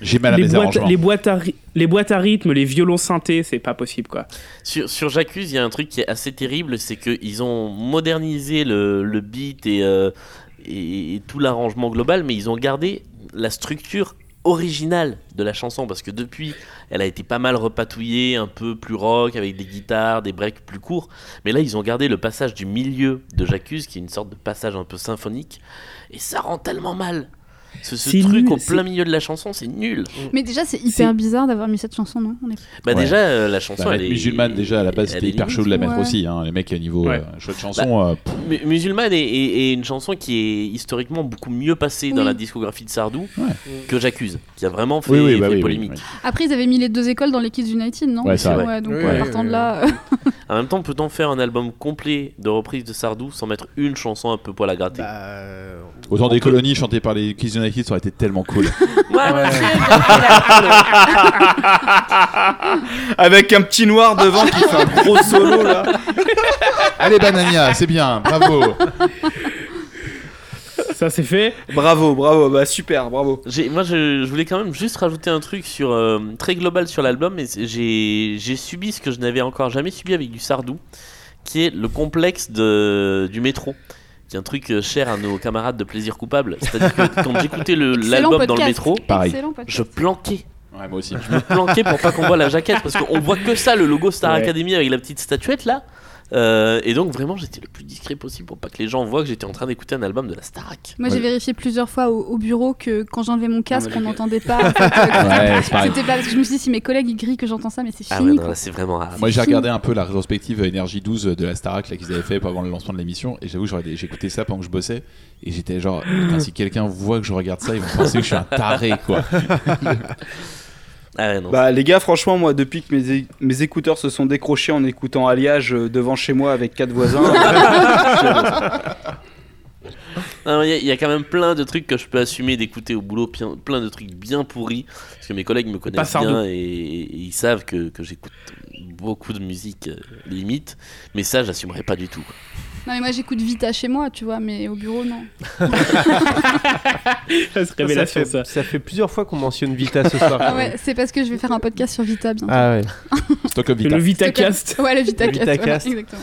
J'ai
Ah,
mal à
les,
mes
boîtes,
arrangements.
les boîtes à ry- les boîtes à rythme, les violons synthés, c'est pas possible quoi.
Sur, sur J'accuse, il y a un truc qui est assez terrible, c'est qu'ils ont modernisé le, le beat et, euh, et- et tout l'arrangement global, mais ils ont gardé la structure originale de la chanson, parce que depuis, elle a été pas mal repatouillée, un peu plus rock, avec des guitares, des breaks plus courts, mais là, ils ont gardé le passage du milieu de J'accuse, qui est une sorte de passage un peu symphonique, et ça rend tellement mal. Ce, ce
C'est
truc
nul,
au
c'est-
plein milieu de la chanson, c'est nul.
Mais déjà, c'est
C'est-
hyper bizarre d'avoir mis cette chanson, non On est-
Bah
Ouais.
déjà, euh, la chanson,
Bah,
elle est...
musulmane déjà à la base
elle
c'était
est
hyper
limite.
chaud de la mettre
Ouais.
aussi hein. les mecs à niveau
Ouais.
euh, choix de chanson euh, pff,
Mu- Musulmane est, est- est une chanson qui est historiquement beaucoup mieux passée dans
Oui.
la discographie de Sardou
Ouais.
Mm.
que J'accuse, qui a vraiment fait,
oui oui bah
fait
oui, oui,
polémique.
oui.
Après, ils avaient mis les deux écoles dans les Kids United, non
Ouais, c'est vrai.
donc
Oui,
en
oui,
partant
oui,
de là. euh,
En même temps, peut-on faire un album complet de reprises de Sardou sans mettre une chanson un peu poil à gratter
Bah, euh,
autant des colonies chantées par les Kids United ça aurait été tellement cool
Voilà.
Avec un petit noir devant qui fait un gros solo là.
allez Banania c'est bien bravo
Ça c'est fait.
Bravo, bravo, bah super, bravo.
J'ai- Moi, je, je voulais quand même juste rajouter un truc sur, euh, très global sur l'album, mais c'est- j'ai j'ai subi ce que je n'avais encore jamais subi avec du Sardou, qui est le complexe de, du métro, qui est un truc euh, cher à nos camarades de Plaisir Coupable. C'est-à-dire que quand j'écoutais le-
Excellent
l'album dans le
podcast.
métro,
pareil.
Excellent podcast.
je planquais.
ouais, moi aussi
planqué pour pas qu'on voit la jaquette parce qu'on voit que ça le logo Star
Ouais.
Academy avec la petite statuette là Euh, et donc vraiment j'étais le plus discret possible pour pas que les gens voient que j'étais en train d'écouter un album de la Starac
Moi, j'ai
Ouais.
vérifié plusieurs fois au, au bureau que quand j'enlevais mon casque, on
les-
n'entendait pas. en fait,
ouais c'est pareil
C'était pas parce que je me suis dit, si mes collègues ils grillent que j'entends ça, mais c'est
ah ouais
fini.
non là c'est vraiment rare
moi j'ai regardé un peu la rétrospective énergie 12 de la Starac là, qu'ils avaient fait avant le lancement de l'émission et j'avoue j'aurais des- j'écoutais ça pendant que je bossais et j'étais genre putain, si quelqu'un voit que je regarde ça ils vont penser que je suis un taré quoi
ah ouais, non.
Bah les gars, franchement, moi, depuis que mes, é- mes écouteurs se sont décrochés en écoutant Alliage euh, devant chez moi avec quatre voisins,
Non, Il y, a- il y a quand même plein de trucs que je peux assumer d'écouter au boulot, plein, plein de trucs bien pourris, parce que mes collègues me connaissent
Sardou.
bien et, et ils savent que, que j'écoute beaucoup de musique euh, limite, mais ça j'assumerai pas du tout. quoi.
Non, mais moi, j'écoute Vita chez moi, tu vois, mais au bureau, non.
Ça se
Ça
révélation
fait,
ça.
ça fait plusieurs fois qu'on mentionne Vita ce soir.
Ah ouais, c'est parce que je vais faire un podcast sur Vita bientôt.
Ah ouais.
Stockholm Vita
Le Vitacast.
Ouais, le Vitacast. voilà,
Vitacast.
exactement.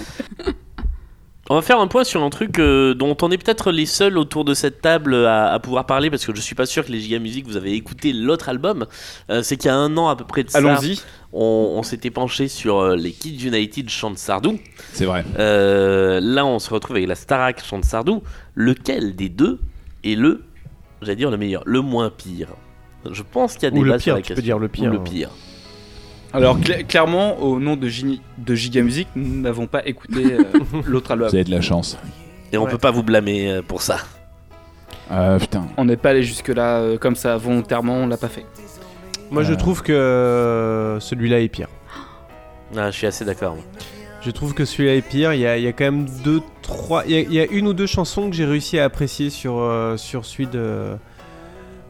On va faire un point sur un truc euh, dont on est peut-être les seuls autour de cette table à, à pouvoir parler parce que je suis pas sûr que les Giga Music vous avez écouté l'autre album. Euh, c'est qu'il y a un an à peu près de ça,
allons-y.
on, on s'était penché sur euh, les Kids United chant de Sardou.
c'est vrai
Euh, là, on se retrouve avec la Starac chant de Sardou. Lequel des deux est le, j'allais dire le meilleur, le moins pire Je pense qu'il y a des
Ou le
bases sur
pire,
la
tu peux
question.
dire le pire. hein.
Ou le pire.
Alors cla- clairement, au nom de, Gini- de Gigamusic, nous n'avons pas écouté euh, l'autre album.
vous avez de la chance
Et on
Ouais.
peut pas vous blâmer euh, pour ça.
Euh, putain
On n'est pas allé jusque-là euh, comme ça, volontairement, on l'a pas fait.
Moi, je
Euh.
trouve que euh, celui-là est pire. Bah.
Ah, je suis assez d'accord.
Je trouve que celui-là est pire. Il y a, il y a quand même deux, trois. Il y, a, il y a une ou deux chansons que j'ai réussi à apprécier sur, euh, sur, celui de,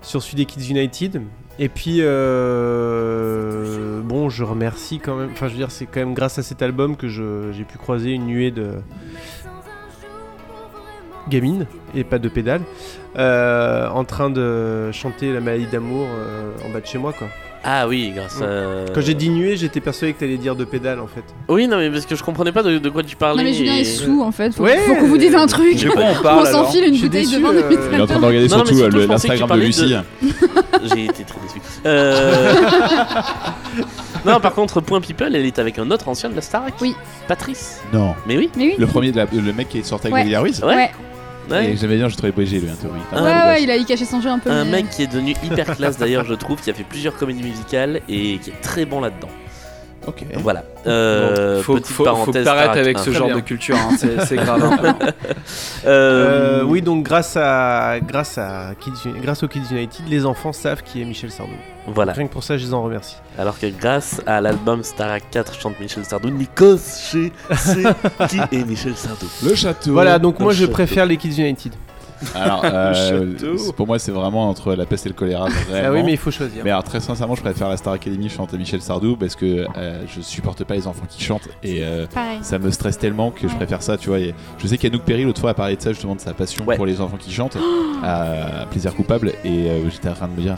sur celui des Kids United. Et puis, euh, bon, je remercie quand même. Enfin, je veux dire, c'est quand même grâce à cet album que je- j'ai pu croiser une nuée de gamines et pas de pédales euh, en train de chanter la maladie d'amour euh, en bas de chez moi, quoi.
Ah oui, grâce à.
Mmh. Quand j'ai dit nuée, j'étais persuadé que t'allais dire de pédale, en fait.
Oui, non, mais parce que je comprenais pas de, de quoi tu parlais.
Non, mais Julien
et-
est sous, en fait. Faut,
Ouais.
faut qu'on vous dise un truc.
De quoi on
On
parle alors
s'enfile une
Je suis
bouteille
déçu,
de vin
euh,
depuis
Il
il est en train de
tout à l'heure.
regarder
Non, mais
surtout
surtout,
euh, le-
je pensais que
l'Instagram
tu
de
parlais
Lucie
de- J'ai été très déçu. Euh, non, par contre, Point People, elle est avec un autre ancien de la Starac.
Oui.
Patrice.
non
Mais oui.
Mais oui.
le premier de la- le mec qui est sorti avec
Ouais.
Olivia Ruiz
Ouais.
Ouais.
Ouais.
Et j'aimais bien, je trouvais BG lui, un peu, oui.
Ah,
ouais,
dommage.
ouais, il a y caché son jeu un peu.
Un
mais-
mec qui est devenu hyper classe d'ailleurs, je trouve, qui a fait plusieurs comédies musicales et qui est très bon là-dedans.
Ok.
Voilà. Euh,
faut,
petite
faut, faut que
parenthèse.
t'arrêtes
par-
avec
ah.
ce
Très
genre
bien.
de culture, hein, c'est c'est grave. hein, vraiment.
Euh,
Euh, oui, donc grâce à grâce à Kids, Uni- grâce aux Kids United, les enfants savent qui est Michel Sardou.
Voilà.
Rien que pour ça, je les en remercie.
Alors que grâce à l'album Starak 4 chante Michel Sardou, Nikos chez sait qui est Michel Sardou.
Le château.
Voilà, donc moi je
château.
préfère les Kids United. Ah
Alors, euh,
château.
c'est- pour moi, c'est vraiment entre la peste et le choléra.
Ah oui,
vraiment.
mais il faut choisir.
Mais alors très sincèrement, je préfère la Star Academy chanter Michel Sardou parce que euh, je supporte pas les enfants qui chantent et euh,
Pareil.
ça me stresse tellement que je préfère ça, tu vois. et je sais qu'Anouk Perry l'autre fois a parlé de ça justement de sa passion
Ouais.
pour les enfants qui chantent à, à plaisir coupable et euh, j'étais en train de me dire.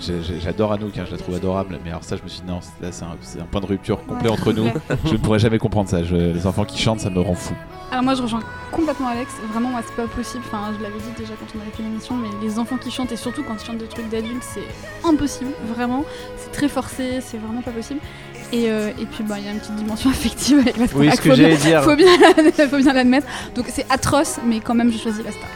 j'ai- j'ai- J'adore Anouk, hein, je la trouve adorable, mais alors ça, je me suis dit non, là c'est un, c'est un point de rupture complet entre nous. je ne pourrais jamais comprendre ça. je- les enfants qui chantent, ça me rend fou.
Alors moi je rejoins complètement Alex, vraiment moi c'est pas possible, enfin je l'avais dit déjà quand on avait fait l'émission, mais les enfants qui chantent et surtout quand ils chantent des trucs d'adultes c'est impossible, vraiment, c'est très forcé, c'est vraiment pas possible. Et, euh, et puis bah il y a une petite dimension affective avec la Starac,
Oui, ce que
faut bien-
j'allais dire.
faut bien, faut bien l'admettre. Donc c'est atroce, mais quand même je choisis la star.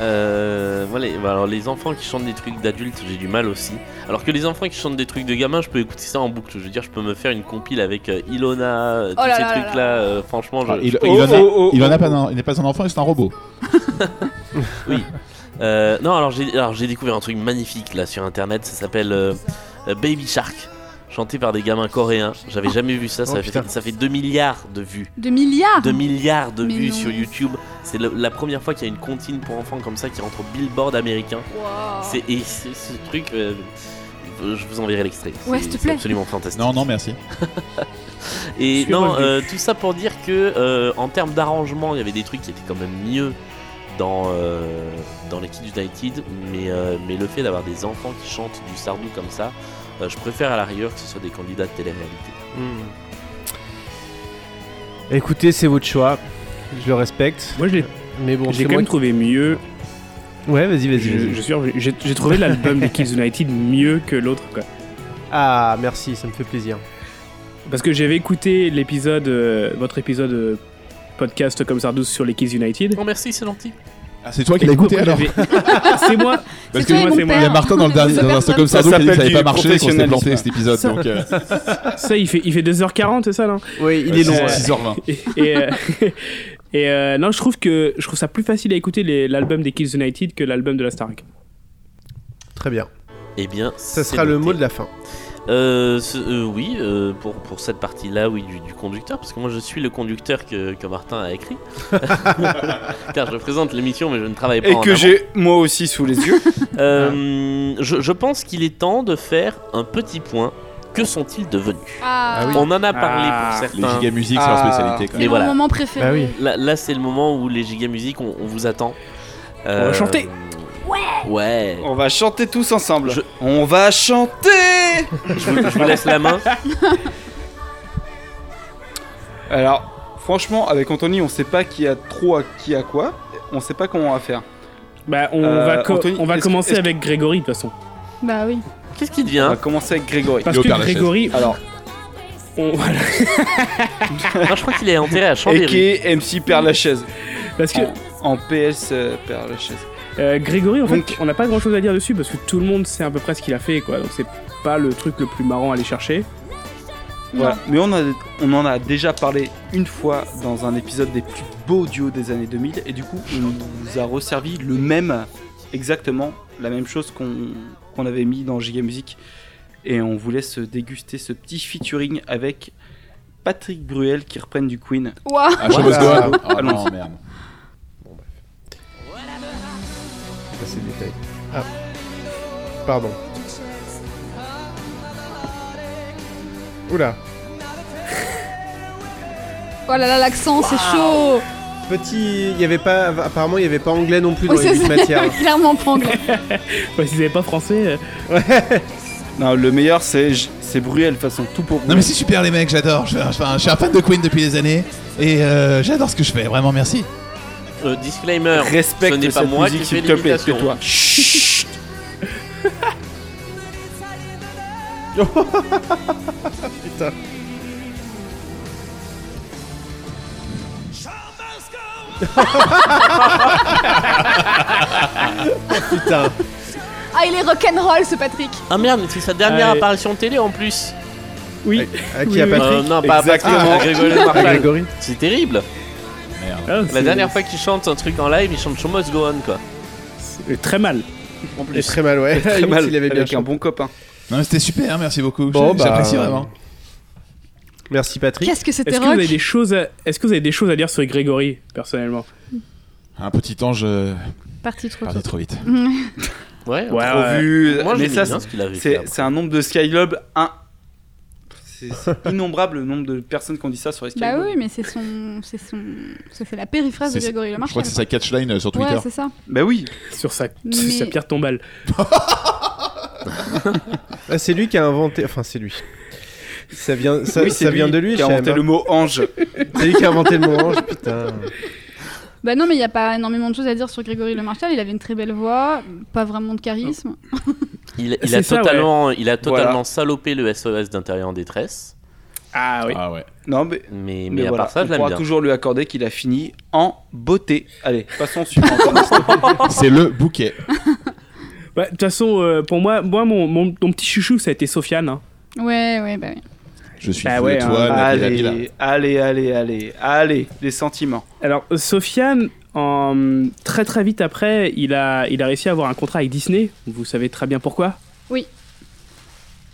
Euh, voilà, et bah alors les enfants qui chantent des trucs d'adultes, j'ai du mal aussi. Alors que les enfants qui chantent des trucs de gamins, je peux écouter ça en boucle. Je veux dire, je peux me faire une compile avec euh, Ilona, euh, tous
Oh là
ces
là là
trucs-là. euh, franchement, je-
Alors, il,
je peux-
il en a-
oh, oh,
il en a
oh.
pas, un- il n'est pas un enfant, c'est un robot.
Euh, non, alors j'ai alors j'ai découvert un truc magnifique là sur internet, ça s'appelle euh, euh, Baby Shark, chanté par des gamins coréens. J'avais jamais vu ça, ça,
Oh,
fait,
putain.
ça fait 2 milliards de vues.
De milliards
2 milliards de
Ah, Mais
vues
non.
sur YouTube. C'est le- la première fois qu'il y a une comptine pour enfants comme ça qui rentre au billboard américain.
Wow.
C'est et c'est- ce truc. euh, je vous enverrai l'extrait.
Ouais,
C'est-
s'il te
c'est
plaît.
Absolument fantastique.
Non, non, merci.
Et
Sur
non,
le
euh, tout ça pour dire que euh, en termes d'arrangement, il y avait des trucs qui étaient quand même mieux dans euh, dans les Kids United, mais euh, mais le fait d'avoir des enfants qui chantent du Sardou comme ça, euh, je préfère à la rigueur que ce soit des candidats de télé-réalité.
Mmh.
Écoutez, c'est votre choix. Je le respecte.
Moi, je l'ai-
Mais bon,
j'ai
c'est
quand
moi.
même trouvé mieux.
qui- Ouais, vas-y, vas-y.
Je,
vas-y.
je suis sûr, j'ai j'ai trouvé l'album des Kids United mieux que l'autre, quoi.
Ah, merci, ça me fait plaisir.
Parce que j'avais écouté l'épisode, euh, votre épisode euh, podcast comme Sardou sur les Kids United.
Oh merci, c'est gentil.
Ah, c'est toi qui
Bah,
l'as écouté
Après,
alors
j'avais- c'est moi.
C'est
Parce
toi
que
et
moi,
mon
c'est moi.
père.
Il y a Martin dans le dernier, dans un
hein. Personne.
truc comme ça,
Ça
qui a dit que ça
s'appelle
n'avait pas
du
marché, qu'on s'était planté
professionnalisme.
cet épisode. Donc, euh,
Ça, il fait, il fait 2h40, c'est ça, là
Oui, il est long.
c'est-
ouais.
6h20.
Et, et, euh, et, euh, non, je trouve que je trouve ça plus facile à écouter les- l'album des Kids United que l'album de la Starac.
Très bien.
Eh bien,
Ça sera le mot de la fin.
Euh, ce- euh, oui, euh, pour, pour cette partie-là, oui, du, du conducteur, parce que moi je suis le conducteur que, que Martin a écrit. Car je présente l'émission, mais je ne travaille pas
Et
en
que
amont.
j'ai moi aussi sous les yeux.
Euh, je, je pense qu'il est temps de faire un petit point. Que sont-ils devenus
Ah,
Ah oui.
On en a parlé
Ah,
pour
Les
certains.
giga musiques, c'est leur
Ah.
spécialité. Quoi.
c'est
mais
mon
voilà.
moment préféré.
Bah oui.
Là, là, c'est le moment où les gigamusiques, on, on vous attend. Euh,
va chanter.
Ouais Ouais
On va chanter tous ensemble.
Je-
On va chanter
je, vous- je vous laisse la main.
Alors, franchement, avec Anthony, on sait pas qui a trop à qui à quoi. On sait pas comment on va faire.
Bah, on
Euh,
va, co-
Anthony,
on va
est-ce que-
commencer
est-ce que-
avec Grégory, de toute façon.
Bah oui.
Qu'est-ce qu'il
On
devient
va commencer avec Grégory.
Parce
au
que
Père Lachaise.
Grégory,
Alors,
on- voilà.
Moi, Je crois qu'il est enterré à Chambéry.
AK MC Père Lachaise.
parce que
En, en PS euh, Père Lachaise.
euh, Grégory, en
Donc-
fait, on n'a pas grand chose à dire dessus parce que tout le monde sait à peu près ce qu'il a fait, quoi. Donc, c'est pas le truc le plus marrant à aller chercher.
Voilà. Mais on, a- on en a déjà parlé une fois dans un épisode des plus beaux duos des années 2000 et du coup on nous a resservi le même, exactement la même chose qu'on qu'on avait mis dans Giga Music et on vous laisse déguster ce petit featuring avec Patrick Bruel qui reprenne du Queen.
Waouh.
Ah, Show Must Go On. Ah,
Allons-y.
non, merde.
Passer le détail. Ah. Pardon. Oula.
Oh là là l'accent, c'est chaud.
Petit. Il y avait pas. Apparemment, il n'y avait pas anglais non plus dans
Oui,
les
ça,
huit
c'est
matières.
clairement pas anglais.
Ouais, si vous n'avez pas français, euh,
Non, le meilleur c'est c'est Bruel de toute façon tout pour
Non,
Bruel.
mais c'est super, les mecs, j'adore. Je, je- je suis un fan de Queen depuis des années. Et euh, j'adore ce que je fais, vraiment, merci.
Euh, disclaimer,
Respecte
ce n'est pas
cette
moi
musique
qui fais
s'il te plaît,
l'imitation.
tais-toi. Chut.
Putain.
Ah, il est rock'n'roll ce Patrick
Ah merde, mais c'est sa dernière
Ouais.
apparition de télé en plus.
Oui.
À
Oui,
Ah, qui a
oui.
Patrick
Euh, non, pas à Patrick,
Exactement.
à Grégory
À
Marshall.
Grégory.
C'est terrible.
Ah,
La
c'est-
dernière fois qu'il chante un truc en live, il chante Show Must Go On quoi.
c'est euh, Très mal.
En
Et
plus.
très mal, ouais.
Très
Limite,
mal.
Il avait bien
avec un
chanté.
bon copain.
Non, mais c'était super, hein, merci beaucoup.
Bon,
J'ai-
bah,
J'apprécie vraiment.
Merci Patrick.
Qu'est-ce que c'était
Est-ce que vous
rock
avez des choses à... Est-ce que vous avez des choses à dire sur Grégory personnellement
Un petit ange euh,
Parti trop tôt. Bah
parti trop vite.
Ouais,
Ouais,
trop
ouais.
vu.
Vu,
Moi,
mais
j'ai
ça,
hein.
bien ce qu'il avait fait.
c'est c'est un nombre de Skylob un. C'est c'est innombrable le nombre de personnes qui ont dit ça sur les
Bah
Skylobes.
oui, mais c'est son. C'est son. ça, C'est la périphrase de
C'est-
Grégory Le
Je crois
Marchal.
que c'est sa catchline euh, sur Twitter.
Ouais, c'est ça.
Bah oui.
sur sa,
Mais-
sur sa pierre tombale
Ah, c'est lui qui a inventé. Enfin, c'est lui. Ça vient, ça,
Oui,
ça
c'est lui
vient de lui. hein.
qui a
je savais
inventé
pas.
le mot ange.
C'est lui qui a inventé le mot ange, putain.
Bah non, mais il n'y a pas énormément de choses à dire sur Grégory Le Marchal. Il avait une très belle voix, pas vraiment de charisme.
Il, il a
C'est ça,
totalement, il a totalement
Voilà.
salopé le SOS d'intérieur en détresse.
Ah oui.
Ah ouais.
Non mais.
Mais, mais,
mais
à
voilà,
part ça,
on
je l'aime
pourra
bien.
toujours lui accorder qu'il a fini en beauté. Allez, passons au suivant.
C'est le bouquet.
Bah, De toute façon, euh, pour moi, moi mon, mon, mon petit chouchou, ça a été Sofiane. hein.
Ouais, ouais, bah oui.
Je suis
Bah
fou
ouais,
de
hein.
toi, Nabil Habila.
allez, Ah allez, allez, allez, allez, les sentiments.
Alors, euh, Sofiane, en... très très vite après, il a, il a réussi à avoir un contrat avec Disney. Vous savez très bien pourquoi.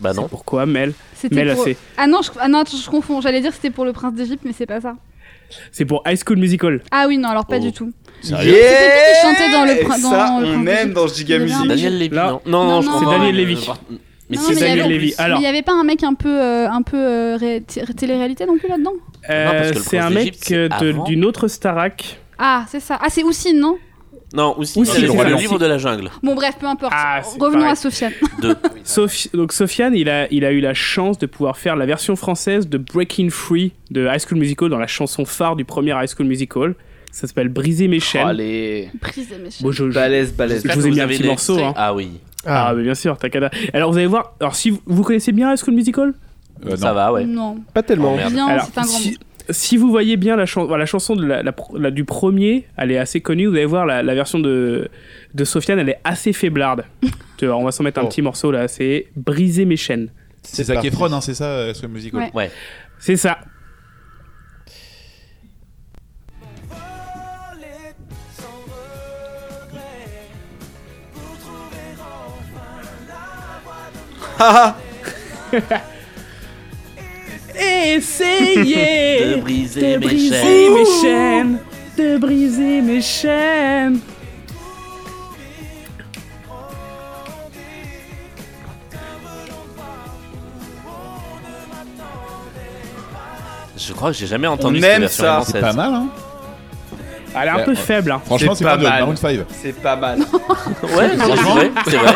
Bah non.
C'est Pourquoi, Mel
C'était
Mel,
pour-
c'est-
Ah non, je, ah non, attends, je confonds. J'allais dire c'était pour le prince d'Égypte, mais c'est pas ça.
C'est pour High School Musical.
Ah oui, non, alors pas
Oh.
du tout.
Sérieux
C'était qui qui chantait dans le euh,
Et
prin-
ça,
dans le
on
prince
aime
d'Égypte
dans
Il y avait
Giga
un
Music.
mec-
Daniel Lévy,
Non.
non. Non,
Non,
non, je
non.
comprends
C'est Daniel
pas.
Lévy.
Euh, Mais
Non,
c'est
mais il y
Daniel
avait-
Lévy.
Alors-
Mais il n'y avait pas un mec un peu, euh, un peu euh, ré- t- télé-réalité non plus là-dedans
Euh,
parce que le
c'est
prince
un
d'Égypte,
mec
c'est
euh, de-
avant.
d'une autre Starac.
Ah, c'est ça. Ah, c'est Oussine, non
Non, aussi,
Ou
il
si,
avait
c'est
fait le
Valenci.
livre de la jungle.
Bon, bref, peu importe.
Ah, c'est
Revenons
pareil.
à Sofiane.
Sofi- Donc, Sofiane, il a, il a eu la chance de pouvoir faire la version française de Breaking Free de High School Musical dans la chanson phare du premier High School Musical. Ça s'appelle Briser mes
Oh,
chaînes.
allez,
Prise de mes chaînes.
Bon, je-
Bah,
je-
balèze, balèze.
vous ai mis un petit morceau, hein.
Ah oui,
Ah, mais bien sûr, Takada. Alors, vous allez voir. Alors, si vous, vous connaissez bien High School Musical
Euh,
ça
non.
va, ouais.
Non,
Pas tellement.
Oh, merde.
bien,
Alors,
c'est un grand mot.
si, si vous voyez bien la, chan- la chanson de la- la pro- la- du premier, elle est assez connue. Vous allez voir la, la version de, de Sofiane, elle est assez faiblarde. Tu vois, on va s'en mettre un
Oh.
petit morceau là. C'est Briser mes chaînes.
C'est Zac
parti.
Efron, hein, c'est ça, euh, ce musical.
Ouais.
C'est ça.
Ah,
De
Essayez
briser
de
mes
briser
chaînes.
mes chaînes. De briser mes chaînes.
Je crois que j'ai jamais entendu
On
cette
aime
version
ça.
C'est
française.
pas mal, hein
Elle est un
Ouais,
peu
ouais.
faible. hein.
Franchement, c'est
pas
pas de
mal.
Maroon 5.
c'est pas mal.
Ouais, non, c'est vrai. C'est vrai.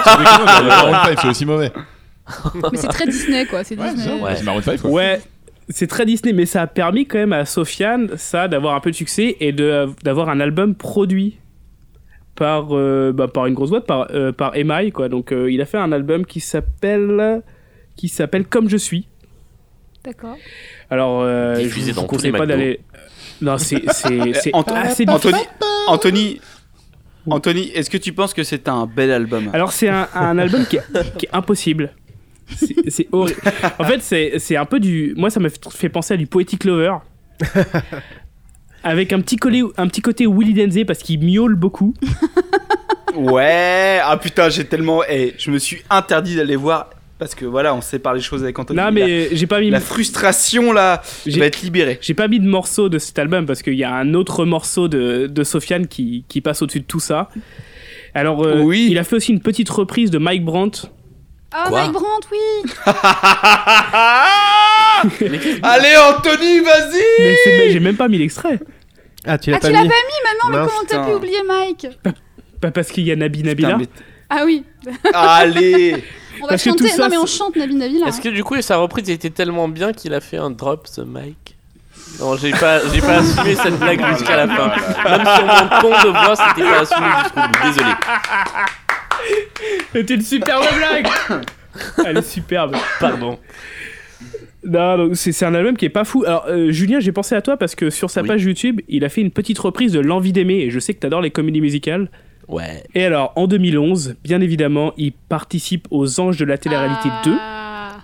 Maroon 5, c'est aussi mauvais.
Mais c'est très Disney, quoi. C'est
Ouais, c'est ça.
Disney.
Ouais.
C'est Maroon 5, quoi.
Ouais, c'est très Disney, mais ça a permis quand même à Sofiane, ça, d'avoir un peu de succès et de- euh, d'avoir un album produit par, euh, bah, par une grosse boîte, par, euh, par EMI, quoi. Donc, euh, il a fait un album qui s'appelle qui s'appelle Comme je suis.
D'accord.
Alors, euh, je
Diffusé
vous
dans tous
conseille
les
pas
McDo.
d'aller... Non, c'est c'est- c'est
Anto-
assez
Ah, Anthony,
difficile.
Anthony, Anthony, est-ce que tu penses que c'est un bel album
Alors, c'est un, un album qui est, qui est impossible. C'est- C'est horrible. En fait, c'est c'est un peu du. Moi, ça m'a fait- fait penser à du Poetic Lover. Avec un petit, collé, un petit côté Willy Denzé parce qu'il miaule beaucoup.
Ouais, ah putain, j'ai tellement. eh, je me suis interdit d'aller voir parce que voilà, on sépare les choses avec Anthony.
Non, mais j'ai pas mis,
La, la frustration là
J'ai-
va être libérée.
j'ai pas mis de morceau de cet album parce qu'il y a un autre morceau de, de Sofiane qui, qui passe au-dessus de tout ça. Alors, euh,
Oui.
il a fait aussi une petite reprise de Mike Brandt.
Ah,
Quoi
Mike Brandt, oui
Ah.
Allez, Anthony, vas-y
Mais c'est- j'ai même pas mis l'extrait.
Ah, tu l'as
Ah,
pas
tu l'as pas
mis
mis maintenant, mais
Mince.
comment t'as pu
Putain.
oublier Mike
Pas parce qu'il y a Nabi
Putain,
Nabila.
mais-
Ah oui,
Allez
on va
Parce que tout
chanter.
ça,
non, mais on
c'est-
chante hein. Nabi Navila.
Est-ce que du coup, sa reprise était tellement bien qu'il a fait un drop, ce Mike Non, j'ai pas, j'ai pas assumé cette blague jusqu'à la fin. Même sur mon ton de voix, c'était pas assumé jusqu'au bout. Désolé.
C'était une superbe blague Elle est superbe.
Pardon.
Non, donc c'est c'est un album qui est pas fou. Alors, euh, Julien, j'ai pensé à toi parce que sur sa
Oui.
page YouTube, il a fait une petite reprise de L'envie d'aimer. Et je sais que t'adores les comédies musicales.
Ouais.
Et alors, en 2011, bien évidemment, il participe aux Anges de la télé-réalité 2.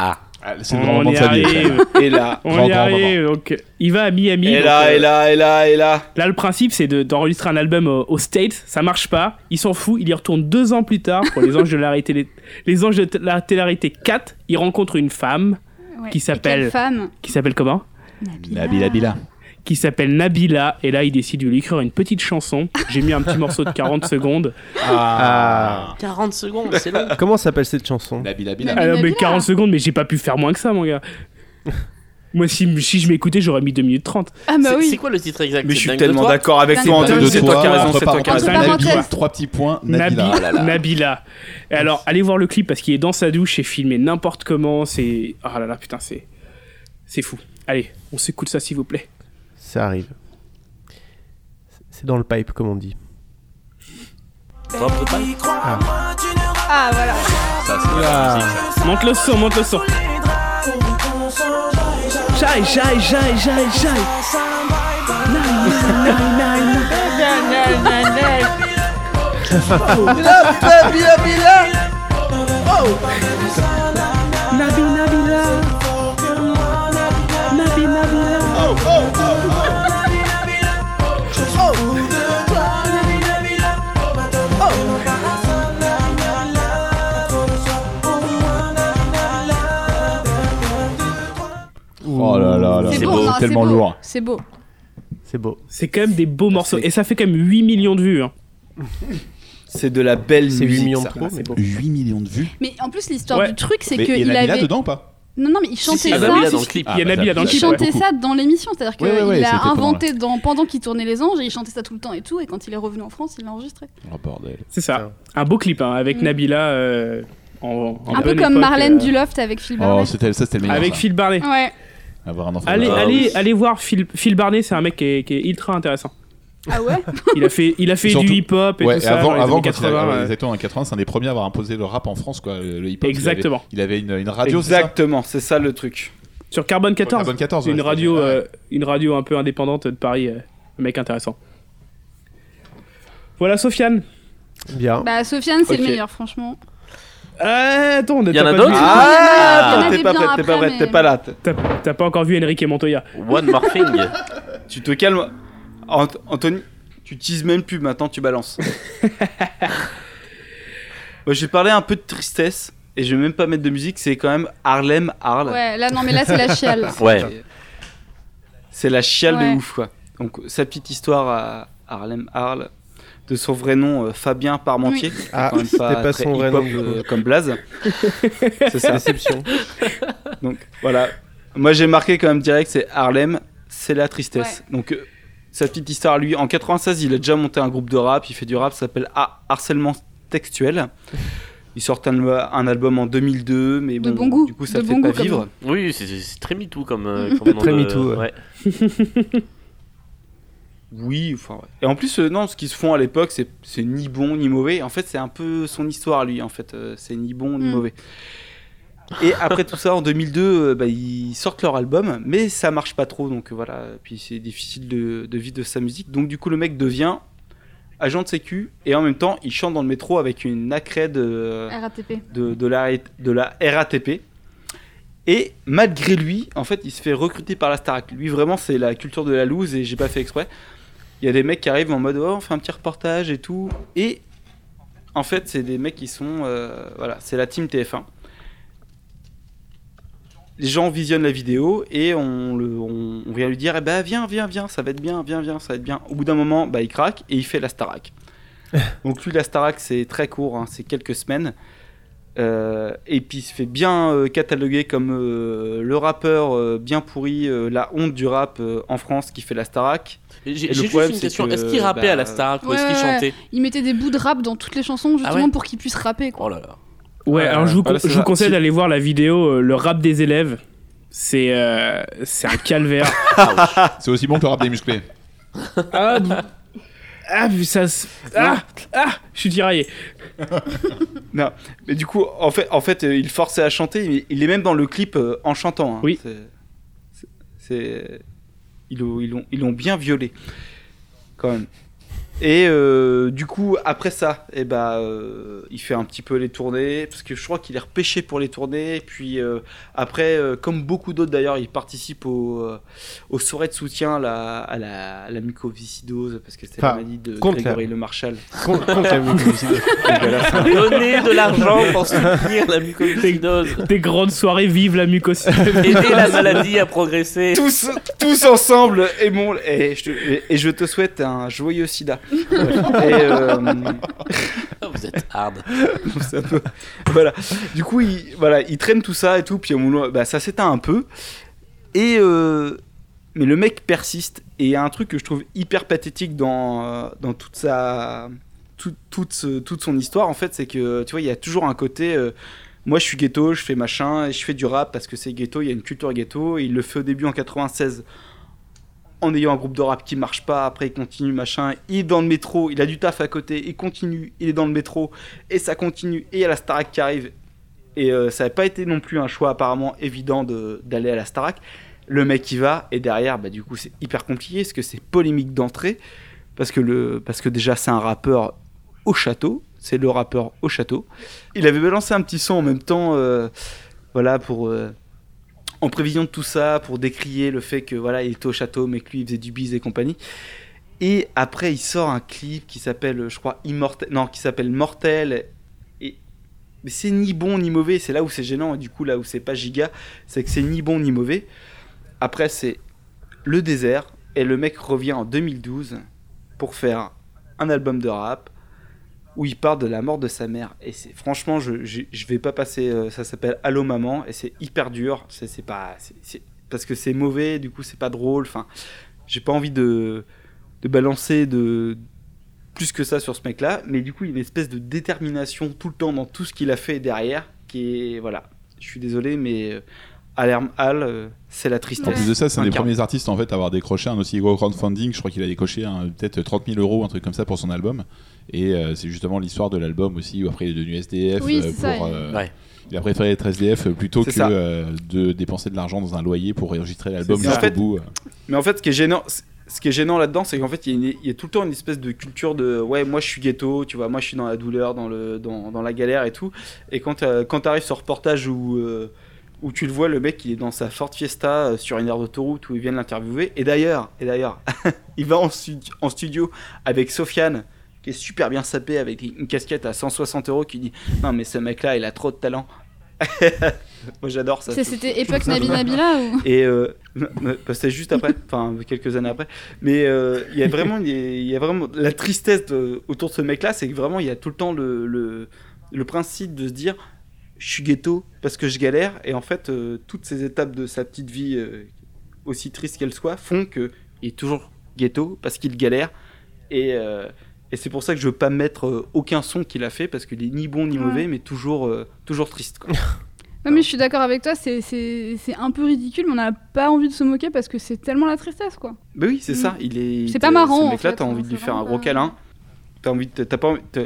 Ah, c'est le grand
On
moment de
y
sa vie. ça.
arrive.
Et là,
On
Grand,
y
grand
arrive. Donc, il va à Miami.
et
donc,
là,
euh,
et là, et là, et là.
Là, le principe, c'est de- d'enregistrer un album au- aux States. Ça marche pas. Il s'en fout. Il y retourne deux ans plus tard pour les anges de la réalité, les anges de t- la télé-réalité 4. Il rencontre une femme
Ouais.
Qui
Et
s'appelle-
quelle femme
qui s'appelle comment
Nabila.
Nabila Bila.
Qui s'appelle Nabila. Et là, il décide de lui écrire une petite chanson. J'ai mis un petit morceau de 40 secondes.
Ah.
40 secondes, c'est long.
Comment s'appelle cette chanson
La Bila Bila.
Ah non, mais
Nabila.
40 secondes, mais j'ai pas pu faire moins que ça, mon gars. Moi, si, si je m'écoutais, j'aurais mis 2 minutes 30.
Ah bah
C'est c'est
oui.
quoi le titre exact
Mais
C'est
je suis
Dingue de
tellement
toi
d'accord avec
C'est
toi,
pas
Antoine.
de
C'est
toi,
toi qui as raison,
entre
c'est toi qui as
parenthèses,
raison.
Nabi,
Parenthèse.
trois petits points. Nabila.
Nabila. Nabila. Et Alors, allez voir le clip parce qu'il est dans sa douche, c'est filmé n'importe comment, c'est. Ah là là, putain, c'est. C'est fou. Allez, on s'écoute ça, s'il vous plaît.
Ça arrive. C'est dans le pipe, comme on dit.
T'en peux pas
Ah voilà.
Ça, c'est la musique,
Ah.
ça.
Monte le son, monte le son. J'aille, j'aille, j'aille, j'aille, j'aille. Nabi, Nabila. Nabi, Nabila.
Oh là là là.
C'est
C'est
beau,
beau,
non, c'est
tellement
beau.
lourd.
C'est beau.
C'est beau.
C'est quand même des beaux morceaux. Et ça fait quand même 8 millions de vues. hein.
Ah,
C'est de la belle musique.
C'est 8 millions de
ça.
trop, mais bon.
8 millions de vues.
Mais en plus, l'histoire
Ouais.
du truc, c'est
Mais il y a
qu'il
Nabila
avait.
dedans ou pas
Non, non, mais il chantait
Si, si,
ça. Ah,
Nabila dans le clip.
Il y a Ah, bah, Nabila dans le
Il
clip,
chantait
beaucoup.
ça dans l'émission, c'est-à-dire qu'il
Ouais, ouais, ouais,
l'a
c'était pendant
inventé dans- pendant qu'il tournait Les Anges, et il chantait ça tout le temps et tout, et quand il est revenu en France, il l'a enregistré.
Oh bordel.
C'est ça. Un beau clip hein, avec
Mm.
Nabila. euh, en, en
Un peu
bonne
comme
époque,
Marlène
euh,
Duloft avec Phil
Oh,
Barnet.
c'était- ça, c'était le meilleur.
Avec
ça.
Phil Barnet.
ouais.
Avoir un enfant.
Allez,
Ah,
allez,
oui.
allez voir Phil, Phil Barnet, c'est un mec qui est, qui est ultra intéressant.
Ah ouais
Il a fait, il a fait
Et surtout-
du hip-hop et
Ouais,
tout
et
ça.
avant,
dans les
avant
années
quand
80,
il a, euh,
ouais.
exactement, en 80, c'est un des premiers à avoir imposé le rap en France, quoi, le, le hip-hop. Il avait-
Exactement.
Il avait, une, une radio, c'est ça
Exactement, c'est ça le truc.
Sur Carbone 14,
Carbone 14,
c'est une
ouais,
radio,
c'était-
euh, une radio un peu indépendante de Paris. euh, un mec intéressant. Voilà, Sofiane.
Bien.
Bah, Sofiane, c'est le
Ok.
meilleur, franchement.
Euh, attends, on a-
Y en
t'as
a
pas
d'autres
vu-
Ah, il y en
Ah,
avait
t'es pas
bien
prête, t'es pas
après,
prête, t'es
mais-
pas là. t'es-
T'as t'as pas encore vu Enrique Montoya.
One More Thing.
Tu te calmes. Ant- Anthony, tu teases même plus, maintenant tu balances. Moi, j'ai parlé un peu de tristesse et je vais même pas mettre de musique, c'est quand même Harlem Harle.
Ouais, là, non, mais là, c'est la chiale.
Ouais.
C'est la chiale
Ouais.
de ouf, quoi. Donc, sa petite histoire à Harlem Harle, de son vrai nom euh, Fabien Parmentier. c'est
Ah,
quand même
c'était pas
très
son vrai
hip-hop,
nom de-
euh, comme Blaze. c'est ça.
Déception.
Donc voilà. Moi j'ai marqué quand même direct, c'est Harlem, c'est la tristesse. Donc euh, sa petite histoire, lui, en 96, il a déjà monté un groupe de rap, il fait du rap, ça s'appelle Ha- Harcèlement Textuel. Il sort un, un album en 2002, mais
De
bon,
bon goût,
du coup ça
de
fait
bon
pas
goût,
vivre.
comme-
Oui, c'est- c'est c'est très MeToo comme. euh,
Mm.
comme nom
Très
de-
MeToo, ouais.
Oui, enfin ouais. Et en plus, euh, non, ce qu'ils se font à l'époque, c'est c'est ni bon ni mauvais. En fait, c'est un peu son histoire, lui. En fait, euh, c'est ni bon ni
Mm.
mauvais. Et après tout ça, en 2002, euh, bah, ils sortent leur album, mais ça marche pas trop, donc euh, voilà. Puis c'est difficile de, de vivre de sa musique. Donc du coup, le mec devient agent de sécu et en même temps, il chante dans le métro avec une euh, accrède de,
RATP.
de, de la, de la RATP. Et malgré lui, en fait, il se fait recruter par la Starac. Lui, vraiment, c'est la culture de la loose et j'ai pas fait exprès. Il y a des mecs qui arrivent en mode oh, on fait un petit reportage et tout. Et en fait, c'est des mecs qui sont. euh, voilà, c'est la team TF1. Les gens visionnent la vidéo et on, le, on, on vient lui dire eh ben, viens, viens, viens, ça va être bien, viens, viens, ça va être bien. Au bout d'un moment, bah, il craque et il fait la Starac. Donc lui, la Starac, c'est très court, hein, c'est quelques semaines. Euh, et puis il se fait bien euh, cataloguer comme euh, le rappeur euh, bien pourri, euh, la honte du rap euh, en France qui fait la Starac.
J'ai j'ai
le
juste
problème,
une
c'est
question.
que,
Est-ce qu'il rappait
bah,
à la Starac ou est-ce
ouais,
qu'il
ouais.
chantait
Il mettait des bouts de rap dans toutes les chansons, justement,
Ah ouais
pour qu'il puisse rapper, quoi.
Oh là là.
Ouais,
Ah,
alors je vous,
voilà,
con-
c'est
je vous
ça.
conseille
Si-
d'aller voir la vidéo euh, Le rap des élèves. C'est euh, c'est un calvaire.
C'est aussi bon que le rap des musclés.
Ah, b- Ah, mais ça. se- Ah, ah, je suis tiraillé.
Non, mais du coup, en fait, en fait euh, il forçait à chanter. Il, il est même dans le clip euh, en chantant. hein.
Oui.
C'est, c'est- ils l'ont ils l'ont- ils l'ont bien violé, quand même. Et euh, du coup, après ça, eh ben, euh, il fait un petit peu les tournées, parce que je crois qu'il est repêché pour les tournées. Puis euh, après, euh, comme beaucoup d'autres d'ailleurs, il participe au, euh, aux soirées de soutien là, à, la, à la mucoviscidose, parce que c'était
Enfin,
la maladie de
contre la-
Grégory Le Marchal.
Con- contre la
Oh,
mucoviscidose.
Donnez de l'argent pour soutenir la mucoviscidose.
Des grandes soirées, vive la mucosidose.
Aider la maladie à progresser.
tous, tous ensemble, et, mon, et, je te, et- et je te souhaite un joyeux sida. et, euh,
Vous êtes hard.
c'est un peu- voilà. Du coup, il, voilà, il traîne tout ça et tout, puis au moment- bah, ça s'éteint un peu. Et euh, mais le mec persiste, et il y a un truc que je trouve hyper pathétique dans, euh, dans toute sa tout- toute, ce- toute son histoire en fait, c'est que tu vois, il y a toujours un côté. euh, moi, je suis ghetto, je fais machin, et je fais du rap parce que c'est ghetto, il y a une culture ghetto. Et il le fait au début en 96 en ayant un groupe de rap qui marche pas. Après, il continue machin. Il est dans le métro, il a du taf à côté, il continue, il est dans le métro, et ça continue. Et il y a la Starac qui arrive. Et euh, ça n'a pas été non plus un choix apparemment évident de- d'aller à la Starac. Le mec y va, et derrière, bah, du coup, c'est hyper compliqué parce que c'est polémique d'entrée. Parce que, le, parce que déjà, c'est un rappeur au château. C'est le rappeur au château. Il avait balancé un petit son en même temps, euh, voilà, pour. euh, en prévision de tout ça, pour décrier le fait que voilà, il était au château, mais que lui, il faisait du bise et compagnie. Et après, il sort un clip qui s'appelle, je crois, Immortel. Non, qui s'appelle Mortel. Et mais c'est ni bon ni mauvais. C'est là où c'est gênant. Et du coup, là où c'est pas giga, c'est que c'est ni bon ni mauvais. Après, c'est le désert. Et le mec revient en 2012 pour faire un album de rap où il parle de la mort de sa mère. Et c'est franchement, je, je, je vais pas passer. euh, ça s'appelle Allô maman. Et c'est hyper dur. C'est c'est pas. c'est- c'est- parce que c'est mauvais. Du coup, c'est pas drôle. Enfin, j'ai pas envie de de balancer de plus que ça sur ce mec-là, mais du coup, il y a une espèce de détermination tout le temps dans tout ce qu'il a fait derrière, qui est voilà. Je suis désolé, mais euh, Alarm Hall, euh, c'est la
En
tristesse.
plus de ça, c'est un des
Incarne.
premiers artistes en fait à avoir décroché un aussi gros crowdfunding. Je crois qu'il a décoché un- peut-être 30 000 euros, un truc comme ça pour son album. Et euh, c'est justement l'histoire de l'album aussi où après il est devenu SDF.
Oui,
euh,
c'est
pour,
ça, il-
euh,
Ouais.
Il a préféré être SDF plutôt
C'est
que
ça.
euh, de dépenser de l'argent dans un loyer pour enregistrer l'album
C'est ça.
jusqu'au
En fait,
bout.
Mais en fait, ce qui est gênant, ce qui est gênant là-dedans, c'est qu'en fait, il y, a une- il y a tout le temps une espèce de culture de ouais, moi je suis ghetto, tu vois, moi je suis dans la douleur, dans, le, dans, dans la galère et tout. Et quand, euh, quand t'arrives sur reportage où, euh, où tu le vois, le mec, il est dans sa Ford Fiesta euh, sur une aire d'autoroute où ils viennent l'interviewer. Et d'ailleurs, et d'ailleurs, il va en, stu- en studio avec Sofiane qui est super bien sapé avec une casquette à 160 euros qui dit non mais ce mec là il a trop de talent moi j'adore ça
C'est-
tout-
C'était époque Nabi Nabila ou
et euh, n- n- bah, c'était juste après, enfin quelques années après. Mais euh, il y a vraiment, il y a- il y a vraiment la tristesse de- autour de ce mec-là, c'est que vraiment il y a tout le temps le, le, le principe de se dire, je suis ghetto parce que je galère. Et en fait, euh, toutes ces étapes de sa petite vie, euh, aussi triste qu'elle soit, font que il est toujours ghetto parce qu'il galère. Et, euh, et c'est pour ça que je veux pas mettre euh, aucun son qu'il a fait parce qu'il est ni bon ni
Ouais.
mauvais, mais toujours, euh, toujours triste. quoi.
Non mais je suis d'accord avec toi, c'est- c'est c'est un peu ridicule, mais on n'a pas envie de se moquer parce que c'est tellement la tristesse quoi.
Bah oui, c'est
Mm.
ça. Il est.
C'est
il-
pas marrant,
Ce
en
mec-là,
fait,
t'as
hein,
envie de lui
c'est
faire un
vraiment
gros
pas-
câlin. T'as envie, de- t'as pas, envie- t'as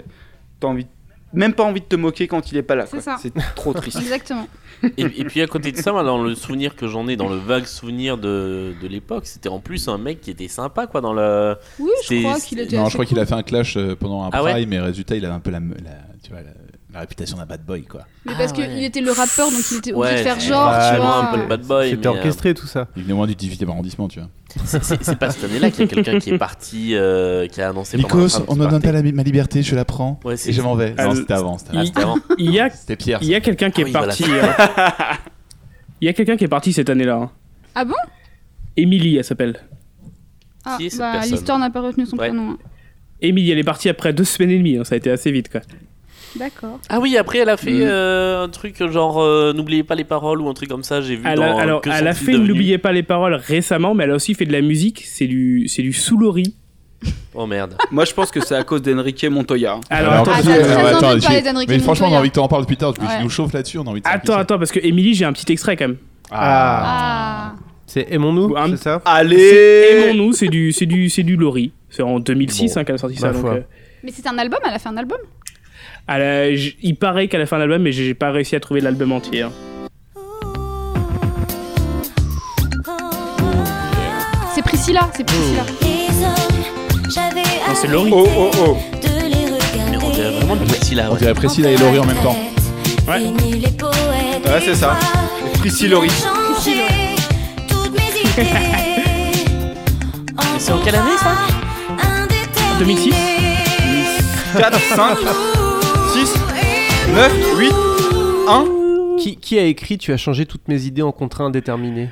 t'as envie, même pas envie de te moquer quand il est pas là.
C'est
quoi.
ça.
C'est trop triste.
Exactement.
Et, et puis à côté de ça, moi, dans le souvenir que j'en ai, dans le vague souvenir de, de l'époque, c'était en plus un mec qui était sympa, quoi, dans le.
Oui, je
C'est-
crois qu'il était.
Non,
assez
je crois qu'il
cool.
a fait un clash euh, pendant un
Ah ouais
prime, mais résultat, il avait un peu la, la- tu vois, la, la réputation d'un bad boy quoi.
Mais
Ah,
parce
ouais.
qu'il était le rappeur, donc il était obligé de faire
c'est
genre, tu
partiellement
vois.
Ah, un peu le bad boy.
C'était
mais, euh,
orchestré tout ça.
Il venait au moins du 18e arrondissement, tu vois.
c'est- c'est c'est pas cette année-là qu'il y a quelqu'un qui est parti, euh, qui a annoncé. pendant la fin de ce party.
ma liberté, je la prends
Ouais, c'est- et je
m'en vais.
Ah,
Non,
le-
c'était avant, c'était
Ah,
avant.
Il-
c'était avant.
Il y a,
C'était Pierre.
il y a quelqu'un qui
Ah
est
oui,
parti. hein. Il y a quelqu'un qui est parti cette année-là. hein.
Ah bon
Émilie, elle s'appelle.
Ah,
Qui est cette
bah,
personne
l'histoire n'a pas retenu son
Ouais.
prénom. hein.
Émilie, elle est partie après deux semaines et demie. hein. Ça a été assez vite, quoi.
D'accord.
Ah oui, après elle a fait
Mm.
euh, un truc genre euh, n'oubliez pas les paroles ou un truc comme ça. J'ai vu.
Elle
dans,
a, alors,
Que
elle a
sont-ils
fait
devenus
N'oubliez pas les paroles récemment, mais elle a aussi fait de la musique. C'est du, c'est du soulori.
Oh merde.
Moi, je pense que c'est à cause d'Enrique Montoya.
Alors,
Alors,
attends,
Ah,
attends,
ça,
attends,
ça,
attends,
j'ai envie de
attends,
parler
j'ai-
d'Enrique
Mais franchement, on a
Montoya.
envie que t'en parles plus tard, parce
Ouais.
qu'il nous chauffe là-dessus, on a envie de
attends, attends, parce que Émilie, j'ai un petit extrait quand même.
Ah,
Ah.
c'est aimons-nous,
Un-
c'est ça
Allez
Aimons-nous, c'est du, c'est du, c'est du lori. C'est en 2006 hein, qu'elle a sorti ça.
ma
Donc,
foi.
euh,
Mais c'est un album, elle a fait un album
à la- j- il paraît qu'elle a fait un album, mais j'ai j'ai pas réussi à trouver l'album entier. hein.
C'est Priscilla, c'est Priscilla.
Non, c'est Laurie.
Oh oh oh
Mais on dirait vraiment le petit là.
On
ouais.
dirait Priscilla et Laurie en même temps.
Ouais.
Ouais, c'est ça. Prissy Laurie.
Mais c'est en quelle année ça
2006
4, 5, 6, 9, 8, 1.
Qui, qui a écrit Tu as changé toutes mes idées en contrat indéterminé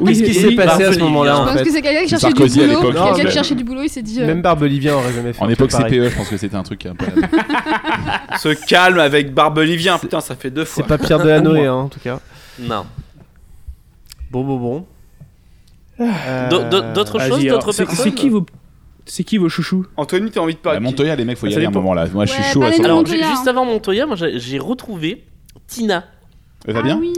Oui,
Qu'est-ce qui s'est passé à ce
Barthélemy,
moment-là
hein.
Je
en
pense
fait
que c'est quelqu'un qui cherchait
Sarkozy à
du boulot.
l'époque,
Quelqu'un
non,
qui
mais-
cherchait du boulot, il s'est dit. euh,
Même Barbelivien aurait jamais fait.
En
un truc
époque
pareil.
CPE, je pense que c'était un truc un peu.
Se calme avec Barbelivien. Putain, ça fait deux fois.
C'est pas Pierre Delanoé, hein, en tout cas.
Non.
Bon, bon, bon. Euh,
Do- do- D'autres
Euh, Vas-y,
choses,
alors,
d'autres
c'est-
personnes
C'est qui vos, c'est qui vos chouchous
Anthony, t'as envie de
La
parler
Montoya, les mecs, faut y
Ça
aller à un
dépend.
moment là. Moi, je suis
Ouais,
chaud à
pas
ça.
les
Alors,
noms.
Euh,
ju-
Montoya,
juste
hein.
avant Montoya, moi j'ai j'ai retrouvé Tina.
Elle va
Ah
bien
oui.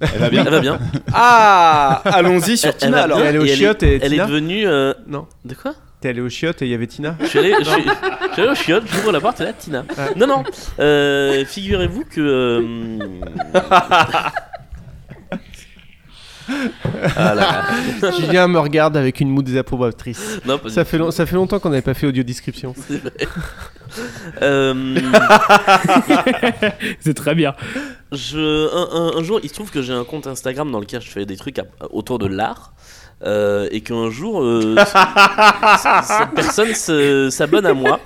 Elle va bien
Elle va bien.
Ah, allons-y sur
Elle- elle
Tina
va
alors.
bien,
Elle est aux
et
chiottes et
Elle
Tina
est devenue. euh,
Non.
De quoi
T'es allé au chiottes et il y avait Tina
Je suis allé, je suis- je suis allé au chiottes, j'ouvre la porte et là Tina. Non, non, euh, figurez-vous que. euh, ah là là.
Julien me regarde avec une moue désapprobatrice.
Non, pas du
Ça fait, long- ça fait longtemps qu'on n'avait pas fait audio description.
tout, c'est vrai. Euh,
C'est très bien.
je, un, un- un jour, il se trouve que j'ai un compte Instagram dans lequel je fais des trucs à- autour de l'art. euh, et qu'un jour, euh, ce- ce- cette personne se- s'abonne à moi.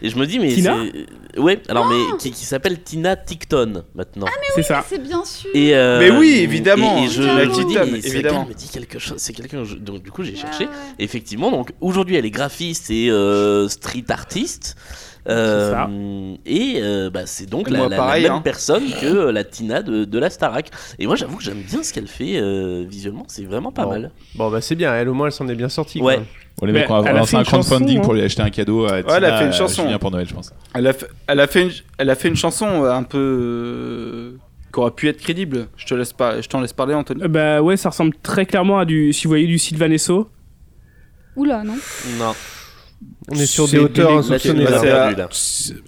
Et je me dis, mais.
Tina
c'est- Ouais, alors, mais qui, qui s'appelle Tina Ticton maintenant.
c'est ça.
C'est bien sûr.
Et euh,
Mais oui, évidemment,
Et, et je
la
me
petite
dis,
dame,
mais ce
évidemment.
gars me dit quelque chose. C'est quelqu'un. je- Donc du coup, j'ai
Ouais,
cherché.
ouais, ouais.
Effectivement, donc aujourd'hui, elle est graphiste et euh, street artiste. Euh,
C'est ça.
et euh, bah, c'est donc la,
Moi,
la- la
pareil,
même
hein.
personne que euh, la Tina de, de la Starac. Et moi, j'avoue que j'aime bien ce qu'elle fait euh, visuellement. C'est vraiment pas
Bon.
mal.
Bon, bah c'est bien, elle au moins elle s'en est bien sortie.
Ouais.
quoi.
Bon, les
Mais
mecs, on va
elle a
lancer
fait
un
une chanson,
crowdfunding
hein.
pour lui acheter un cadeau à Tina.
elle a fait une
à
chanson.
Julien pour Noël, je pense.
Elle a, fait, elle, a fait une, elle a fait une chanson euh, un peu. euh, qui aurait pu être crédible. Je te laisse pas, je t'en laisse parler, Anthony.
Euh, Bah ouais, ça ressemble très clairement à du. Si vous voyez du Sylvanesso.
Oula, non.
Non.
On est sur
C'est
des hauteurs
délé-
insoupçonnées.
Bah,
là.
c'est-
perdu, là.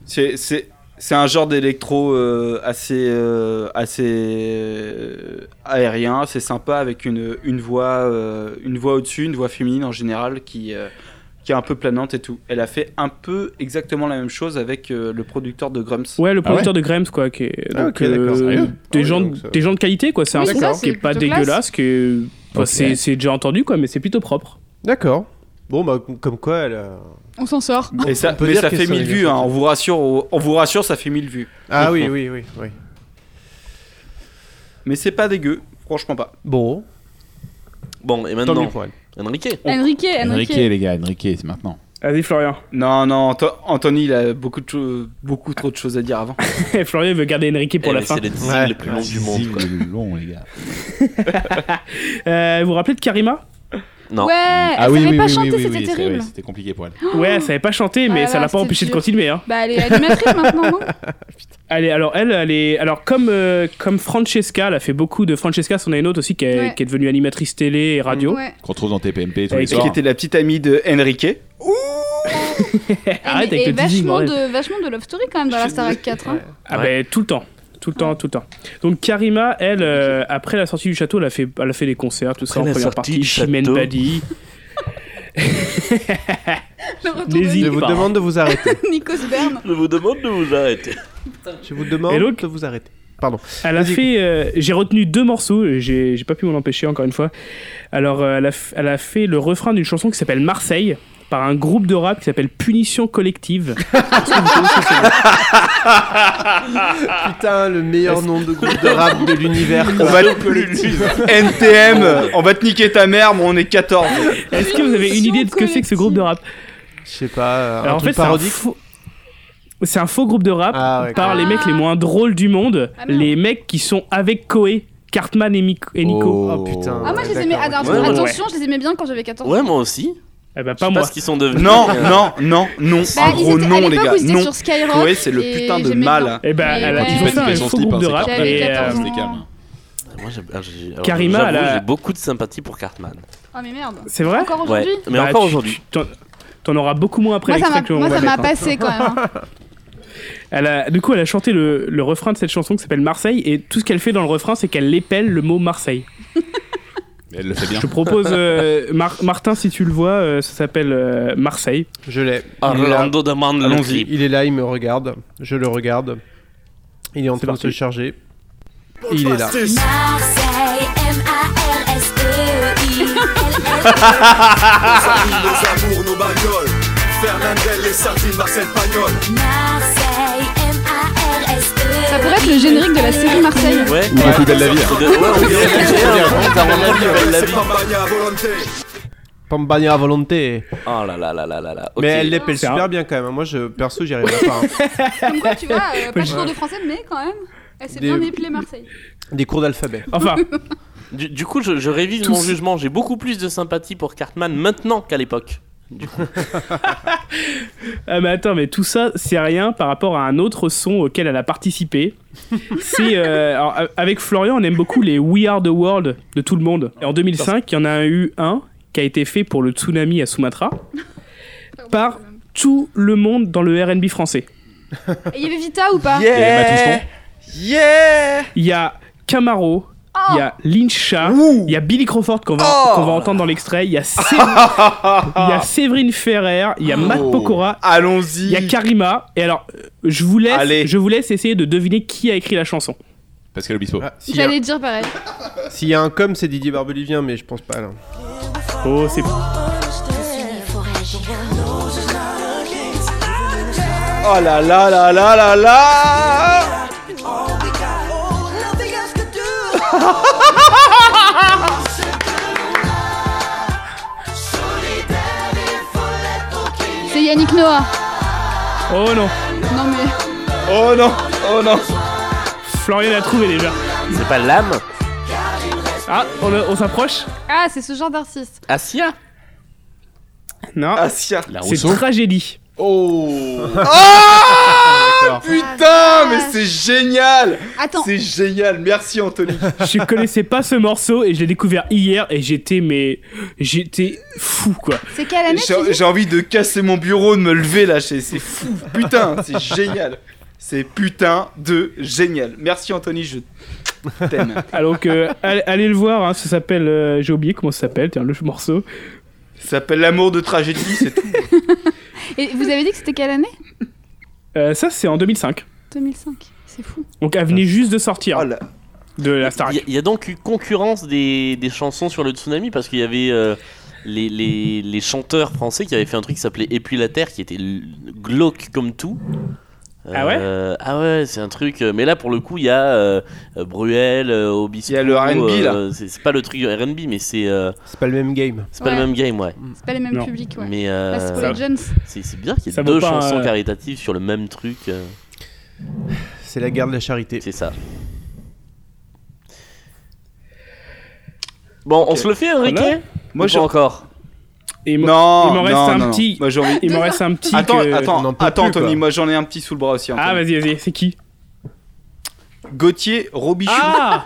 C'est, c'est, c'est un genre d'électro euh, assez, euh, assez euh, aérien, assez sympa, avec une, une voix, euh, une voix au-dessus, une voix féminine en général, qui, euh, qui est un peu planante et tout. Elle a fait un peu exactement la même chose avec euh, le producteur de Grumps.
Ouais, le producteur de Grams, quoi. Qui est,
Ah,
donc, euh,
ok, d'accord, sérieux Ah
des,
oui,
gens,
donc ça-
des gens de qualité, quoi. C'est
Oui,
un
c'est
son
ça,
qui est
c'est
pas
plutôt classe.
dégueulasse, que. enfin,
Ok.
c'est- C'est déjà entendu, quoi, mais c'est plutôt propre.
D'accord. Bon, bah com- comme quoi elle. a-
On s'en sort.
Et ça,
On peut
mais
dire
ça
que
fait
ça-
1000 vues, hein, on, vous rassure, on on vous rassure, ça fait 1000 vues.
Ah oui, oui, oui, oui.
Mais c'est pas dégueu, franchement pas.
Bon,
Bon, et
tant mieux
maintenant,
pour elle.
Enrique.
Enrique,
Enrique,
Enrique.
les gars, Enrique, c'est maintenant.
Allez, Florian.
Non, non, Anto- Anthony, il a beaucoup, de cho- beaucoup trop de choses à dire avant.
Florian veut garder Enrique pour
Eh,
la
mais
fin.
C'est le
Ouais.
design le plus long du
Zizi,
monde. quoi.
le long, les gars.
Euh, vous vous rappelez de Karima
Non.
Ouais,
Ah
elle savait pas chanter, c'était
c'est-
terrible.
ouais, C'était compliqué pour elle.
Ouais, elle savait pas chanter, mais
Oh Ah
ça
là,
l'a pas
c'était
empêché de
dur.
continuer. Hein.
Bah, elle est animatrice maintenant, non
Elle est- alors elle, elle est, alors comme euh, comme Francesca, elle a fait beaucoup de Francesca. C'en a une autre aussi qui est,
Ouais.
qui est devenue animatrice télé et radio.
Ouais.
Qu'on retrouve dans TPMP tous
Et
les
Qui
qui
soirs.
était la petite amie de Enrique.
Arrête
et,
avec
et
le teasing,
vachement
bordel.
de, vachement de love story quand même dans la Starac 4. Hein.
Ah ben tout le temps, tout le temps, tout le temps. Donc Karima, elle, euh, après la sortie du château, elle a fait, elle a fait des concerts, tout ça
Après
en
la
première
sortie
partie.
du
Chimène
château.
Badi.
Le retour
Les
Je
îles.
de
vous
Bah.
demande de vous arrêter.
Nikos Bern.
Je vous demande de vous arrêter.
Je vous demande
Et donc-
de vous arrêter.
Elle a
Vas-y.
fait, euh, j'ai retenu deux morceaux, et j'ai j'ai pas pu m'en empêcher encore une fois. Alors euh, elle, a, f- elle a fait le refrain d'une chanson qui s'appelle Marseille par un groupe de rap qui s'appelle Punition Collective.
Putain, le meilleur nom de groupe de rap de l'univers.
On va NTM, on va te niquer ta mère, mais on est 14.
Est-ce que vous avez une idée de ce que c'est que ce groupe de rap
Je sais pas, euh, un
Alors en
truc
fait, c'est un,
parodique.
faux... c'est un faux groupe de rap
Ah ouais.
par les
Ah.
mecs les moins drôles du monde,
Ah, merde.
les mecs qui sont avec Koé, Cartman et, Mico- et Nico.
Oh putain.
Ah, moi je les
d'accord,
aimais.
ok.
Attends,
Ouais, ouais.
attention, je les aimais bien quand j'avais 14 ans.
Ouais, moi aussi.
Eh ben,
Je
pas
sais
moi.
pas ce qu'ils sont devenus.
Non, non, non, non.
Bah,
en
ils
Oh, gros,
étaient- à
non, les
l'époque
gars,
où ils étaient
non.
sur Skyrock.
Koé, c'est le
et
putain de
j'aimais
mal,
bien.
hein.
Eh ben,
Mais
elle a
ouais.
toujours fait un faux groupe de rap.
Cartman.
Et,
J'avais
euh,
14 ans.
C'était calme.
Moi, j'ai- ah, j'ai- alors,
Karima,
j'avoue,
elle a-
j'ai beaucoup de sympathie pour Cartman.
Ah, mais merde.
c'est vrai
Encore
Ouais,
aujourd'hui
mais
Bah,
encore
tu-
aujourd'hui.
tu- t'en- T'en auras beaucoup moins après
Moi, ça
l'extrait
m'a-
que l'on
moi,
va
ça m'a
mettre, hein.
passé quand même. hein.
Elle a- du coup, elle a chanté le, le refrain de cette chanson qui s'appelle Marseille, et tout ce qu'elle fait dans le refrain, c'est qu'elle épelle le mot Marseille.
Mais elle le fait bien.
Je te propose, euh, Mar- Martin, si tu le vois, euh, ça s'appelle euh, Marseille.
Je l'ai.
Orlando demande Ah, le
Allons-y.
clip.
Il est là, il me regarde. Je le regarde. Il est en train de se
parti.
charger. Il est là.
Marseille, M-A-R-S-E-I-L-L.
amours, nos bagnoles. Fernandel, les sardines, Marcel Pagnol.
Marseille, M-A-R-S-E.
Ça pourrait être le générique de la série Marseille.
Ouais.
Ou beaucoup belle la vie. hein.
De- ouais, on dirait que j'ai un compte à rendre plus belle la vie.
à volonté.
Pambania à volonté.
Oh là là là là là là. ok.
Mais elle l'épelle
C'est un-
super bien quand même. hein. Moi, je, perso, j'y arriverai pas. hein.
Comme quoi, tu vois, euh, pas toujours de français, mais quand même. Elle s'est bien
Des-
épelée Marseille.
Des cours d'alphabet.
Enfin,
Du, du coup, je, je révise
Tous.
mon jugement. J'ai beaucoup plus de sympathie pour Cartman maintenant qu'à l'époque.
ah, mais attends, mais tout ça, c'est rien par rapport à un autre son auquel elle a participé. C'est, euh, alors, a- avec Florian, on aime beaucoup les We Are the World de tout le monde. Et en 2005, il y en a eu un qui a été fait pour le tsunami à Sumatra. Par- Tout le monde dans le RB français.
Et il y avait Vita ou pas
Et Emma Touston.
Il y a Camaro, il
Oh
y a Lyncha, il y a Billy Crawford qu'on va, qu'on va entendre dans l'extrait, il y, a Sé- il y a Séverine Ferrer, il y a Matt
Oh.
Pokora,
Allons-y.
il y a Karima. Et alors, euh, je vous,
Allez.
laisse, je vous laisse essayer de deviner qui a écrit la chanson.
Pascal Obispo.
Ah, S'il y, a-
J'allais dire pareil.
s'il y a un com, c'est Didier Barbelivien, mais je pense pas là.
Oh, c'est
Oh là là là là là là
C'est Yannick Noah.
Oh non,
Non mais.
Oh non Oh non
Florian a trouvé déjà.
C'est pas l'âme
Ah, on, on s'approche
Ah, c'est ce genre d'artiste.
Asia
Non,
Asia
La
c'est
Rousseau.
Tragédie.
Oh
Oh, Putain mais c'est génial
Ah, Attends,
C'est génial Merci Anthony
Je connaissais pas ce morceau et je l'ai découvert hier et j'étais, mais. J'étais fou quoi.
c'est quelle année tu
J'ai
dis
j'ai envie de casser mon bureau, de me lever là, c'est c'est fou Putain C'est génial C'est putain de génial Merci Anthony, je t'aime
Alors que, allez, allez le voir, hein, ça s'appelle. euh, J'ai oublié comment ça s'appelle, tiens, le morceau.
Ça s'appelle l'amour de tragédie, c'est tout
Et vous avez dit que c'était quelle année
Euh, ça, c'est en 2005.
2005. C'est fou.
Donc, elle venait juste de sortir
Oh là.
de la Star.
Il y, a- il y a donc eu concurrence des, des chansons sur le tsunami parce qu'il y avait euh, les, les- les chanteurs français qui avaient fait un truc qui s'appelait Et puis la Terre qui était l- glauque comme tout.
Ah ouais
Euh, Ah ouais, c'est un truc. euh, Mais là, pour le coup, il y a euh, euh, Bruel, euh, Obispo.
Il y a le R&B, là.
euh, c'est c'est pas le truc RB, mais c'est euh,
C'est pas le même game.
c'est pas
Ouais.
le même game, ouais.
C'est pas les mêmes
Non.
publics, ouais.
Mais euh,
Là, c'est pour les jeunes.
c'est c'est bien qu'il y
Ça
ait
vaut
deux
pas,
chansons
euh,
caritatives sur le même truc. euh,
C'est la guerre de la charité.
c'est ça. Bon, on se le fait, Enrique
Voilà.
Moi,
Ou
je-
pas encore.
Et moi-
Non
il m'en reste
non,
un
non.
petit.
Moi, j'ai envie-
Il me reste un petit.
Attends,
euh,
que-
on
attends,
en peut
attends
plus,
Anthony,
quoi.
moi j'en ai un petit sous le bras aussi.
Ah,
Anthony.
vas-y, vas-y, c'est qui
Gauthier Robichon,
Ah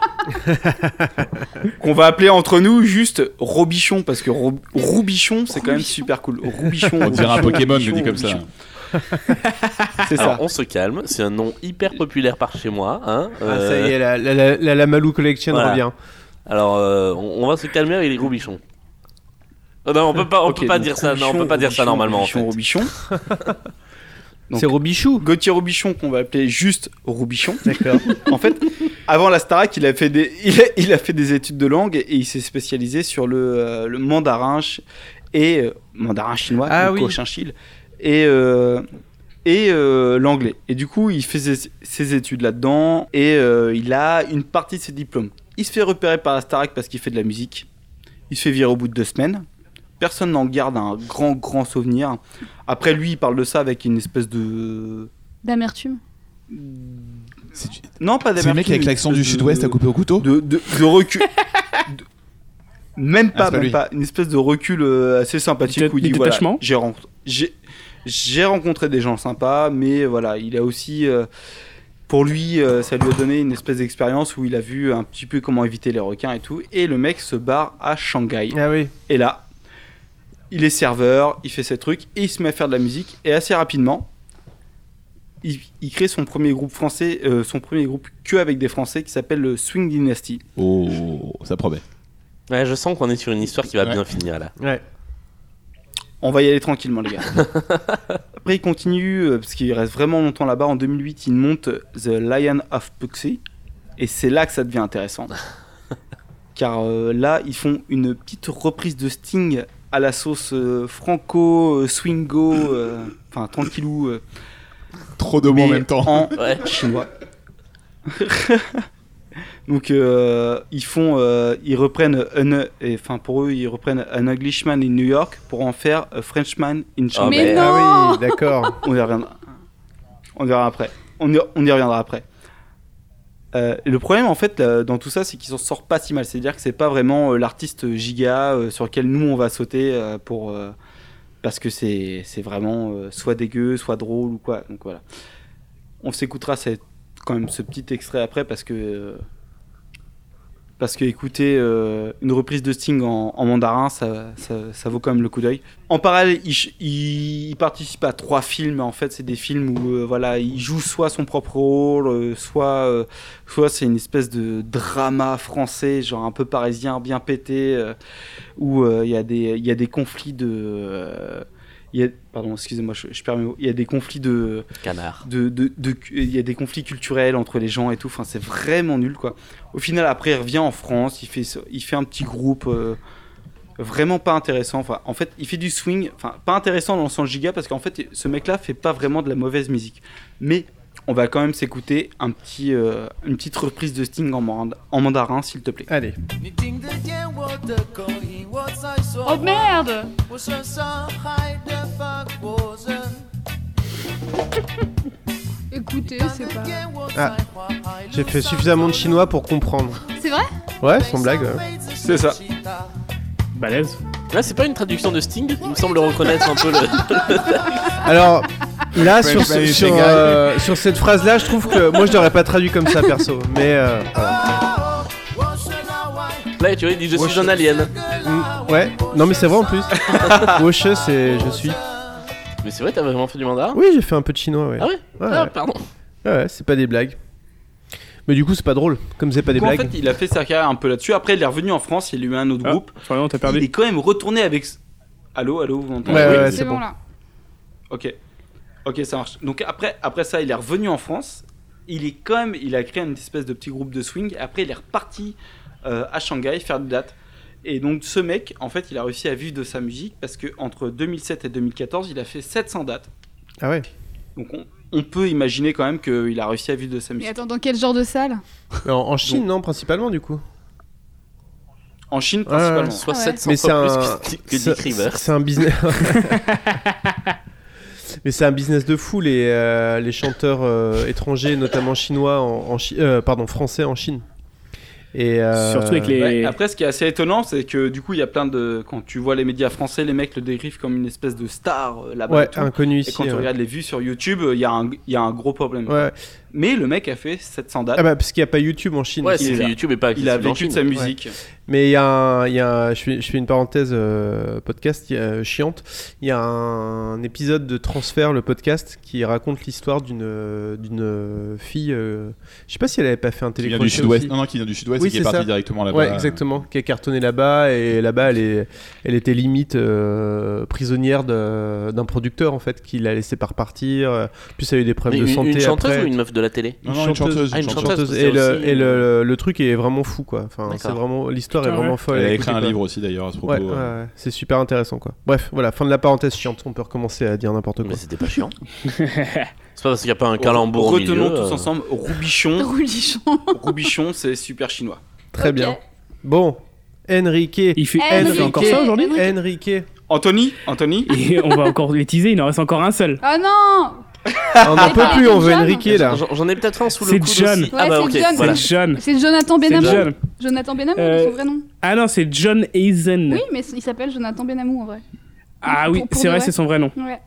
qu'on va appeler entre nous juste Robichon, parce que Ro- Robichon c'est quand même super cool. Robichon,
On dirait un
Robichon,
Pokémon, je
Robichon,
dis comme ça.
Robichon. C'est
Alors,
ça.
on se calme, c'est un nom hyper populaire par chez moi. hein,
Ah,
euh,
ça y est, la, la, la, la- la Malou Collection
Voilà.
revient.
Alors, euh, on, on va se calmer avec les Roubichons. Oh non, on peut pas, on
Ok,
peut pas
donc
dire ça. Non, on
Robichon,
peut pas dire
Robichon,
ça normalement. en
Robichon,
fait.
Robichon. Donc-
C'est Robichou.
Gauthier Robichon, qu'on va appeler juste Robichon.
D'accord.
En fait, avant la Starac, il a fait des, il a, il a fait des études de langue et il s'est spécialisé sur le, euh, le mandarin ch- et euh, mandarin chinois,
Ah
le
oui.
Cochinchine, et euh, et euh, l'anglais. Et du coup, il fait ses, ses études là-dedans et euh, il a une partie de ses diplômes. Il se fait repérer par la Starac parce qu'il fait de la musique. Il se fait virer au bout de deux semaines. Personne n'en garde un grand grand souvenir. Après lui, il parle de ça avec une espèce de
D'amertume.
C'est du-
non pas
c'est le mec
d'amertume,
avec
une
l'accent du
espèce de-
sud-ouest à couper au couteau
de, de, de recul. Oh. de- Même
Ah,
pas,
c'est pas
même
lui.
pas. Une espèce de recul euh, assez sympathique
Dé-
où il dit
du
voilà,
détachement
j'ai ren- j'ai- j'ai rencontré des gens sympas, mais voilà, il a aussi. euh, pour lui, euh, ça lui a donné une espèce d'expérience où il a vu un petit peu comment éviter les requins et tout. Et le mec se barre à Shanghai.
Ah oui.
Et là, il est serveur, il fait ses trucs, et il se met à faire de la musique, et assez rapidement, il, il crée son premier groupe français, euh, son premier groupe que avec des Français, qui s'appelle le Swing Dynasty.
Oh, ça promet.
Ouais, je sens qu'on est sur une histoire qui va bien finir là.
Ouais.
On va y aller tranquillement, les gars. Après, il continue, euh, parce qu'il reste vraiment longtemps là-bas. En 2008, il monte The Lion of Puxy. Et c'est là que ça devient intéressant. Car euh, là, ils font une petite reprise de Sting à la sauce euh, franco, euh, swingo, euh, enfin tranquillou. euh,
Trop de mots en
mais
même temps.
en chinois. Donc euh, ils font, euh, ils reprennent, un, et, enfin pour eux, ils reprennent un Englishman in New York pour en faire a Frenchman in Shanghai.
Mais non
Ah oui, d'accord.
On y reviendra. On y reviendra après. On y, on y reviendra après. Euh, le problème en fait là, dans tout ça, c'est qu'ils s'en sortent pas si mal. C'est-à-dire que c'est pas vraiment euh, l'artiste giga euh, sur lequel nous on va sauter euh, pour euh, parce que c'est c'est vraiment euh, soit dégueu, soit drôle ou quoi. Donc voilà. On s'écoutera cette- quand même ce petit extrait après parce que euh, parce que écouter euh, une reprise de Sting en, en mandarin, ça, ça, ça vaut quand même le coup d'œil. En parallèle, il, ch- il- il participe à trois films. En fait, c'est des films où euh, voilà, il joue soit son propre rôle, euh, soit, euh, soit c'est une espèce de drama français, genre un peu parisien, bien pété, euh, où euh, il y, a des- il y a des conflits de. euh, il y a- pardon, excusez-moi, je, je perds mes mots. Il y a des conflits de
Canard.
de, de- de cu- il y a des conflits culturels entre les gens et tout. Enfin, c'est vraiment nul, quoi. Au final, après, il revient en France, il fait, ce- il fait un petit groupe euh, vraiment pas intéressant. Enfin, en fait, il fait du swing, enfin, pas intéressant dans le sens giga, parce qu'en fait, ce mec-là fait pas vraiment de la mauvaise musique. Mais on va quand même s'écouter un petit, euh, une petite reprise de Sting en, mand- en mandarin, s'il te plaît.
Allez.
Oh merde Écoutez, c'est pas.
Ah, j'ai fait suffisamment de chinois pour comprendre.
C'est vrai
Ouais, sans blague.
C'est ça.
Balèze.
Là, c'est pas une traduction de Sting Il me semble reconnaître un peu le.
Alors, là,
Ouais,
sur,
bah,
ce-
les
sur,
gars.
euh, sur cette phrase-là, je trouve que moi, je l'aurais pas traduit comme ça, perso. Mais, euh, voilà.
Là, tu vois, il dit Je suis un alien.
Mm, ouais. Non, mais c'est vrai en plus. Wash, c'est je suis.
Mais c'est vrai, t'as vraiment fait du mandarin
Oui, j'ai fait un peu de chinois, ouais.
Ah ouais
Ouais,
Ah,
ouais.
pardon.
Ouais, ouais, c'est pas des blagues. Mais du coup, c'est pas drôle. Comme c'est pas des
Donc, en
blagues.
fait, il a fait sa carrière un peu là-dessus. Après, il est revenu en France, il a eu un autre
Ah,
groupe.
Florian, t'as
Il
perdu.
est quand même retourné avec. Allô, allô, vous m'entendez
Ouais,
oui,
ouais,
C'est bon là.
Ok. Ok, ça marche. Donc après, après ça, il est revenu en France. Il est quand même, il a créé une espèce de petit groupe de swing. Après, il est reparti euh, à Shanghai faire des dates. Et donc ce mec, en fait, il a réussi à vivre de sa musique parce que entre 2007 et 2014, il a fait 700 dates.
Ah ouais.
Donc on, on peut imaginer quand même qu'il a réussi à vivre de sa
Mais
musique.
attends, dans quel genre de salle
Mais En, en Chine, non, principalement, du coup.
En Chine principalement.
Soit
Ah Ouais.
700
Mais c'est
fois
un.
plus que, que
c'est-
Dick River.
C'est un business. Mais c'est un business de fou, les, euh, les chanteurs euh, étrangers, notamment chinois, en, en Chi- euh, pardon, français en Chine. Et, euh,
Surtout avec les.
Ouais, Après, ce qui est assez étonnant, c'est que du coup, il y a plein de. Quand tu vois les médias français, les mecs le décrivent comme une espèce de star euh, là-bas. et
Ouais,
tout.
inconnus
et
ici.
quand tu
ouais.
regardes les vues sur YouTube, euh, il y, a un- il y a un gros problème.
Ouais.
Mais le mec a fait 700 dates.
Ah bah, parce qu'il n'y a pas YouTube en Chine.
Ouais,
il
c'est
est
que
là.
YouTube est pas
bah,
il a
accessible en
vécu de sa
Chine.
musique.
Mais il y a un, il y a un- je, fais, je fais une parenthèse euh, podcast il y a- euh, chiante. Il y a un, épisode de Transfert, le podcast, qui raconte l'histoire d'une euh, d'une euh, fille. euh, je sais pas si elle avait pas fait un
Qui vient du
télécrochet
sud-ouest.
aussi.
Non, non, qui vient du sud-ouest
Oui,
et qui est
c'est
parti
ça.
directement là-bas.
Ouais, exactement. Qui a cartonné là-bas et là-bas, elle, est- elle était limite euh, prisonnière de- d'un producteur en fait, qui l'a laissé par partir. Euh, Puis ça a eu des
Mais
problèmes
une,
de santé.
une chanteuse
après.
ou une meuf de la télé
Non, non, une chanteuse.
Ah, une
une
chanteuse.
chanteuse.
parce que
Et,
c'est
le,
aussi-
et le, le truc est vraiment fou quoi. Enfin,
D'accord.
c'est vraiment l'histoire est
Putain,
vraiment
ouais.
folle.
Elle
à
a
écouter,
écrit un
quoi.
livre aussi d'ailleurs à ce propos.
Ouais,
euh.
ouais, ouais, c'est super intéressant quoi. Bref, voilà, fin de la parenthèse chiante, on peut recommencer à dire n'importe quoi.
Mais c'était pas chiant. c'est pas parce qu'il y a pas un calembour au milieu.
Retenons tous
euh,
ensemble Roubichon.
Roulichon.
Roubichon, c'est super chinois.
Très bien. Bon, Enrique.
Il fait,
Eh,
il
Enrique.
fait encore ça aujourd'hui
Enrique.
Anthony Anthony
Et on va encore les teaser, il en reste encore un seul.
Ah non
Ah, on n'en
Eh
peut
ben,
plus, on veut
John.
Enrique là.
J'en j'en ai peut-être un sous le
C'est
coude
John.
aussi. ah bah
Ouais,
ok,
c'est John.
voilà.
C'est John.
C'est Jonathan
C'est
Benamou
John.
Jonathan Benamou,
Euh,
c'est son vrai nom.
Ah non, c'est John Eisen.
Oui, mais il s'appelle Jonathan Benamou en vrai.
ah oui,
Pour- pour
c'est
de
vrai,
vrai.
c'est son vrai nom.
Ouais.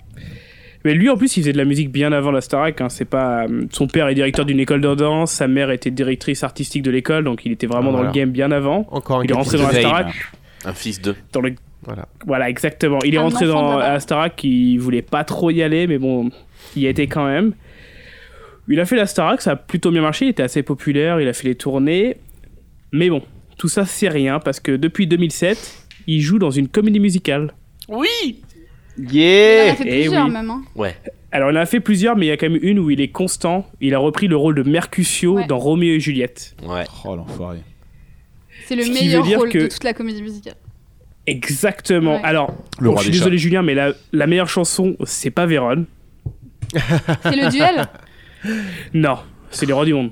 Mais lui, en plus, il faisait de la musique bien avant la Starac. hein, C'est pas euh, son père est directeur d'une école de danse, sa mère était directrice artistique de l'école, donc il était vraiment dans
Voilà.
le game bien avant.
Encore un
Il est rentré
capitaine.
dans la
Capitaine.
Starac.
Un fils de.
dans le-
Voilà.
Voilà, exactement. Il est
Un
rentré
enfant
dans
de là-bas.
Astara qui voulait pas trop y aller, mais bon, il y a été quand même. Il a fait la Starac, ça a plutôt bien marché, il était assez populaire, il a fait les tournées. Mais bon, tout ça c'est rien parce que depuis 2007, il joue dans une comédie musicale.
Oui
Il en a
Yeah
fait
eh
plusieurs
oui.
même. hein.
Ouais.
Alors il en a fait plusieurs, mais il y a quand même une où il est constant. Il a repris le rôle de Mercutio
Ouais.
dans Roméo et Juliette.
Ouais.
Oh l'enfoiré.
C'est le
Ce qui veut
meilleur
dire
rôle
que-
de toute la comédie musicale.
Exactement.
Ouais.
Alors,
Le
bon,
roi
je suis
des
désolé Julien, mais la, la meilleure chanson, c'est pas Vérone.
C'est le duel
Non, c'est les rois du monde.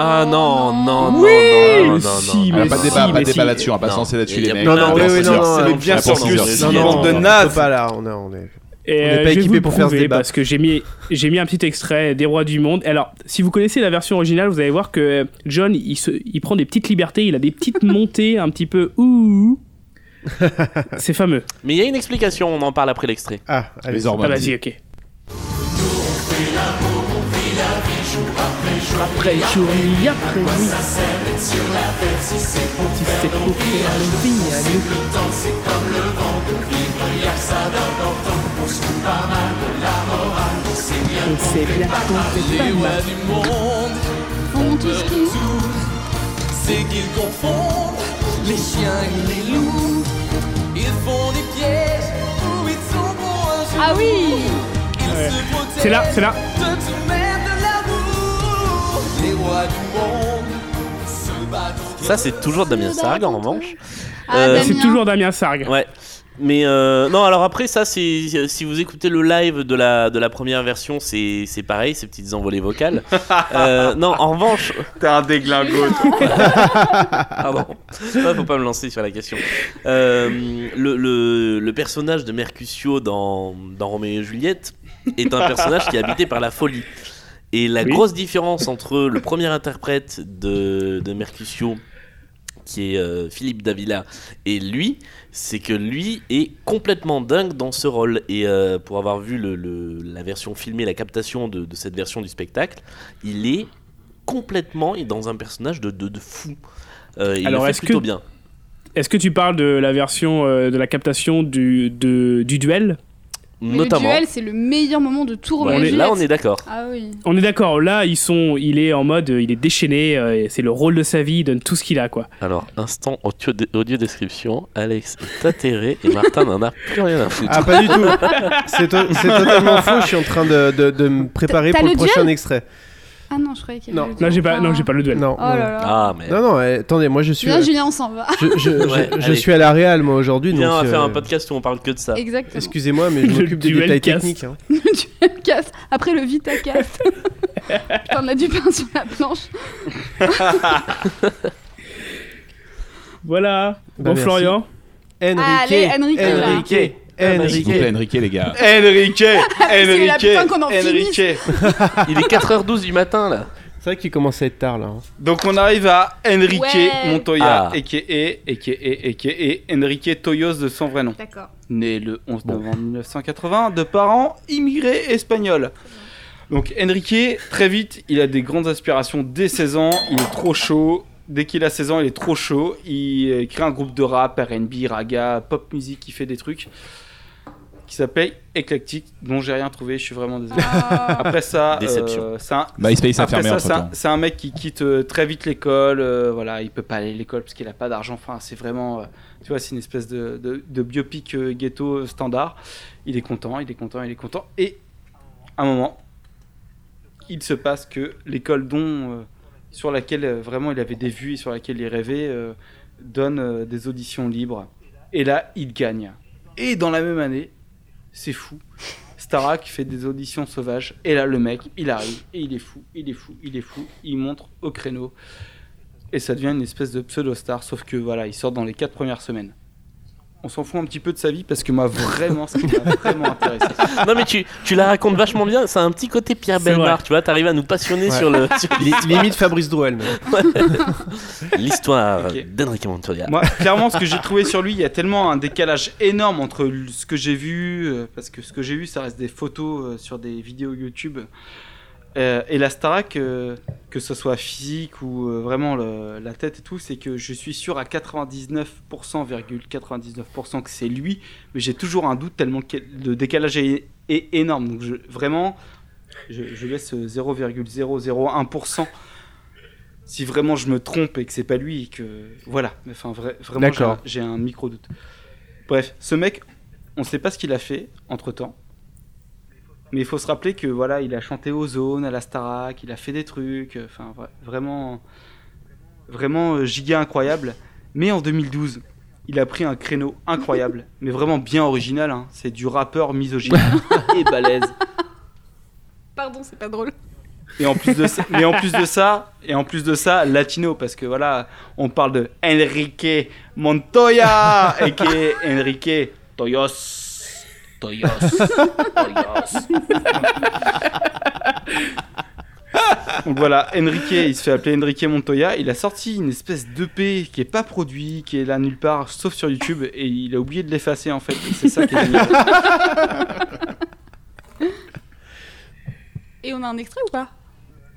Ah
Oh,
non, non, non,
Oui,
non, non,
mais
non,
si,
non.
On
mais
a Ah, pas de
si,
débat, pas
mais
de débat
si.
là-dessus, on va pas
Non.
censé là-dessus
Il y
les
a
mecs.
plein
on va
de-
pas
oui, oui,
censé
non,
dire.
non,
C'est
non,
bien
non,
sûr
non,
que
non,
si,
non,
on
non,
bande de
non,
On
nazes.
peut pas là, on est, on est. On
Et
n'est
euh,
pas
je vais
équipé
vous
pour faire ce
prouver
débat.
Parce que j'ai mis, j'ai mis un petit extrait des Rois du Monde. Alors, si vous connaissez la version originale, vous allez voir que euh, John, il, se, il prend des petites libertés, il a des petites montées un petit peu ouh. ouh. C'est fameux.
Mais il y a une explication, on en parle après l'extrait.
Ah, allez.
Les
Ah,
hormones.
vas-y, ok. Après jour, il y a après jour. Tu sais pourquoi la vie a lieu. On sait bien qu'on fait pas mal.
On monte tous qui
C'est qu'ils confondent les chiens et les loups. Ils font des pièges où ils sont pour un jour.
Ah oui
C'est là, c'est là.
De tout mettre de l'amour. Les rois du monde se battent.
Ça, c'est toujours Damien Sargue en revanche.
Ah,
Euh,
Damien.
C'est toujours Damien Sargue.
Ouais. Mais euh, non, alors après, ça, c'est si vous écoutez le live de la, de la première version, c'est c'est pareil, ces petites envolées vocales. Euh, non, en revanche.
T'es un déglingo.
Pardon. Ah, faut pas me lancer sur la question. Euh, le, le- le personnage de Mercutio dans, dans Roméo et Juliette est un personnage qui est habité par la folie. Et la
Oui.
grosse différence entre le premier interprète de, de Mercutio, qui est euh, Philippe Davila, et lui, c'est que lui est complètement dingue dans ce rôle. Et euh, pour avoir vu le- le- la version filmée, la captation de, de cette version du spectacle, il est complètement et dans un personnage de, de- de fou. Euh, il
Alors,
le fait
est-ce que-
plutôt bien.
Est-ce que tu parles de la version euh, de la captation du, de- du duel
Mais
Notamment.
Le duel, c'est le meilleur moment de tout
Ouais,
Roméo
on
et
est-
là,
Juliette.
on est d'accord.
Ah oui.
On est d'accord, là ils sont, il est en mode, euh, il est déchaîné, euh, et c'est le rôle de sa vie, il donne tout ce qu'il a quoi.
Alors, instant audio, audio description. Alex est atterré et Martin n'en a plus rien à foutre.
Ah, pas du tout. C'est to- c'est totalement faux. Je suis en train de, de, de me préparer
T'as
pour le,
le duel
prochain extrait.
Ah non, je croyais qu'il y avait le
Non
duel.
j'ai pas, non, j'ai pas le duel.
Non.
Oh là
non.
là.
Ah, mais.
Non, non, eh, attendez, moi je suis.
Viens, Julien, on s'en va.
Je, je- je-
Ouais,
je
allez.
suis à la réal moi aujourd'hui.
Viens, on
donc,
va faire
euh,
un podcast où on parle que de ça.
Exactement.
Excusez-moi, mais je
Le
m'occupe des
duel
détails
cast.
techniques. hein.
Casse. Après le Vitacast. Putain, on a du pain sur la planche.
Voilà,
Bah,
bon
merci.
Florian.
Enrique,
Allez, Enrique, là.
Enrique,
S'il vous
Enrique.
plaît, Enrique, les gars.
Enrique
c'est la putain
Enrique
qu'on en
Enrique
Il est 4h12 du matin, là.
C'est vrai qu'il commence à être tard là. hein.
Donc on arrive à Enrique
Ouais.
Montoya,
Ah.
a.k.a. a.k.a. a.k.a. Enrique Toyos de son vrai nom.
D'accord.
Né le 11 novembre 1980 de parents immigrés espagnols. Donc Enrique, très vite, il a des grandes aspirations dès 16 ans, il est trop chaud. Dès qu'il a 16 ans, il est trop chaud. Il euh, crée un groupe de rap, RB, raga, pop music, il fait des trucs qui s'appelle Eclectic, dont j'ai rien trouvé, je suis vraiment désolé.
Ah.
Après ça,
Déception.
euh, c'est un-
MySpace a
après
fermé
ça,
entre
c'est un-
temps.
c'est un, mec qui quitte euh, très vite l'école. euh, voilà, il peut pas aller à l'école parce qu'il a pas d'argent. Enfin, c'est vraiment, euh, tu vois, c'est une espèce de, de- de biopic euh, ghetto euh, standard. Il est content, il est content, il est content. Et à un moment, il se passe que l'école dont euh, sur laquelle euh, vraiment il avait des vues et sur laquelle il rêvait euh, donne euh, des auditions libres. Et là, il gagne. Et dans la même année, c'est fou. Starak fait des auditions sauvages. Et là, le mec, il arrive. Et il est fou, il est fou, il est fou. Il montre au créneau. Et ça devient une espèce de pseudo-star. Sauf que voilà, il sort dans les quatre premières semaines. On s'en fout un petit peu de sa vie parce que moi, vraiment, ce qui m'a vraiment intéressé.
Non, mais tu, tu la racontes vachement bien. C'est un petit côté Pierre
C'est
Belmar,
vrai.
tu vois. T'arrives à nous passionner
Ouais.
sur le- sur
Li- Limite Fabrice Drouel. mais-
l'histoire
Ok.
d'Enrique Montoya.
Moi, clairement, ce que j'ai trouvé sur lui, il y a tellement un décalage énorme entre l- ce que j'ai vu, euh, parce que ce que j'ai vu, ça reste des photos euh, sur des vidéos YouTube Euh, et la Starac, euh, que ce soit physique ou euh, vraiment le- la tête et tout, c'est que je suis sûr à 99,99% que c'est lui, mais j'ai toujours un doute tellement que le décalage est, est énorme. Donc je- vraiment, je, je laisse euh, 0,001% si vraiment je me trompe et que c'est pas lui et que voilà. Mais Enfin vra- vraiment, j'ai un-
D'accord.
j'ai un micro doute. Bref, ce mec, on ne sait pas ce qu'il a fait entre temps. Mais il faut se rappeler que voilà, il a chanté Ozone, à la Starac, il a fait des trucs, euh, enfin vra- vraiment, vraiment euh, giga incroyable. Mais en 2012, il a pris un créneau incroyable, mais vraiment bien original. hein. C'est du rappeur misogyne et balèze.
Pardon, c'est pas drôle.
Et en plus de ça, mais en plus de ça, et en plus de ça, latino parce que voilà, on parle de Enrique Montoya et qui est Enrique Toyos. Toyos. Toyos. Donc voilà, Enrique, il se fait appeler Enrique Montoya. Il a sorti une espèce d'EP qui est pas produit, qui est là nulle part, sauf sur YouTube, et il a oublié de l'effacer en fait. Et C'est ça qui est génial.
Et on a un extrait ou pas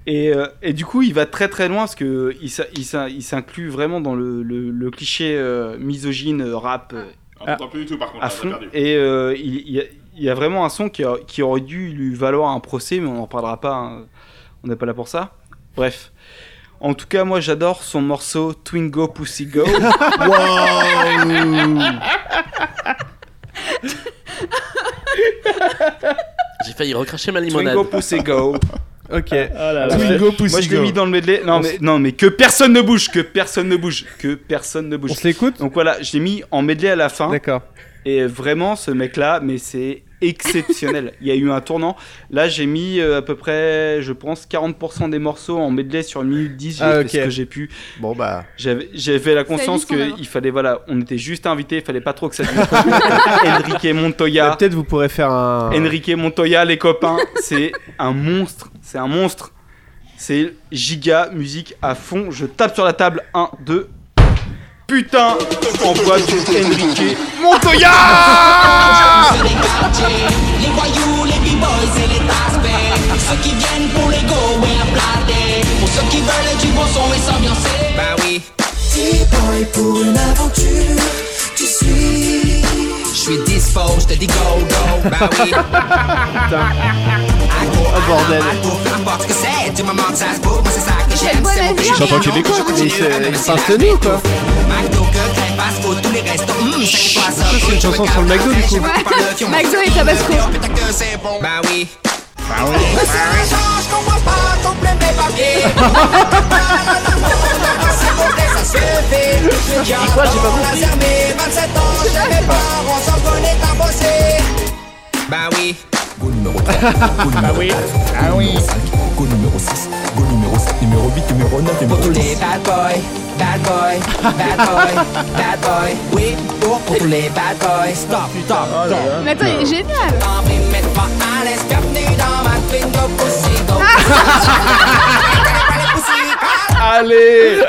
Et, euh, et du coup, il va très très loin parce que il s'in- il s'in- il s'inclut vraiment dans le, le- le cliché euh, misogyne euh, rap euh,
Ah.
On t'entend plus du tout par contre,
à
là, Ah, on a
fond.
perdu.
Et euh, il, il y a, il y a vraiment un son qui, a- qui aurait dû lui valoir un procès, mais on n'en reparlera pas. hein. On n'est pas là pour ça. Bref. En tout cas, moi j'adore son morceau Twingo Pussy Go.
J'ai failli recracher ma limonade.
Twingo Pussy Go.
Ok.
Twingo Pussy
Moi je l'ai
Go.
mis dans le medley. Non
On
mais,
s-
non mais que personne ne bouge, que personne ne bouge, que personne ne bouge.
On se l'écoute
Donc voilà, je l'ai mis en medley à la fin.
D'accord.
Et vraiment, ce mec-là, mais c'est exceptionnel. Il y a eu un tournant. Là, j'ai mis euh, à peu près, je pense, 40% des morceaux en medley sur une minute 10 juste
Ah, ok.
parce que j'ai pu.
Bon bah.
J'avais j'avais la conscience
vite, son œuvre.
qu'il fallait, voilà, on était juste invités, il fallait pas trop que ça dure. Enrique Montoya,
Bah, Peut-être vous pourrez faire un.
Enrique Montoya, les copains, c'est un monstre, c'est un monstre. C'est giga musique à fond. Je tape sur la table 1, 2. Putain, en boîte Enrique Montoya
Les voyous, les b-boys et les tasses Ceux qui viennent pour les go et la blader Pour ceux qui veulent du bon son et s'ambiancer Bah oui T-boy pour une aventure Tu suis Je suis dispo, je te dis go go Bah oui
Oh bordel.
N'importe ce que c'est, tu me manques, ça se bouge, moi c'est ça que j'aime
bonne
C'est mon
idée.
délire,
J'entends qu'il
donc
écoute.
je
Mais
continue à
c'est-
me
il
laisser
parle de nous, quoi.
McDo, que crème, fast food, tous les restos Hum, c'est quoi ça
C'est une chanson sur le McDo du coup.
Ouais, Maxo et Tabasco.
Bah oui. Le serrage, qu'on voit pas, qu'on pleine des papiers. C'est bon, ça se fait. Je dis quoi, j'ai pas compris. 27 ans, j'avais peur, on s'en connaît à bosser. Bah oui. Go numéro 3, bah oui. Ah oui. Go numéro 6, go numéro 7, numéro 8, numéro 9, numéro 10. Pour tous les bad boys, bad boys, bad boys, bad boys. Oui, pour, pour tous les bad boys. Stop, stop, stop.
Mais attends, il est génial.
Allez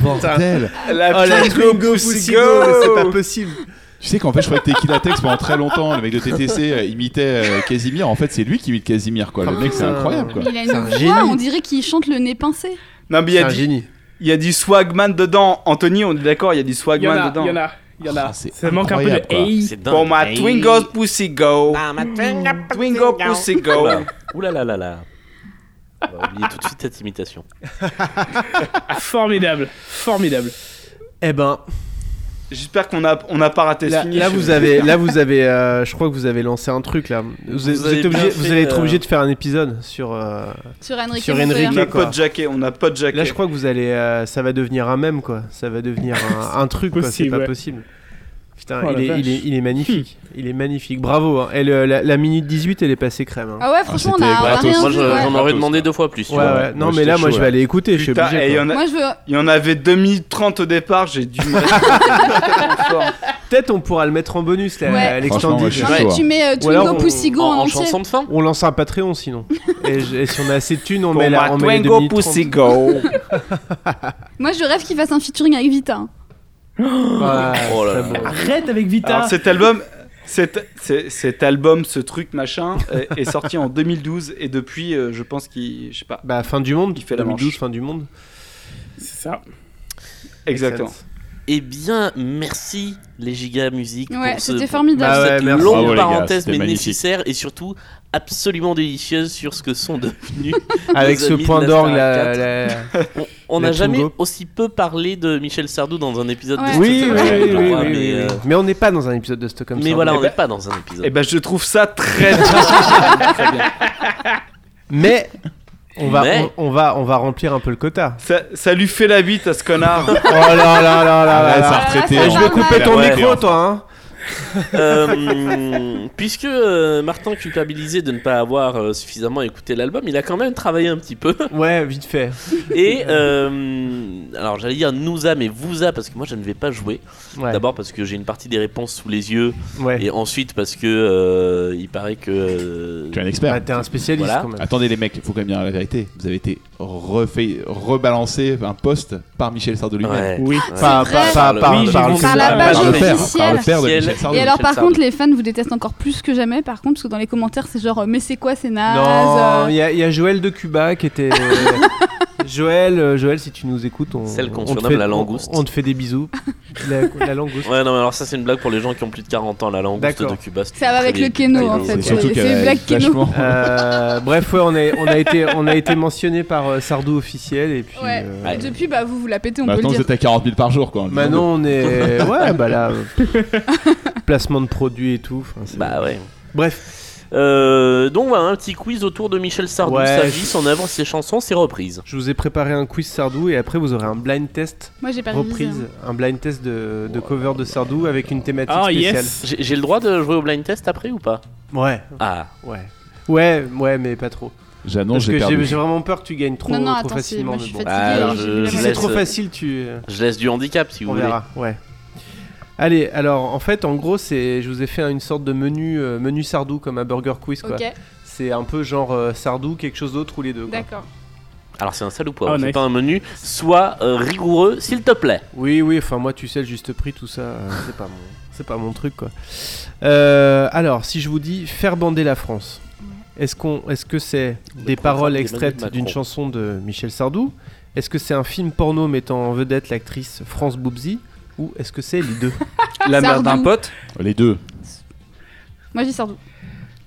Bordel.
La
Oh la
petite
Twingo
Pussy
Pussy
Go.
Go, c'est pas possible.
Tu sais qu'en fait, je croyais que Tequila Tex pendant très longtemps, le mec de TTC euh, imitait euh, Casimir. En fait, c'est lui qui imite Casimir, quoi. Le mec, c'est
putain.
incroyable, quoi.
Il a
C'est un
une voix,
génie.
on dirait qu'il chante le nez pincé.
Non, mais il y
C'est
a
un
du-
génie.
il y, a du swagman dedans. Anthony, on est d'accord, il y a du
Il y en
swagman
a,
dedans.
il y en a, il y en a.
Ah, c'est
Ça manque un peu
incroyable,
de
quoi.
AI.
C'est dingue. Eh
Pour ma
Hey.
Twingo Pussy Go.
Bah,
Twingo Pussy Go.
Bah.
Oula. Ouh bah, là là là là. On va oublier tout de suite cette imitation.
Ah, Formidable, formidable.
Eh ben,
J'espère qu'on a, on a pas raté ce
là,
finish.
là, vous avez, là vous avez, euh, je crois que vous avez lancé un truc là. Vous, êtes- vous
avez
êtes obligé,
bien
vous
fait,
allez être
euh,
obligé de faire un épisode sur. euh,
Sur Enrique.
Sur
Montoya.
Enrique.
On a
quoi.
pas de jacket, on a pas de jacket.
Là, je crois que vous allez, euh, ça va devenir un mème quoi. Ça va devenir un, un truc quoi. C'est
possible,
pas
ouais.
possible. Putain,
Oh,
il,
la
est,
vache.
il, est, il est magnifique. Il est magnifique. Bravo. hein. Et le- la, la minute 18, elle est passée crème. hein.
Ah ouais, franchement, on a,
c'était
on a
gratos.
rien
Moi,
vu.
je-
ouais.
j'en aurais
Gratos,
demandé
quoi.
deux fois plus. tu
ouais,
vois.
ouais. Non,
Moi,
mais là,
j'étais
moi,
chaud,
je vais
ouais.
aller écouter. je suis
Putain,
obligé.
et il y,
quoi.
en a-
Moi, je veux.
il y en avait 2030 au départ, j'ai dû me Tellement fort.
Peut-être on pourra le mettre en bonus, la-
Ouais.
Franchement, moi,
l'extended.
je suis
Non,
chaud,
mais
hein.
tu mets euh,
Ou alors,
Twingo
on-
Pussigo
En,
en
en
entier.
chanson de fin
On lance un Patreon sinon. et, je- et si on a assez de thunes, on
Pour
met la
ma
on met les
Twingo
2 minutes
Pussy Go.
Moi, je rêve qu'il fasse un featuring avec Vita. hein.
trente. Ouais,
Oh là
très
là.
beau.
Ah,
Arrête avec Vita.
Alors cet album, cet, c'est- cet album, ce truc machin, euh, est sorti en 2012 et depuis, euh, je pense qu'il, je sais pas,
Bah, fin du monde,
Il fait la
2012,
manche.
fin du monde.
C'est ça.
exactement.
Eh bien, merci les gigas musique
Ouais,
pour ce-
c'était
Bah
formidable.
ouais,
cette
merci.
longue
Ah Bravo, les gars,
parenthèse
c'était
mais
magnifique.
nécessaire et surtout absolument délicieuse sur ce que sont devenus.
Avec
nos
ce
amis de
point
la
d'orgue,
Star
la,
4.
la-
On
La
n'a jamais
Tungo.
aussi peu parlé de Michel Sardou dans un épisode
Ouais.
de
Oui, oui,
Stockholm,
oui,
je
oui,
crois,
oui,
mais,
oui.
euh,
Mais on n'est pas dans un épisode de Stockholm.
mais
Syndrome.
voilà, on
ben-
n'est pas dans un épisode.
Et ben, je trouve ça très bien. Très bien.
Mais on va,
Mais-
On, on va, on va remplir un peu le quota.
Ça, ça lui fait la bite à ce connard.
Oh là là là là là
Ah là,
là.
ça a
là,
retraité.
ça
hein.
va
Je vais couper ton
Ouais.
micro, toi. Hein.
Euh, puisque euh, Martin culpabilisé de ne pas avoir euh, suffisamment écouté l'album, il a quand même travaillé un petit peu.
Ouais, vite fait.
Et euh, alors j'allais dire nous a mais vous a parce que moi je ne vais pas jouer.
Ouais.
D'abord parce que j'ai une partie des réponses sous les yeux
Ouais.
et ensuite parce que euh, il paraît que euh,
Tu es un expert.
Bah, T'es un spécialiste
Voilà.
quand même.
Attendez les mecs, il faut quand même dire la vérité. Vous avez été refait, rebalancé un poste par Michel Sardou lui-même.
ouais.
Oui.
Pas,
Ah, C'est
pas,
vrai.
pas, pas,
Oui, j'ai
pas-
vu
pas-
ça.
Par la
pas-
page
par le père,
officielle.
par le père de
Officielle.
Michel Sardou.
Et alors, par
euh, Sardou.
contre, les fans vous détestent encore plus que jamais, par contre, parce que dans les commentaires, c'est genre, euh, mais c'est quoi, c'est naze
Non,
euh,
il y, a- il y a Joël de Cuba qui était. Joël, euh, Joël, si tu nous écoutes, on,
Celle qu'on
on te
surnomme
fait-
la langouste.
On, on te fait des bisous. La, la langouste.
Ouais, non mais alors ça c'est une blague pour les gens qui ont plus de 40 ans la langouste
D'accord.
de Cuba. c'est
Ça va
très
avec le
vieille
keno,
blague.
en fait.
Et surtout
C'est
qu'elle
une
est
blague qui nous-
vachement-
Euh, bref, ouais, on, est, on, a été, on a été mentionné par euh, Sardou officiel et puis.
Ouais.
euh,
Ouais.
Depuis, bah, vous vous la pétez, on peut
Maintenant,
le
vous
dire.
êtes à 40 000 par jour, quoi.
Maintenant, on est. Ouais, bah là. euh, placement de produits et tout. enfin, c'est-
Bah ouais.
Bref,
Euh, donc voilà un petit quiz autour de Michel Sardou,
Ouais.
sa vie, son œuvre, ses chansons, ses reprises.
je vous ai préparé un quiz Sardou et après, vous aurez un blind test
Moi, j'ai pas hein.
reprise, un blind test de, de cover de Sardou avec une thématique
Ah
spéciale.
yes.
J'ai j'ai le droit de jouer au blind test après ou pas
Ouais,
Ah.
ouais. Ouais, ouais, mais pas trop.
J'annonce,
Parce
j'ai
que j'ai
perdu.
j'ai vraiment peur que tu gagnes trop,
Non, non,
trop
attends, c'est-
facilement.
moi, je
mais bon.
suis fatiguée.
Ah,
hein,
je-
j'ai vu la
je
Si
matinée.
c'est
laisse-
trop facile, tu.
Je laisse du handicap si vous
On
voulez.
verra, ouais. Allez, alors en fait, en gros, c'est, je vous ai fait une sorte de menu, euh, menu Sardou comme un burger quiz, quoi.
Ok,
C'est un peu genre euh, Sardou, quelque chose d'autre ou les deux. Quoi.
d'accord.
Alors c'est un sale ou poivre,
Ah,
c'est
nice.
pas un menu. Sois euh, rigoureux, s'il te plaît.
Oui, oui. Enfin, moi, tu sais, le juste prix, tout ça, euh, c'est pas mon, c'est pas mon truc, quoi. Euh, alors, si je vous dis faire bander la France, est-ce qu'on, est-ce que c'est des
programme
paroles
d'Emmanuel
extraites
Macron.
d'une chanson de Michel Sardou Est-ce que c'est un film porno mettant en vedette l'actrice France Boubzi ou est-ce que c'est les deux
La mère d'un
Sardou.
pote.
Les deux.
Moi, j'ai Sardou.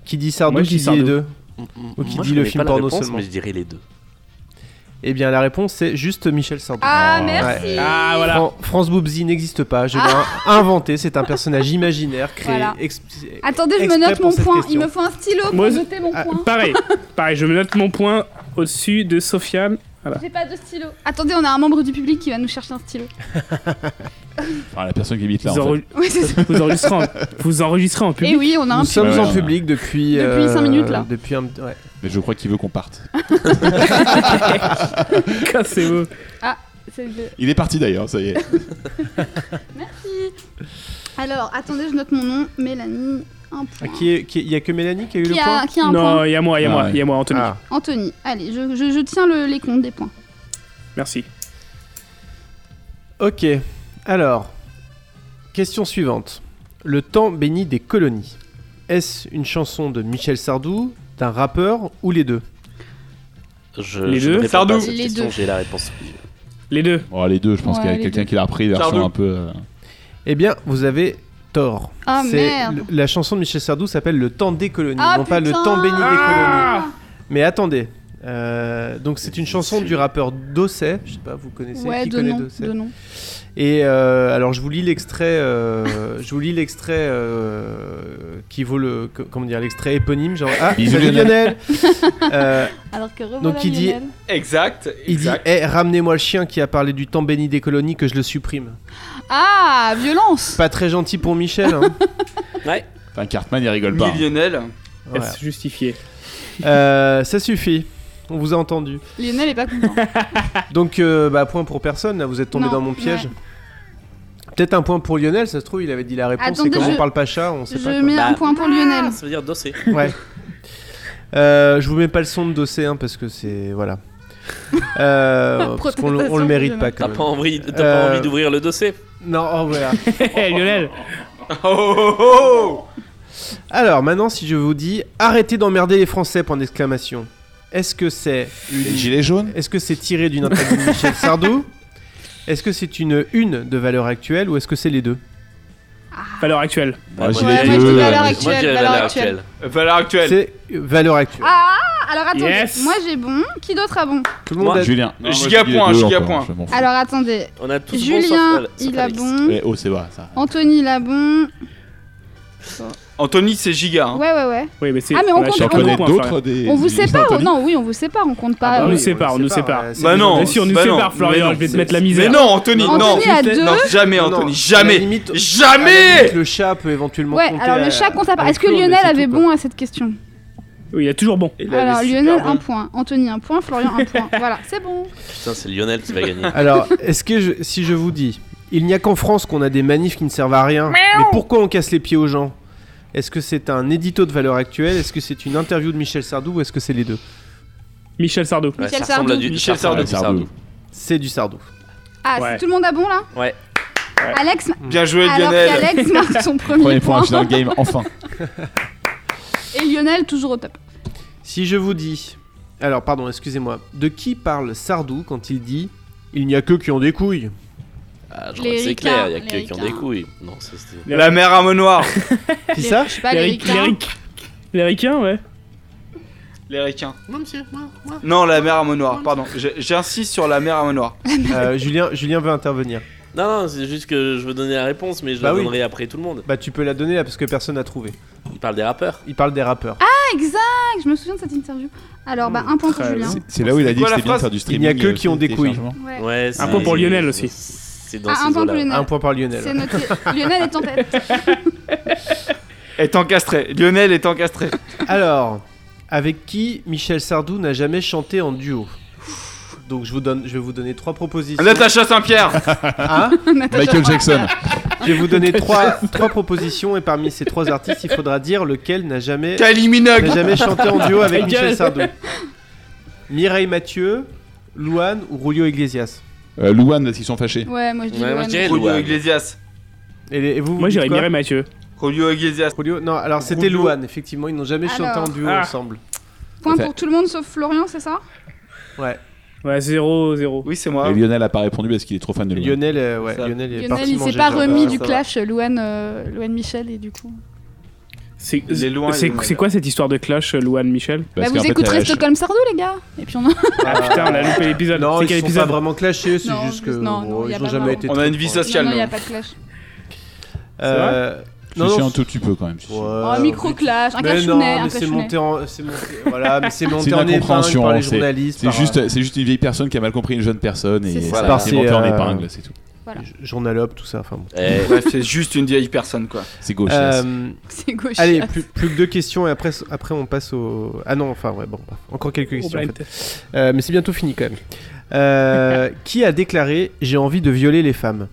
Qui dit Sardou,
Moi, je
qui
dis
dit les
Sardou.
deux
M- m-
Ou qui
Mm, moi,
dit
je
le
connais
film
pas la
porno
réponse,
seulement.
mais je dirais les deux.
Eh bien, la réponse, c'est juste Michel Sardou.
Ah,
Oh.
merci
Ah voilà.
Fran- France Boubzi n'existe pas, je l'ai inventé, c'est un personnage imaginaire créé.
Ah. Voilà. Ah,
ex-
Attendez, je me
Exprès
note
pour
mon
cette
point.
question.
Il me faut un stylo pour
Moi, je-
noter mon
Ah,
point.
Pareil. Pareil, je me note mon point au-dessus de Sofiane.
J'ai pas de stylo. Attendez, on a un membre du public qui va nous chercher un stylo.
Enfin, la personne qui habite là.
Vous,
Bah, En fait.
enre-
Oui, c'est ça.
vous enregistrez en... vous enregistrez en
Et
public.
oui, Hein, on a un
Nous sommes
Ouais,
en
ouais.
public depuis. euh,
Depuis cinq minutes, là.
Depuis un. ouais.
Mais je crois qu'il veut qu'on parte.
C'est beau.
C'est le-
Il est parti d'ailleurs, ça y est.
Merci. Alors, attendez, je note mon nom, Mélanie. Un point.
Ah, qui est- qui est- Il y a que Mélanie qui a eu le
Qui
point
a, qui a un
Non,
point
il y a moi, il y a
Ah
moi,
ouais.
il y a moi, Anthony.
Ah.
Anthony. Allez, je, je- je tiens le- les comptes des points.
Merci.
Ah. Ok, alors. Question suivante. Le temps béni des colonies. Est-ce une chanson de Michel Sardou, d'un rappeur ou les deux
Je,
Les
je
deux
ne réponds
Sardou.
pas à cette
Les
question,
deux.
J'ai la réponse.
Les deux.
Bon, les deux, je pense
Ouais,
qu'il y a
les
quelqu'un
deux.
qui l'a repris, la version
Sardou.
un peu. euh,
Eh bien, vous avez tort.
Ah,
C'est-
merde.
le- La chanson de Michel Sardou s'appelle Le temps des colonies,
Ah,
non pas Le
putain.
temps béni des colonies.
Ah
Mais attendez, euh, donc c'est une chanson du rappeur Dosset, je sais pas, vous connaissez
Ouais,
qui
de
connaît
nom,
Dosset
de nom.
Et euh, alors je vous lis l'extrait, euh, je vous lis l'extrait euh, qui vaut le, que- comment dire, l'extrait éponyme, genre ah
Bisous,
salut Lionel.
Lionel.
Euh,
Alors que revoilà
Donc, qui dit-
Lionel.
Exact.
il dit,
exact.
Eh, ramenez-moi le chien qui a parlé du temps béni des colonies que je le supprime.
Ah, violence
Pas très gentil pour Michel. hein.
Enfin, Cartman, il rigole pas. hein.
Millionnaire.
Voilà.
Est-ce justifié
Euh, ça suffit. On vous a entendu.
Lionel est pas content.
Donc, euh, bah, point pour personne, là, vous êtes tombé
Non,
dans mon piège. Peut-être un point pour Lionel, ça se trouve, il avait dit la réponse.
Attendez,
et comme
je-
on parle pas chat, on sait
Je
pas. quoi.
mets un
Bah.
point pour Lionel.
Ça veut dire dossier.
Ouais. Euh, je vous mets pas le son de dossier hein, parce que c'est. Voilà. Euh, parce qu'on le- on le mérite pas
T'as
quand même.
pas envie, t'as
Euh,
pas envie d'ouvrir le dossier
Non, oh, voilà.
Lionel
Oh, oh, oh
Alors maintenant, si je vous dis arrêtez d'emmerder les Français, point d'exclamation. Est-ce que c'est
Les
une...
gilets jaunes
Est-ce que c'est tiré d'une interview de Michel Sardou Est-ce que c'est une une de valeur actuelle ou est-ce que c'est les deux
Valeur actuelle.
Bah,
moi,
je l'ai
je
Ah,
dit.
dirais-
Moi,
euh,
je dis
moi, je
valeur
dirais
actuelle,
valeur
valeur
actuelle.
Euh, Valeur actuelle.
C'est euh, valeur actuelle.
Alors attendez,
Yes.
moi j'ai bon, qui d'autres a bon
Tout le monde
moi,
a-
Julien.
moi, je Giga dis les point, deux giga encore, point.
Alors attendez,
On a tous bon
Julien,
sauf- sauf
il a
Alex.
bon,
oh, c'est vrai, ça.
Anthony il a bon,
Anthony, c'est giga. hein.
ouais ouais ouais.
Oui, mais c'est.
Ah, mais on
a
compte-
J'en
chacun
on-
connais
nos points,
d'autres des.
On vous
des-
sépare,
Anthony.
non oui on vous sépare, on compte pas.
Ah,
euh,
on nous
bah oui,
sépare, on nous sépare.
euh, c'est
Bah
des
non.
Bien
gens-
sûr, on nous
Bah non.
sépare, Florian,
Mais
je vais te
non.
mettre la
Mais
misère.
non, Anthony,
Euh, Anthony
non.
a deux.
Non, jamais,
Non, non.
Anthony,
À la
jamais.
limite, à la
Jamais
limite, le chat peut éventuellement
Ouais,
compter
alors
à-
le chat compte à part.
avec
Est-ce que
Flo, mais
Lionel
c'est
avait
tout,
bon à cette question
Oui, il est toujours bon.
Il avait
Alors
super
Lionel
bon.
un point, Anthony un point, Florian un point. Voilà, c'est bon.
Putain, c'est Lionel qui va gagner.
quoi. Alors, est-ce que je- si je vous dis, il n'y a qu'en France qu'on a des manifs qui ne servent à rien, mais pourquoi on casse les pieds aux gens Est-ce que c'est un édito de valeur actuelle Est-ce que c'est une interview de Michel Sardou ou est-ce que c'est les deux
Michel Sardou.
Ouais, ça
Michel
ressemble à du
Michel
ça ressemble à du
Sardou.
Sardou.
C'est du Sardou.
Ah,
Ouais.
c'est- tout le monde a bon là
Ouais.
Alex,
Bien joué,
alors
Lionel.
qu'Alex marque son
Premier
premier
point,
point.
final game, enfin.
Et Lionel toujours au top.
Si je vous dis. Alors, pardon, excusez-moi. De qui parle Sardou quand il dit Il n'y a que qui ont des couilles
Ah, genre,
Les
c'est clair, il y a
Ricains,
que
les
qui ont des
Ricains.
couilles. Non, ça, c'était.
La mère à mon noir.
Qui ça
Je sais pas, les
L'Éric-
Ricains.
l'Éric- L'Éricain, ouais.
Les requins. Non, la mère à mon noir, pardon. J'ai- J'insiste sur la mère à mon noir.
Euh, Julien, Julien veut intervenir.
Non, non, c'est juste que je veux donner la réponse, mais je
Bah
la
oui.
donnerai après tout le monde.
Bah, tu peux la donner là parce que personne n'a trouvé.
Il parle des rappeurs.
Il parle des rappeurs.
Ah, exact Je me souviens de cette interview. Alors, bah, un point pour
Très
Julien.
C'est- C'est là où il a dit
quoi
que
la
c'était bien de
phrase
faire du
Il
streaming.
n'y a que
euh,
qui ont des couilles.
téléchargement.
Ouais.
Ouais, c'est-
point pour Lionel aussi.
C'est dans
Ah,
ces
un point pour
eaux-là.
Un
Lionel.
point par Lionel.
C'est noté. Lionel est en tête.
Est encastré. Lionel est encastré.
Alors, avec qui Michel Sardou n'a jamais chanté en duo Donc je, vous donne, je vais vous donner trois propositions.
Natacha Saint-Pierre.
Hein
Michael Jackson.
je vais vous donner trois, trois propositions et parmi ces trois artistes, il faudra dire lequel n'a jamais,
Kylie Minogue.
n'a jamais chanté en duo avec Michel
Gueule.
Sardou. Mireille Mathieu, Louane ou Julio Iglesias
Euh, Louane, parce qu'ils sont fâchés.
Ouais, moi je dis
Ouais, moi,
Lionel.
je dirais
Julio
Louane.
Iglesias.
et, les- et vous, vous
Moi,
dites
j'irais
quoi
Mireille Mathieu.
Julio Iglesias.
Julio Non, alors c'était
Julio.
Louane, effectivement, ils n'ont jamais chanté
Alors.
en duo
Ah.
ensemble.
Point
Enfin.
pour tout le monde sauf Florian, c'est ça
Ouais, 0-0.
Oui, c'est moi.
Et Lionel a pas répondu parce qu'il est trop fan de Louane.
Lionel, euh, ouais,
Ça.
Lionel, est
Lionel,
parti
il s'est
manger
pas
Java.
remis
ça
du
va.
clash euh, Louane, euh, Louane Michel et du coup.
C'est
Il est loin, il est
c'est-
loin.
c'est quoi cette histoire de clash, euh, Louane Michel
Bah,
Parce
vous
qu'en fait,
écouterez
elle a-
Stockholm Sardou, les gars. Et puis on a.
Ah putain, on a loupé l'épisode.
Non,
C'est
ils
quel
sont pas
épisode
vraiment clashés, c'est
Non,
juste que
non,
bon,
non, y
ils
a
n'ont
pas
jamais
vraiment.
été.
On a
très
une vie
proches.
sociale,
non, il n'y a
nous.
pas de clash.
Euh,
Je suis un tout petit peu quand même. si, si.
Ouais.
Oh, un micro-clash, un
Mais
cachounet,
non,
un
mais c'est
cachounet.
monté en, c'est monté, voilà, mais c'est monté
une
en épingle
incompréhension,
par les
c'est-
journalistes.
C'est
par,
juste, c'est juste une vieille personne qui a mal compris une jeune personne et
C'est ça.
ça a été
Par-
monté
c'est,
en
euh,
épingle, c'est tout.
euh, journalope, tout ça. Enfin bon.
Eh,
Bref, c'est juste une vieille personne, quoi.
C'est gauche.
Euh,
C'est gauche.
allez, plus, plus que deux questions et après, après on passe au. Ah non, enfin ouais, bon, bah, encore quelques
Oh,
questions. en
blind
fait. Euh, mais c'est bientôt fini quand même. Euh, qui a déclaré j'ai envie de violer les femmes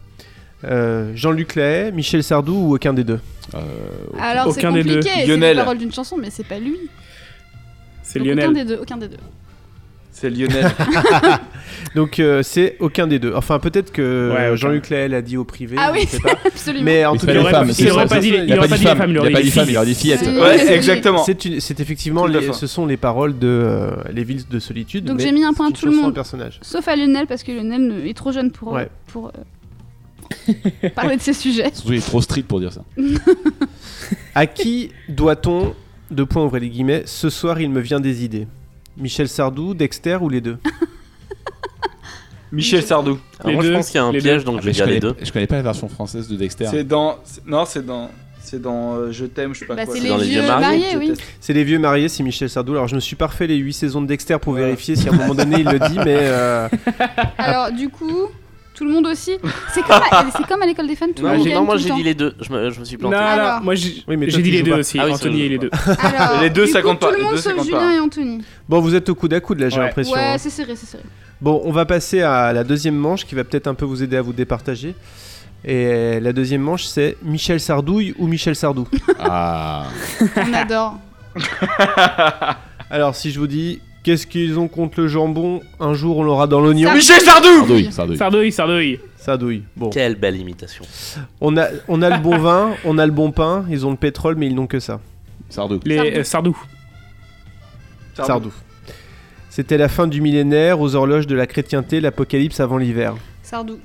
Euh, Jean-Luc Lahaye, Michel Sardou ou aucun des deux
Alors c'est
Aucun des deux.
compliqué, c'est les
Lionel.
paroles d'une chanson, mais c'est pas lui.
C'est
Donc, Aucun
Lionel.
des deux, aucun des deux.
C'est Lionel.
Donc euh, c'est aucun des deux. Enfin peut-être que
Ouais, aucun.
Jean-Luc Lahaye l'a dit au privé.
Ah
je
oui.
sais pas.
Absolument.
Mais en
Mais
tout
c'est
cas,
pas les femmes,
c'est-
c'est-
c'est-
aurait pas
c'est-
dit-
c'est-
il
n'y a
aurait
pas dit
dit les
femme,
femmes,
il
il
n'y a
aurait
pas
dit
dit femme, il
filles.
aurait dit fillette.
Oui.
Ouais, exactement.
C'est une- c'est effectivement
Tout à
les-
fait.
ce sont les paroles de euh, les villes de solitude.
Donc
mais
j'ai mis un
c'est
point à
une
tout le
chanson, un
monde.
personnage.
Sauf à Lionel, parce que Lionel ne- est trop jeune pour, euh,
Ouais.
pour euh, parler de ces sujets.
Surtout, il est trop street pour dire ça.
À qui doit-on deux points ouvrez les guillemets Ce soir, il me vient des idées. Michel Sardou, Dexter ou les deux
Michel Sardou.
alors
Les
moi, je
deux,
pense qu'il y a un
les
piège, donc
Ah,
je vais
mais je,
dire
connais,
les deux.
je connais pas la version française de Dexter.
C'est dans. c'est- Non, c'est dans. C'est dans euh, Je t'aime, je sais pas
Bah,
quoi.
c'est
dans
les
les
vieux
vieux
mariés,
Je
oui.
déteste.
C'est les vieux mariés, c'est Michel Sardou. Alors je me suis parfait les 8 saisons de Dexter pour vérifier si à un moment donné il le dit, mais euh,
Alors du coup, tout le monde aussi. C'est comme à, c'est comme à l'école des fans, tout le
Non,
monde
j'ai-
gagne
non, moi
tout le
j'ai
temps.
dit les deux. Je me, je me suis
Non,
planté.
non,
Alors.
moi j'ai
Oui, mais toi,
j'ai dit
tu
les
joues
deux
pas.
aussi,
Ah oui, ça,
Anthony
je
et les
joue
deux.
Alors,
Les deux,
du
ça
coup,
compte pas,
Tout
les
le monde
deux, ça
sauf
compte
Julien
pas.
et Anthony.
bon, vous êtes au coude à coude là, j'ai
Ouais.
l'impression. hein.
Ouais, c'est serré, c'est serré.
Bon, on va passer à la deuxième manche qui va peut-être un peu vous aider à vous départager. Et la deuxième manche, c'est Michel Sardouille ou Michel Sardou.
Ah,
On adore.
Alors, si je vous dis, qu'est-ce qu'ils ont contre le jambon Un jour, on l'aura dans l'oignon.
Ça-
Michel Sardou
Sardouille, Sardouille.
Sardouille, Sardouille.
Sardouille. Bon.
Quelle belle imitation.
On a, on a le bon vin, on a le bon pain, ils ont le pétrole, mais ils n'ont que ça.
Sardou.
Les euh, Sardou.
Sardou. C'était la fin du millénaire, aux horloges de la chrétienté, l'apocalypse avant l'hiver.
Sardou.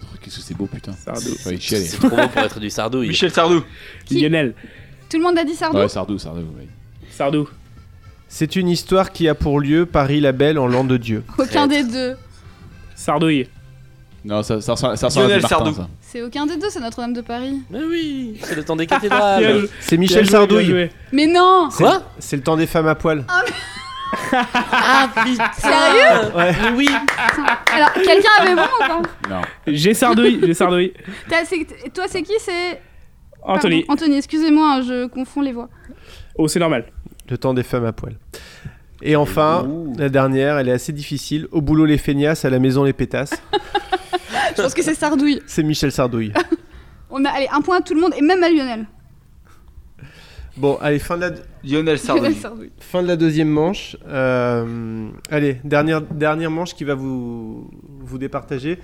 Oh, Qu'est-ce que c'est beau, putain.
Sardou.
Ouais, il chialait.
Eh, C'est trop beau pour être du sardouille.
Michel Sardou.
Qui
Lionel.
Tout le monde a dit Sardou
Ouais, Sardou, Sardou. ouais.
Sardou.
C'est une histoire qui a pour lieu Paris la Belle en l'an de Dieu.
Aucun des deux.
Sardouille.
Non, ça, ça, ressemble- ça ressemble à
Lionel
du Martin,
Sardou.
ça.
C'est aucun des deux, c'est Notre-Dame de Paris.
Mais oui, c'est le temps des
Bien
cathédrales.
joué,
C'est
bien
Michel
joué, bien
Sardouille.
joué.
Mais non
Quoi
C'est le temps des femmes à poil.
Ah putain
Sérieux
Ah, Mais oui
Alors, quelqu'un avait bon ou pas
Non.
J'ai Sardouille, j'ai Sardouille.
T'as- c'est- Toi, c'est qui C'est.
Anthony.
Pardon, Anthony, excusez-moi, hein, je confonds les voix.
Oh, c'est normal.
Le temps des femmes à poil. Et enfin, la dernière, elle est assez difficile. Au boulot les feignasses, à la maison les pétasses.
Je pense que c'est Sardouille.
C'est Michel Sardouille.
On a, allez, un point à tout le monde et même à Lionel.
Bon, allez, fin de la,
Lionel
Lionel
Sardou.
Sardouille.
fin de la deuxième manche. Euh, allez, dernière, dernière manche qui va vous, vous départager.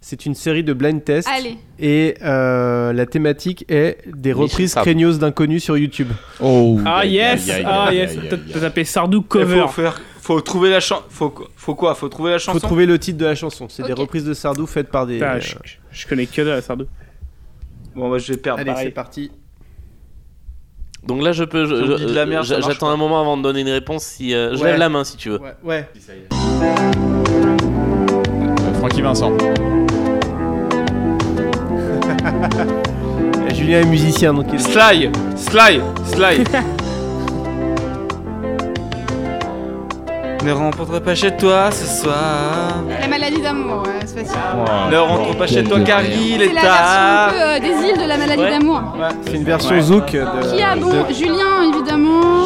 C'est une série de blind tests.
Allez.
Et euh, la thématique est des reprises
Sardou.
craignos d'inconnus sur YouTube.
Oh.
Ah
aïe,
yes,
aïe, aïe,
ah
aïe,
yes.
aïe, aïe,
T'as
aïe.
t'as tapé Sardou
Il
cover.
Faut faire, faut trouver la chanson. Faut, qu- faut quoi Faut trouver la
Faut
chanson.
trouver le titre de la chanson. C'est des
Ok.
reprises de Sardou faites par des.
Putain,
euh,
je, je connais que de la Sardou.
Bon bah je vais perdre.
Allez,
pareil.
c'est parti.
Donc là, je peux. je-
Si on dit de la
je-
merde, ça marche
J'attends un moment avant de donner une réponse. Si, euh, je
Ouais.
lève la main si tu veux.
Ouais. ouais.
Euh, Francky Vincent.
Euh, Julien est musicien, donc il-
Sly, Sly, Sly. ne rentre pas chez toi ce soir.
La maladie d'amour, ouais, c'est facile.
Ne rentre pas chez toi car il
C'est
est
la
tard.
version un peu, euh, des îles de la maladie
Ouais.
d'amour.
c'est une version zouk. de-
Qui a bon
de-
Julien, évidemment.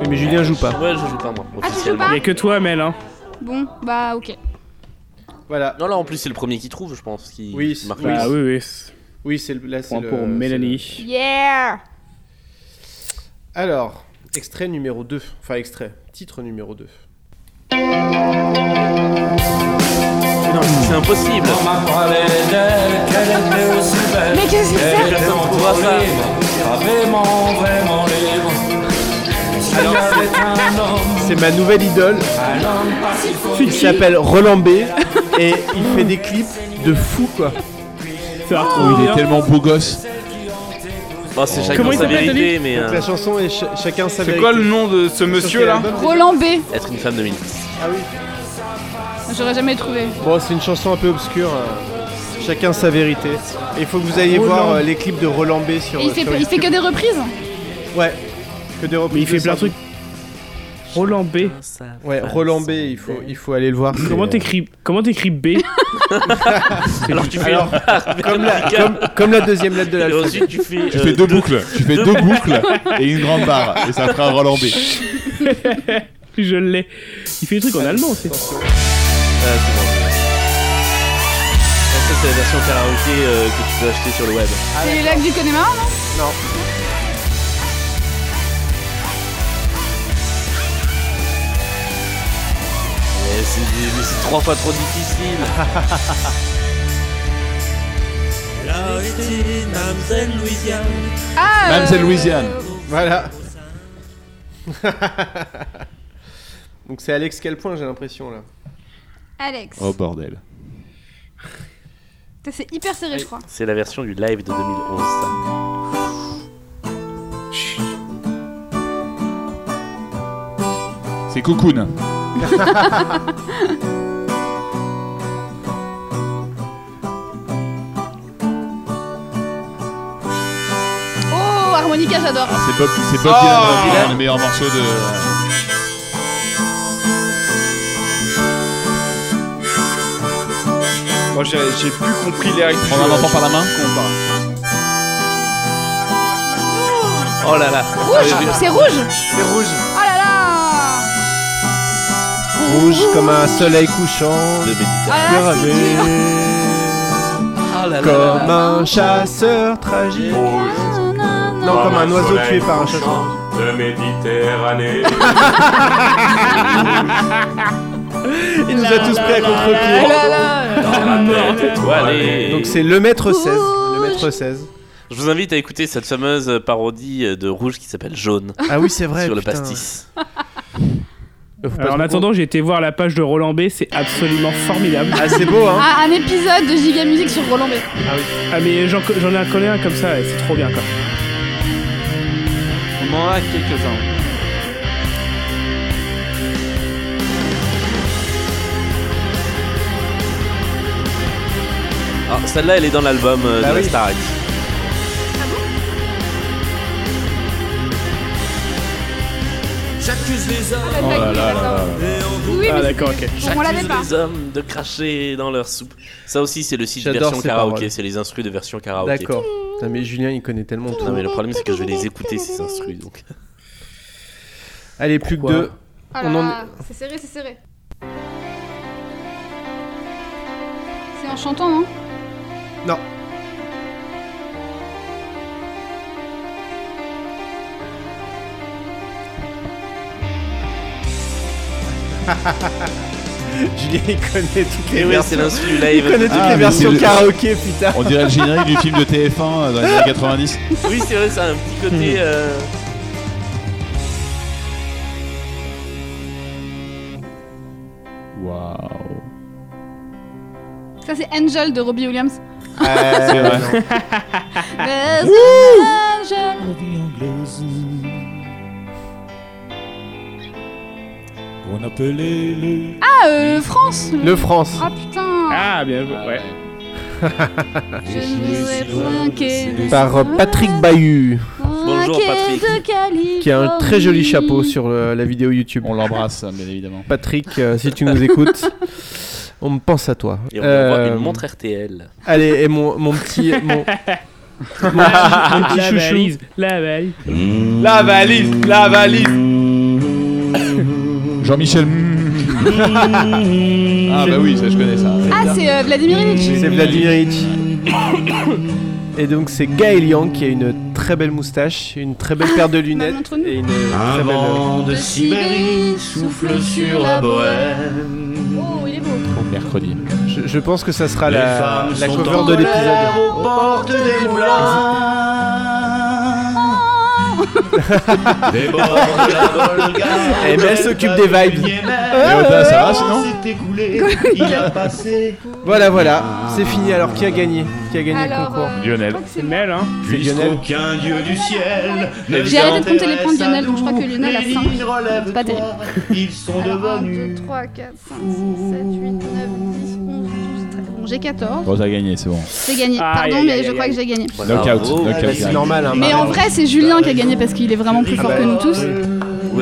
Oui, Mais Julien joue pas.
Ouais, je joue pas moi.
Ah, tu joues
Officiellement.
pas
Il y a que toi, Mel. Hein.
Bon, bah ok.
Voilà.
Non, là en plus, c'est le premier qui trouve, je pense. Qui
Oui,
qui marque
oui.
le
Bah
point.
oui, oui. c'est-
Oui, c'est le. Là, c'est
Point
le-
pour
c'est
Mélanie.
Yeah
le- Alors, extrait numéro 2. Enfin, extrait. Titre numéro 2.
Non, c'est impossible.
Mais qu'est-ce que c'est
C'est ma nouvelle idole. Il s'appelle Roland B. et il fait des clips de fou, quoi.
C'est trop
Oh, Il
bien.
est tellement beau gosse.
Bon, c'est
Comment il
chacun sa
s'appelle,
vérité, mais
Donc,
euh,
la chanson est ch- chacun sa
C'est
vérité.
quoi le nom de ce
Sauf
monsieur
que
là
l'album-
Roland B.
être une femme de 2010.
J'aurais jamais trouvé.
Bon, c'est une chanson un peu obscure. euh, Chacun sa vérité. Et il faut que vous ayez voir euh, les clips de Roland B sur.
Et il fait,
sur
il fait
YouTube.
que des reprises
Ouais. Que des reprises
Mais il fait plein de
Sardou.
trucs. Roland B.
Ouais, Roland B, il faut, il faut aller le voir.
Comment
C'est-
t'écris Comment t'écris B
Alors tu fais.
Alors, comme la, comme, comme la deuxième lettre de
Et
l'alphabet.
ensuite, tu fais.
Tu
euh,
fais deux boucles. Tu fais deux boucles et une grande barre. Et ça fera un Roland B.
Je l'ai. Il fait des trucs en allemand aussi.
Ah, c'est bon. Ah, Ça, c'est la version karaoké euh, que tu peux acheter sur le web.
C'est les lacs du Connemara, non
Mais Eh, c'est mais c'est trois fois trop difficile.
Ah
Mademoiselle Louisiane.
Voilà. Donc c'est Alex Calpoint, j'ai l'impression là.
Alex.
Oh bordel.
Putain, C'est hyper serré, je crois.
C'est la version du live de 2011. ça.
C'est Cocoon.
Oh, harmonica, j'adore.
Ah, c'est Bob, c'est Bob Dylan, Bob Dylan, le meilleur morceau de.
Moi j'ai j'ai plus compris les règles. du
Prendre
jeu,
un enfant par la main.
je comprends pas.
Oh là là
Rouge C'est rouge
C'est rouge.
Oh là là
Rouge comme un soleil couchant.
Oh là là, c'est dur
Comme un chasseur tragique. Non, comme un oiseau tué par un chasseur.
De Méditerranée.
Il nous a tous pris à
Ah
contre-pied.
là là, euh,
Donc c'est le maître 16. Le maître 16.
Je vous invite à écouter cette fameuse euh, parodie de Rouge qui s'appelle Jaune
Ah oui, c'est vrai.
sur le
putain.
pastis.
Euh, Faut pas
Alors, en
se-
attendant, j'ai été voir la page de Roland B, c'est absolument formidable.
Ah, c'est beau, hein.
ah, un épisode de Giga Musique sur Roland B.
Ah, mais j'en co- j'en ai un connu un comme ça, et c'est trop bien quoi.
On en a quelques-uns.
Alors, Ah, celle-là, elle est dans l'album euh,
Bah
de la
oui.
Starac.
J'accuse les hommes
Ah, d'accord, d'accord. Oui,
Ah,
mais
d'accord, ok.
c'est- on l'avait
J'accuse
pas.
les hommes de cracher dans leur soupe. Ça aussi, c'est le site
J'adore
version
ces
karaoké.
paroles.
C'est les instrus de version karaoké.
D'accord. Putain, mais Julien, il connaît tellement tout.
Ah, Non, mais le problème, c'est que je vais les écouter, ces instrus. Donc.
Allez, plus que
Pourquoi
deux.
Ah là
On en-
là, C'est serré, c'est serré. C'est en chantant, non
Non. Julien, il connaît toutes les
Et Eh oui, c'est
versions.
l'instru
il
live.
connaît toutes
Ah,
les
mais
versions
c'est le-
karaoké, putain.
On dirait le générique du film de TF1 euh, dans les années 90.
Oui, c'est vrai, ça a un petit côté. euh,
Waouh.
Ça, c'est Angel de Robbie Williams.
C'est vrai.
There's an angel.
qu'on appelait le
Ah, euh, France
Le France.
Ah putain
Ah, bien, ouais.
Je ne voudrais point qu'elle
Par euh,
soit
Patrick Bayou,
Bonjour,
qu'elle
Patrick.
de Californie.
qui a un très joli chapeau sur euh, la vidéo YouTube.
On l'embrasse, hein, bien évidemment.
Patrick, euh, si tu nous écoutes, on me pense à toi.
Et on voit
Euh,
une montre RTL.
Allez, et mon, mon petit. Mon, mon- mon petit
La
chouchou.
valise, la valise.
La valise, la valise.
Jean-Michel. ah bah oui, ça, je connais ça.
Ah, c'est euh, Vladimir Ilitch.
C'est Vladimir Ilitch. Et donc c'est Gaël Yang qui a une très belle moustache, une très belle paire de lunettes
montre-nous.
et une très belle.
de Sibérie souffle sur la bohème. Oh, il est beau.
Mercredi.
Je, je pense que ça sera la, la cover de l'épisode. Oh, Et Eh, mais elle s'occupe des vibes.
Léoda, ça va sinon
Voilà, voilà, c'est fini. Alors qui a gagné Qui a gagné le
Alors,
concours
euh,
Lionel.
je crois que c'est
C'est Mel, hein.
C'est Lionel.
J'ai arrêté de compter les points de Lionel, donc je crois que Lionel a 5. C'est pas terrible. Ils sont devenus. 1, 2, 3, 4, 5, 6, 7, 8, 9, 10, 11, 12, 13. Bon, j'ai 14.
Bon, t'as gagné, c'est bon.
J'ai gagné.
Aïe,
Pardon,
aïe,
mais
aïe,
je crois
aïe.
que j'ai gagné.
Knockout,
Bravo.
knockout.
Ouais,
C'est normal. Hein,
Mais en
Marion.
vrai, c'est Julien qui a gagné parce qu'il est vraiment plus fort que nous tous.
Ouais,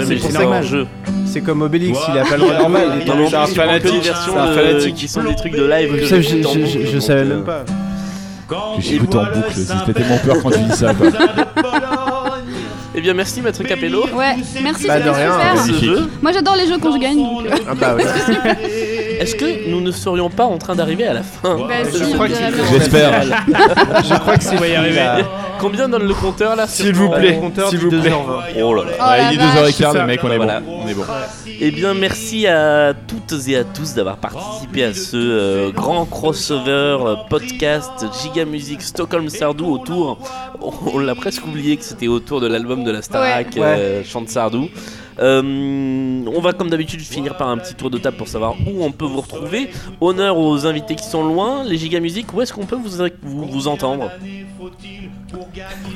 c'est
mais
pour
c'est
ça que-
un jeu.
Ah bah, c'est comme Obélix, il a pas le droit
Normal,
normal.
il est
Non,
C'est un
je prends que
fanatique,
des versions
c'est un
de-
fanatique.
Qui sont des trucs de live. que
Je, sais-
j'écoute
je-
en
je-
boucle,
je
donc,
savais
euh,
même pas.
J'écoute en boucle, ça fait tellement peur quand tu dis ça. quoi.
Eh bien, merci, Maître Capello.
Ouais, merci,
Bah,
c'était
de rien,
super.
pour
merci.
ce jeu.
Moi, j'adore les jeux quand je gagne. Donc, euh,
Ah bah ouais.
Est-ce que nous ne serions pas en train d'arriver à la fin
bah, si,
je
on
crois que
dirait
c'est-
bien.
J'espère.
Je crois que c'est
On va y
fini,
arriver.
là.
Combien donne le compteur là sur
S'il vous
ton-
plaît.
Le compteur
S'il
dit
vous plaît.
2h20.
Oh là là.
Oh la
il est
vache.
2h15,
c'est
les mecs, on est
Voilà.
bon. On est bon.
Eh bien, merci à toutes et à tous d'avoir participé à ce euh, grand crossover euh, podcast Giga Music Stockholm Sardou autour. On, on l'a presque oublié que c'était autour de l'album de la Starac
Ouais.
euh, Chante Sardou. Euh, on va comme d'habitude finir par un petit tour de table pour savoir où on peut vous retrouver. Honneur aux invités qui sont loin, les Giga Music, où est-ce qu'on peut vous, vous, vous entendre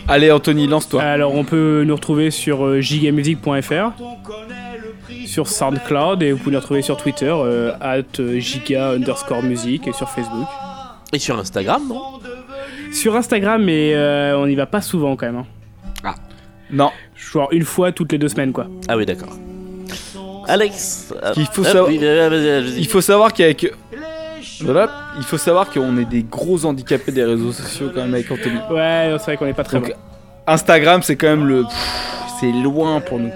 Allez Anthony, lance-toi.
Alors, on peut nous retrouver sur euh, gigamusic.fr, sur SoundCloud, et vous pouvez nous retrouver sur Twitter, euh, at euh, giga underscore music, et sur Facebook.
Et sur Instagram, non
Sur Instagram, mais euh, on n'y va pas souvent quand même. hein.
Non.
Genre une fois toutes les deux semaines, quoi.
Ah oui, d'accord. Alex euh,
qu'il faut
hop,
savoir-
oui, euh, vas-y, vas-y.
Il faut savoir qu'avec. Voilà. Il faut savoir qu'on est des gros handicapés des réseaux sociaux quand même avec Anthony.
Ouais, c'est vrai qu'on n'est pas très
Donc,
bon.
Instagram, c'est quand même le. C'est loin pour nous.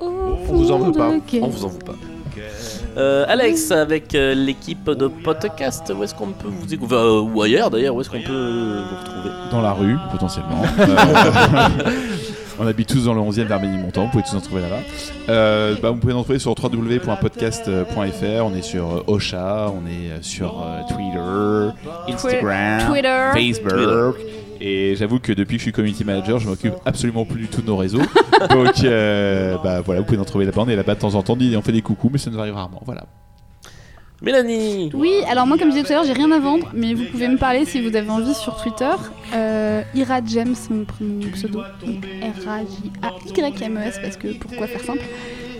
On vous en veut pas.
On vous en veut pas. Euh, Alex, avec euh, l'équipe de podcast, où est-ce qu'on peut vous écouter Enfin, euh, Ou ailleurs d'ailleurs, où est-ce qu'on peut euh, vous retrouver
Dans la rue, potentiellement. On habite tous dans le 11e vermélie montant vous pouvez tous en trouver là-bas. Euh, bah, vous pouvez nous trouver sur www.podcast.fr, on est sur euh, Ocha, on est euh, sur euh, Twitter, Instagram,
Twitter.
Facebook. Et j'avoue que depuis que je suis community manager, je m'occupe absolument plus du tout de nos réseaux. Donc euh, bah, voilà, vous pouvez en trouver là-bas, on est là-bas de temps en temps, on fait des coucous, mais ça nous arrive rarement. Voilà.
Mélanie
Oui, alors moi, comme je disais tout à l'heure, j'ai rien à vendre, mais vous pouvez me parler si vous avez envie sur Twitter. Euh, Ira James, c'est mon, pr- mon pseudo. Donc R-A-J-A-Y-M-E-S, E parce que pourquoi faire simple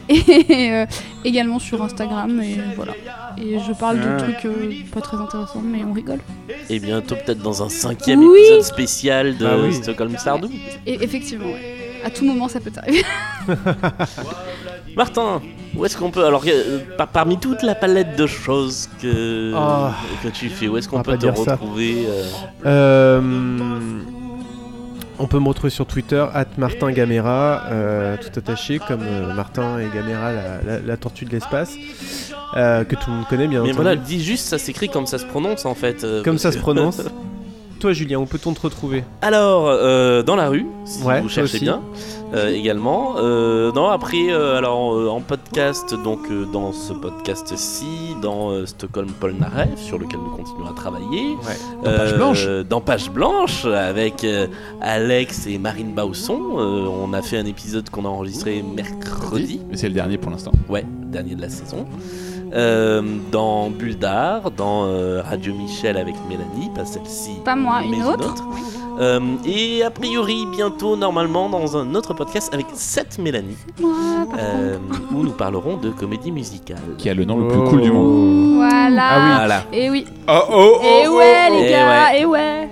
Et euh, également sur Instagram, et voilà. Et je parle de
Ah.
trucs euh, pas très intéressants, mais on rigole.
Et bientôt peut-être dans un cinquième
Oui.
épisode spécial de
Ah oui.
Stockholm Sardou.
Et effectivement, ouais. À tout moment, ça peut t'arriver.
Martin, où est-ce qu'on peut alors euh, par- parmi toute la palette de choses que
Ah.
que tu fais, où est-ce
On
qu'on
va
peut
pas
te
dire ça.
retrouver euh,
Euh, on peut me retrouver sur Twitter, at Martin Gamera, euh, tout attaché, comme euh, Martin et Gamera, la, la- la tortue de l'espace, euh, que tout le monde connaît bien
Mais
entendu.
voilà, dis juste, ça s'écrit comme ça se prononce en fait. euh,
Comme
parce
ça se
que-
prononce. Toi, Julien, où peut-on te retrouver
Alors, euh, dans la rue, si
Ouais,
vous
toi
cherchez
aussi.
bien, euh, également. Euh, non, après, euh, alors euh, en podcast, donc euh, dans ce podcast-ci, dans euh, Stockholm Polnareff, sur lequel nous continuons à travailler. euh,
Dans Page Blanche.
Dans Page Blanche, avec euh, Alex et Marine Bausson. Euh, on a fait un épisode qu'on a enregistré mercredi,
Mais c'est le dernier pour l'instant.
ouais, dernier de la saison. Euh, dans Bulldar, dans euh, Radio Michel avec Mélanie, pas celle-ci.
Pas moi,
mais
Ah, une autre.
Euh, et a priori, bientôt, normalement, dans un autre podcast avec 7 Mélanie,
Moi, par contre.
euh, où nous parlerons de comédie musicale.
Qui a le nom le plus cool
Oh.
du monde.
Voilà.
Voilà.
Et oui.
Oh oh
Et ouais,
Ah oh.
les
Eh
gars. Et ouais.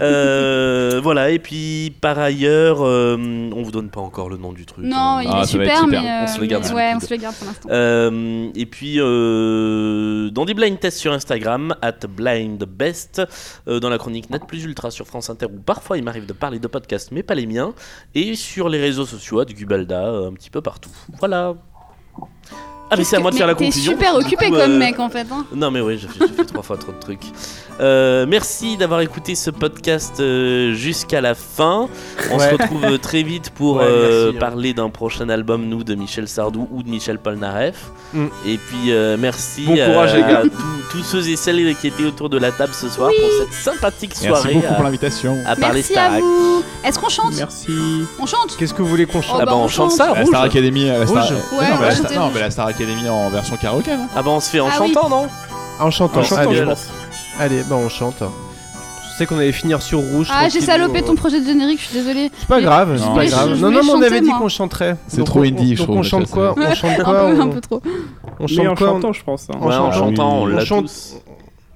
Euh, voilà, et puis par ailleurs, euh, on vous donne pas encore le nom du truc.
Non,
hein.
il
Ah,
est
ça va
super,
être super.
mais.
On
euh,
se le garde
mais
sous le
Ouais, on
coude.
se le garde pour l'instant.
Euh, et puis euh, dans des blind tests sur Instagram, at blindbest, euh, dans la chronique Net Plus Ultra sur France Inter, où parfois il m'arrive de parler de podcasts, mais pas les miens, et sur les réseaux sociaux, de Gubalda, euh, un petit peu partout. Voilà. Ah, mais c'est à moi de
Mais
faire la
T'es
conclusion.
super
Du
occupé
coup,
comme
euh,
mec en fait. hein.
Non mais oui, j'ai fait, j'ai fait trois fois trop de trucs. Euh, merci d'avoir écouté ce podcast euh, jusqu'à la fin. On
Ouais.
se retrouve euh, très vite pour
Ouais,
euh,
merci, hein.
parler d'un prochain album, nous, de Michel Sardou ou de Michel Polnareff.
Mm.
Et puis euh, merci
Bon courage,
à,
les gars.
tous- tous ceux et celles qui étaient autour de la table ce soir pour cette sympathique
Merci
soirée
beaucoup pour
à,
l'invitation.
à parler
Merci à
Starac.
vous. Est-ce qu'on chante
Merci.
On chante
Qu'est-ce que vous voulez qu'on chante
Oh,
Ah bah on chante ça,
La
rouge.
Star Academy, la Star...
Rouge.
Mais
Ouais,
non, mais la
ouais,
Star-
c'était
non,
rouge.
mais la Star Academy en version karaoké, hein. non
Ah bah on se fait en
Ah oui.
chantant, non
En chantant.
En chantant,
Allez,
je pense.
allez, bah on chante. Je sais qu'on allait finir sur rouge.
Ah, j'ai
tranquille. oh.
salopé ton projet de générique, je suis désolée.
C'est pas
Mais-
grave,
je
c'est pas
voulais-
grave.
je
Non,
voulais
non, mais on
chanter,
avait dit
moi.
qu'on chanterait.
C'est
Donc
trop
on-
indie,
on-
je trouve,
Donc on
ça,
chante
c'est-
quoi On chante
Un
quoi
peu, un
On-
peu trop.
On
Mais en
chante quoi On-
chantant, je pense. hein.
En
Ouais, en
chantant.
chantant, on
On
l'a
chante.
tous.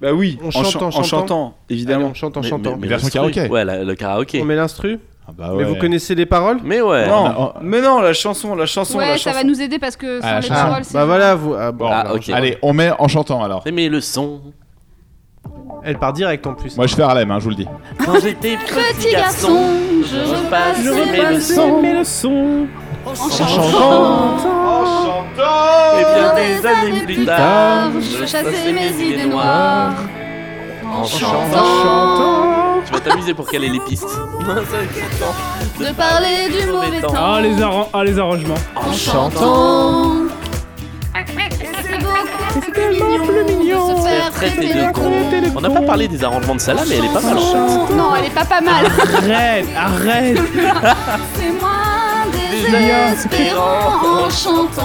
Bah oui,
On
en,
chante,
chan-
en
en
chantant.
chantant,
Allez,
évidemment.
on chante en
Mais-
chantant.
mais- mais
Version
le truc-
karaoké.
Ouais, la- le karaoké.
On met Oh. l'instru
Ah bah
Mais vous connaissez les paroles
Mais ouais.
non,
on a-
mais non, la chanson, la chanson, la
Ouais,
chanson.
ça va nous aider parce que
Ah,
sans les
la chanson.
paroles, c'est.
Bah voilà, vous. ah, bon,
Ah,
bah,
ok.
Allez, on met en chantant alors.
Mais le son.
Elle part direct en plus.
Moi je fais Harlem, hein, je vous le dis.
Quand j'étais petit
Petit
garçon.
garçon, je repasse
Je
mes
repasse
leçons
Mais le son.
en
chantant.
chantant.
Et bien
Des années plus tard, je chassais mes idées noires en chantant.
Tu vas t'amuser pour caler les pistes.
De parler du mauvais temps.
Ah, les, arran- ah, les arrangements.
en chantant. C'est beaucoup plus mignon, de se faire
Traiter
traiter
de
de
con. On n'a pas parlé des arrangements de Salah, mais elle est pas mal. en fait.
con. Non, elle est pas pas mal.
Arrête, arrête.
C'est moi désespérant en chantant.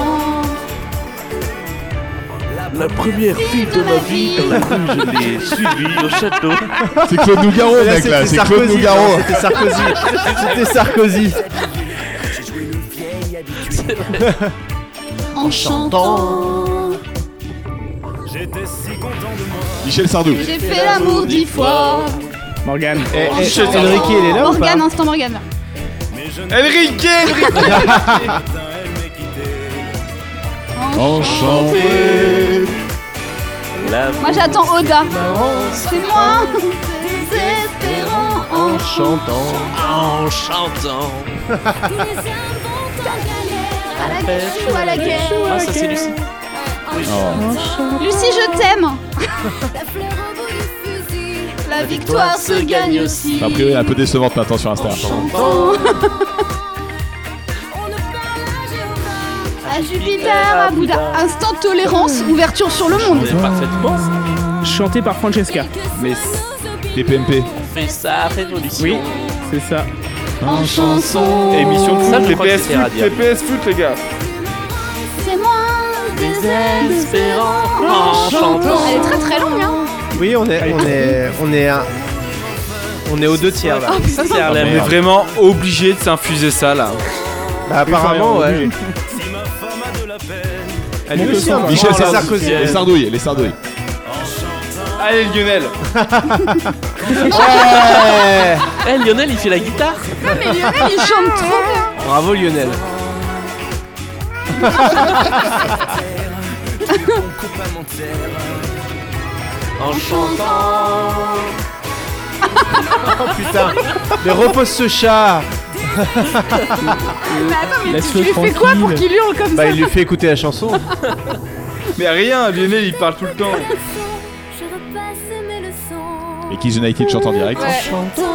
La première fille
de ma vie.
dans laquelle je l'ai suivie au château.
C'est Claude Nougaro,
Là,
mec,
c'était
là, c'est Claude
Sarkozy. hein.
Nougaro.
non, C'était Sarkozy. C'était Sarkozy.
En chantant.
Michel Sardou.
J'ai fait l'amour dix fois.
Morgane.
Eh, eh,
chantant.
Enrique, il est là ou pas
Morgane, instant Morgane.
Enrique, Enrique.
Enchanté.
La
Moi j'attends Oda. C'est moi désespérant en
Chantant.
en chantant.
À la guerre ou à la guerre.
Ah, ça c'est Lucie.
Oh.
Lucie, je t'aime. La victoire se gagne aussi.
Enfin, Bah, a priori, elle est un peu décevante maintenant sur Insta.
À Jupiter, à Bouddha. Instant tolérance, ouverture sur le monde.
Mais parfaitement,
Chanté par Francesca.
Mais les PMP.
on fait sa révolution.
Oui. C'est ça.
En chanson,
Émission de
Ça,
foot,
je
les
crois que
PS
c'était
foot,
Radia.
les PS foot, les gars.
c'est moi.
Désespérant en chantant.
Elle est très très longue, hein.
Oui, on est, on est, on est, à- on est aux deux tiers là.
Serre la
On est
main.
vraiment obligé de s'infuser ça là.
Bah, apparemment, ouais. Elle est aussi un
Michel
peu
Sardou-
Sarkozy.
Les sardouilles, les sardouilles.
Allez Lionel.
Ouais
Eh, Lionel, il fait la guitare.
Ah, mais Lionel, il chante trop bien.
Bravo Lionel.
En chantant.
Oh putain. Mais repose ce chat.
Mais attends, mais tu, tu
Laisse-le
lui fais quoi pour
tranquille.
qu'il hurle comme
Bah
ça
il lui fait écouter la chanson.
Mais rien, Lionel il parle tout le temps.
Je repasse mes leçons.
Et Kids United chante en direct.
Ouais.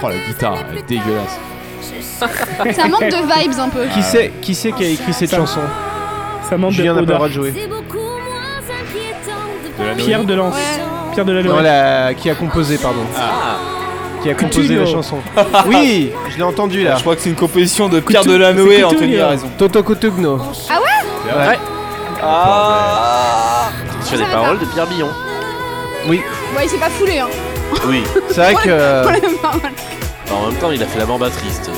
Oh la guitare, elle est dégueulasse.
Ça manque de vibes un peu.
Qui c'est, qui c'est qui a écrit cette chanson
Ça manque de
Julien n'a pas le
odeur.
droit de jouer.
C'est beaucoup moins inquiétant de
De la
parler
Pierre de Lance.
sans
Pierre de la
Non,
Noël.
la... qui a composé, pardon.
Ah.
Qui a composé
Coutinho.
la chanson. Oui, je l'ai entendu là.
Je crois que c'est une composition de Pierre
Coutou-
Delanoë,
c'est
Anthony
Coutoulio.
a raison.
Toto Cotugno.
Sur les paroles de Pierre Billon.
Ouais, il s'est pas foulé, hein.
Oui.
C'est vrai que.
Pour les paroles.
Bah, En même temps, il a fait la bamba triste.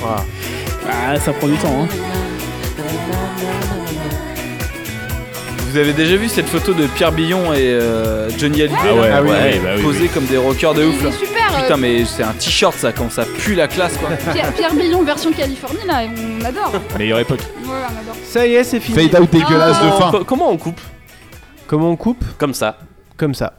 Voilà.
Ah, ça prend du temps. Hein.
Vous avez déjà vu cette photo de Pierre Billon et euh, Johnny Hallyday
Ah ouais,
là,
Ah oui,
ouais,
oui.
bah oui,
posés comme des rockers de ouf
Il
là.
est super. euh,
Putain mais c'est un t-shirt ça, quand ça pue la classe quoi.
Pierre, Pierre Billon version Californie, là, on adore. Ouais,
oui. Meilleure époque.
on adore.
Ça y est, c'est fini.
Fade out dégueulasse de fin.
Co- Comment on coupe
Comment on coupe
Comme ça.
Comme ça.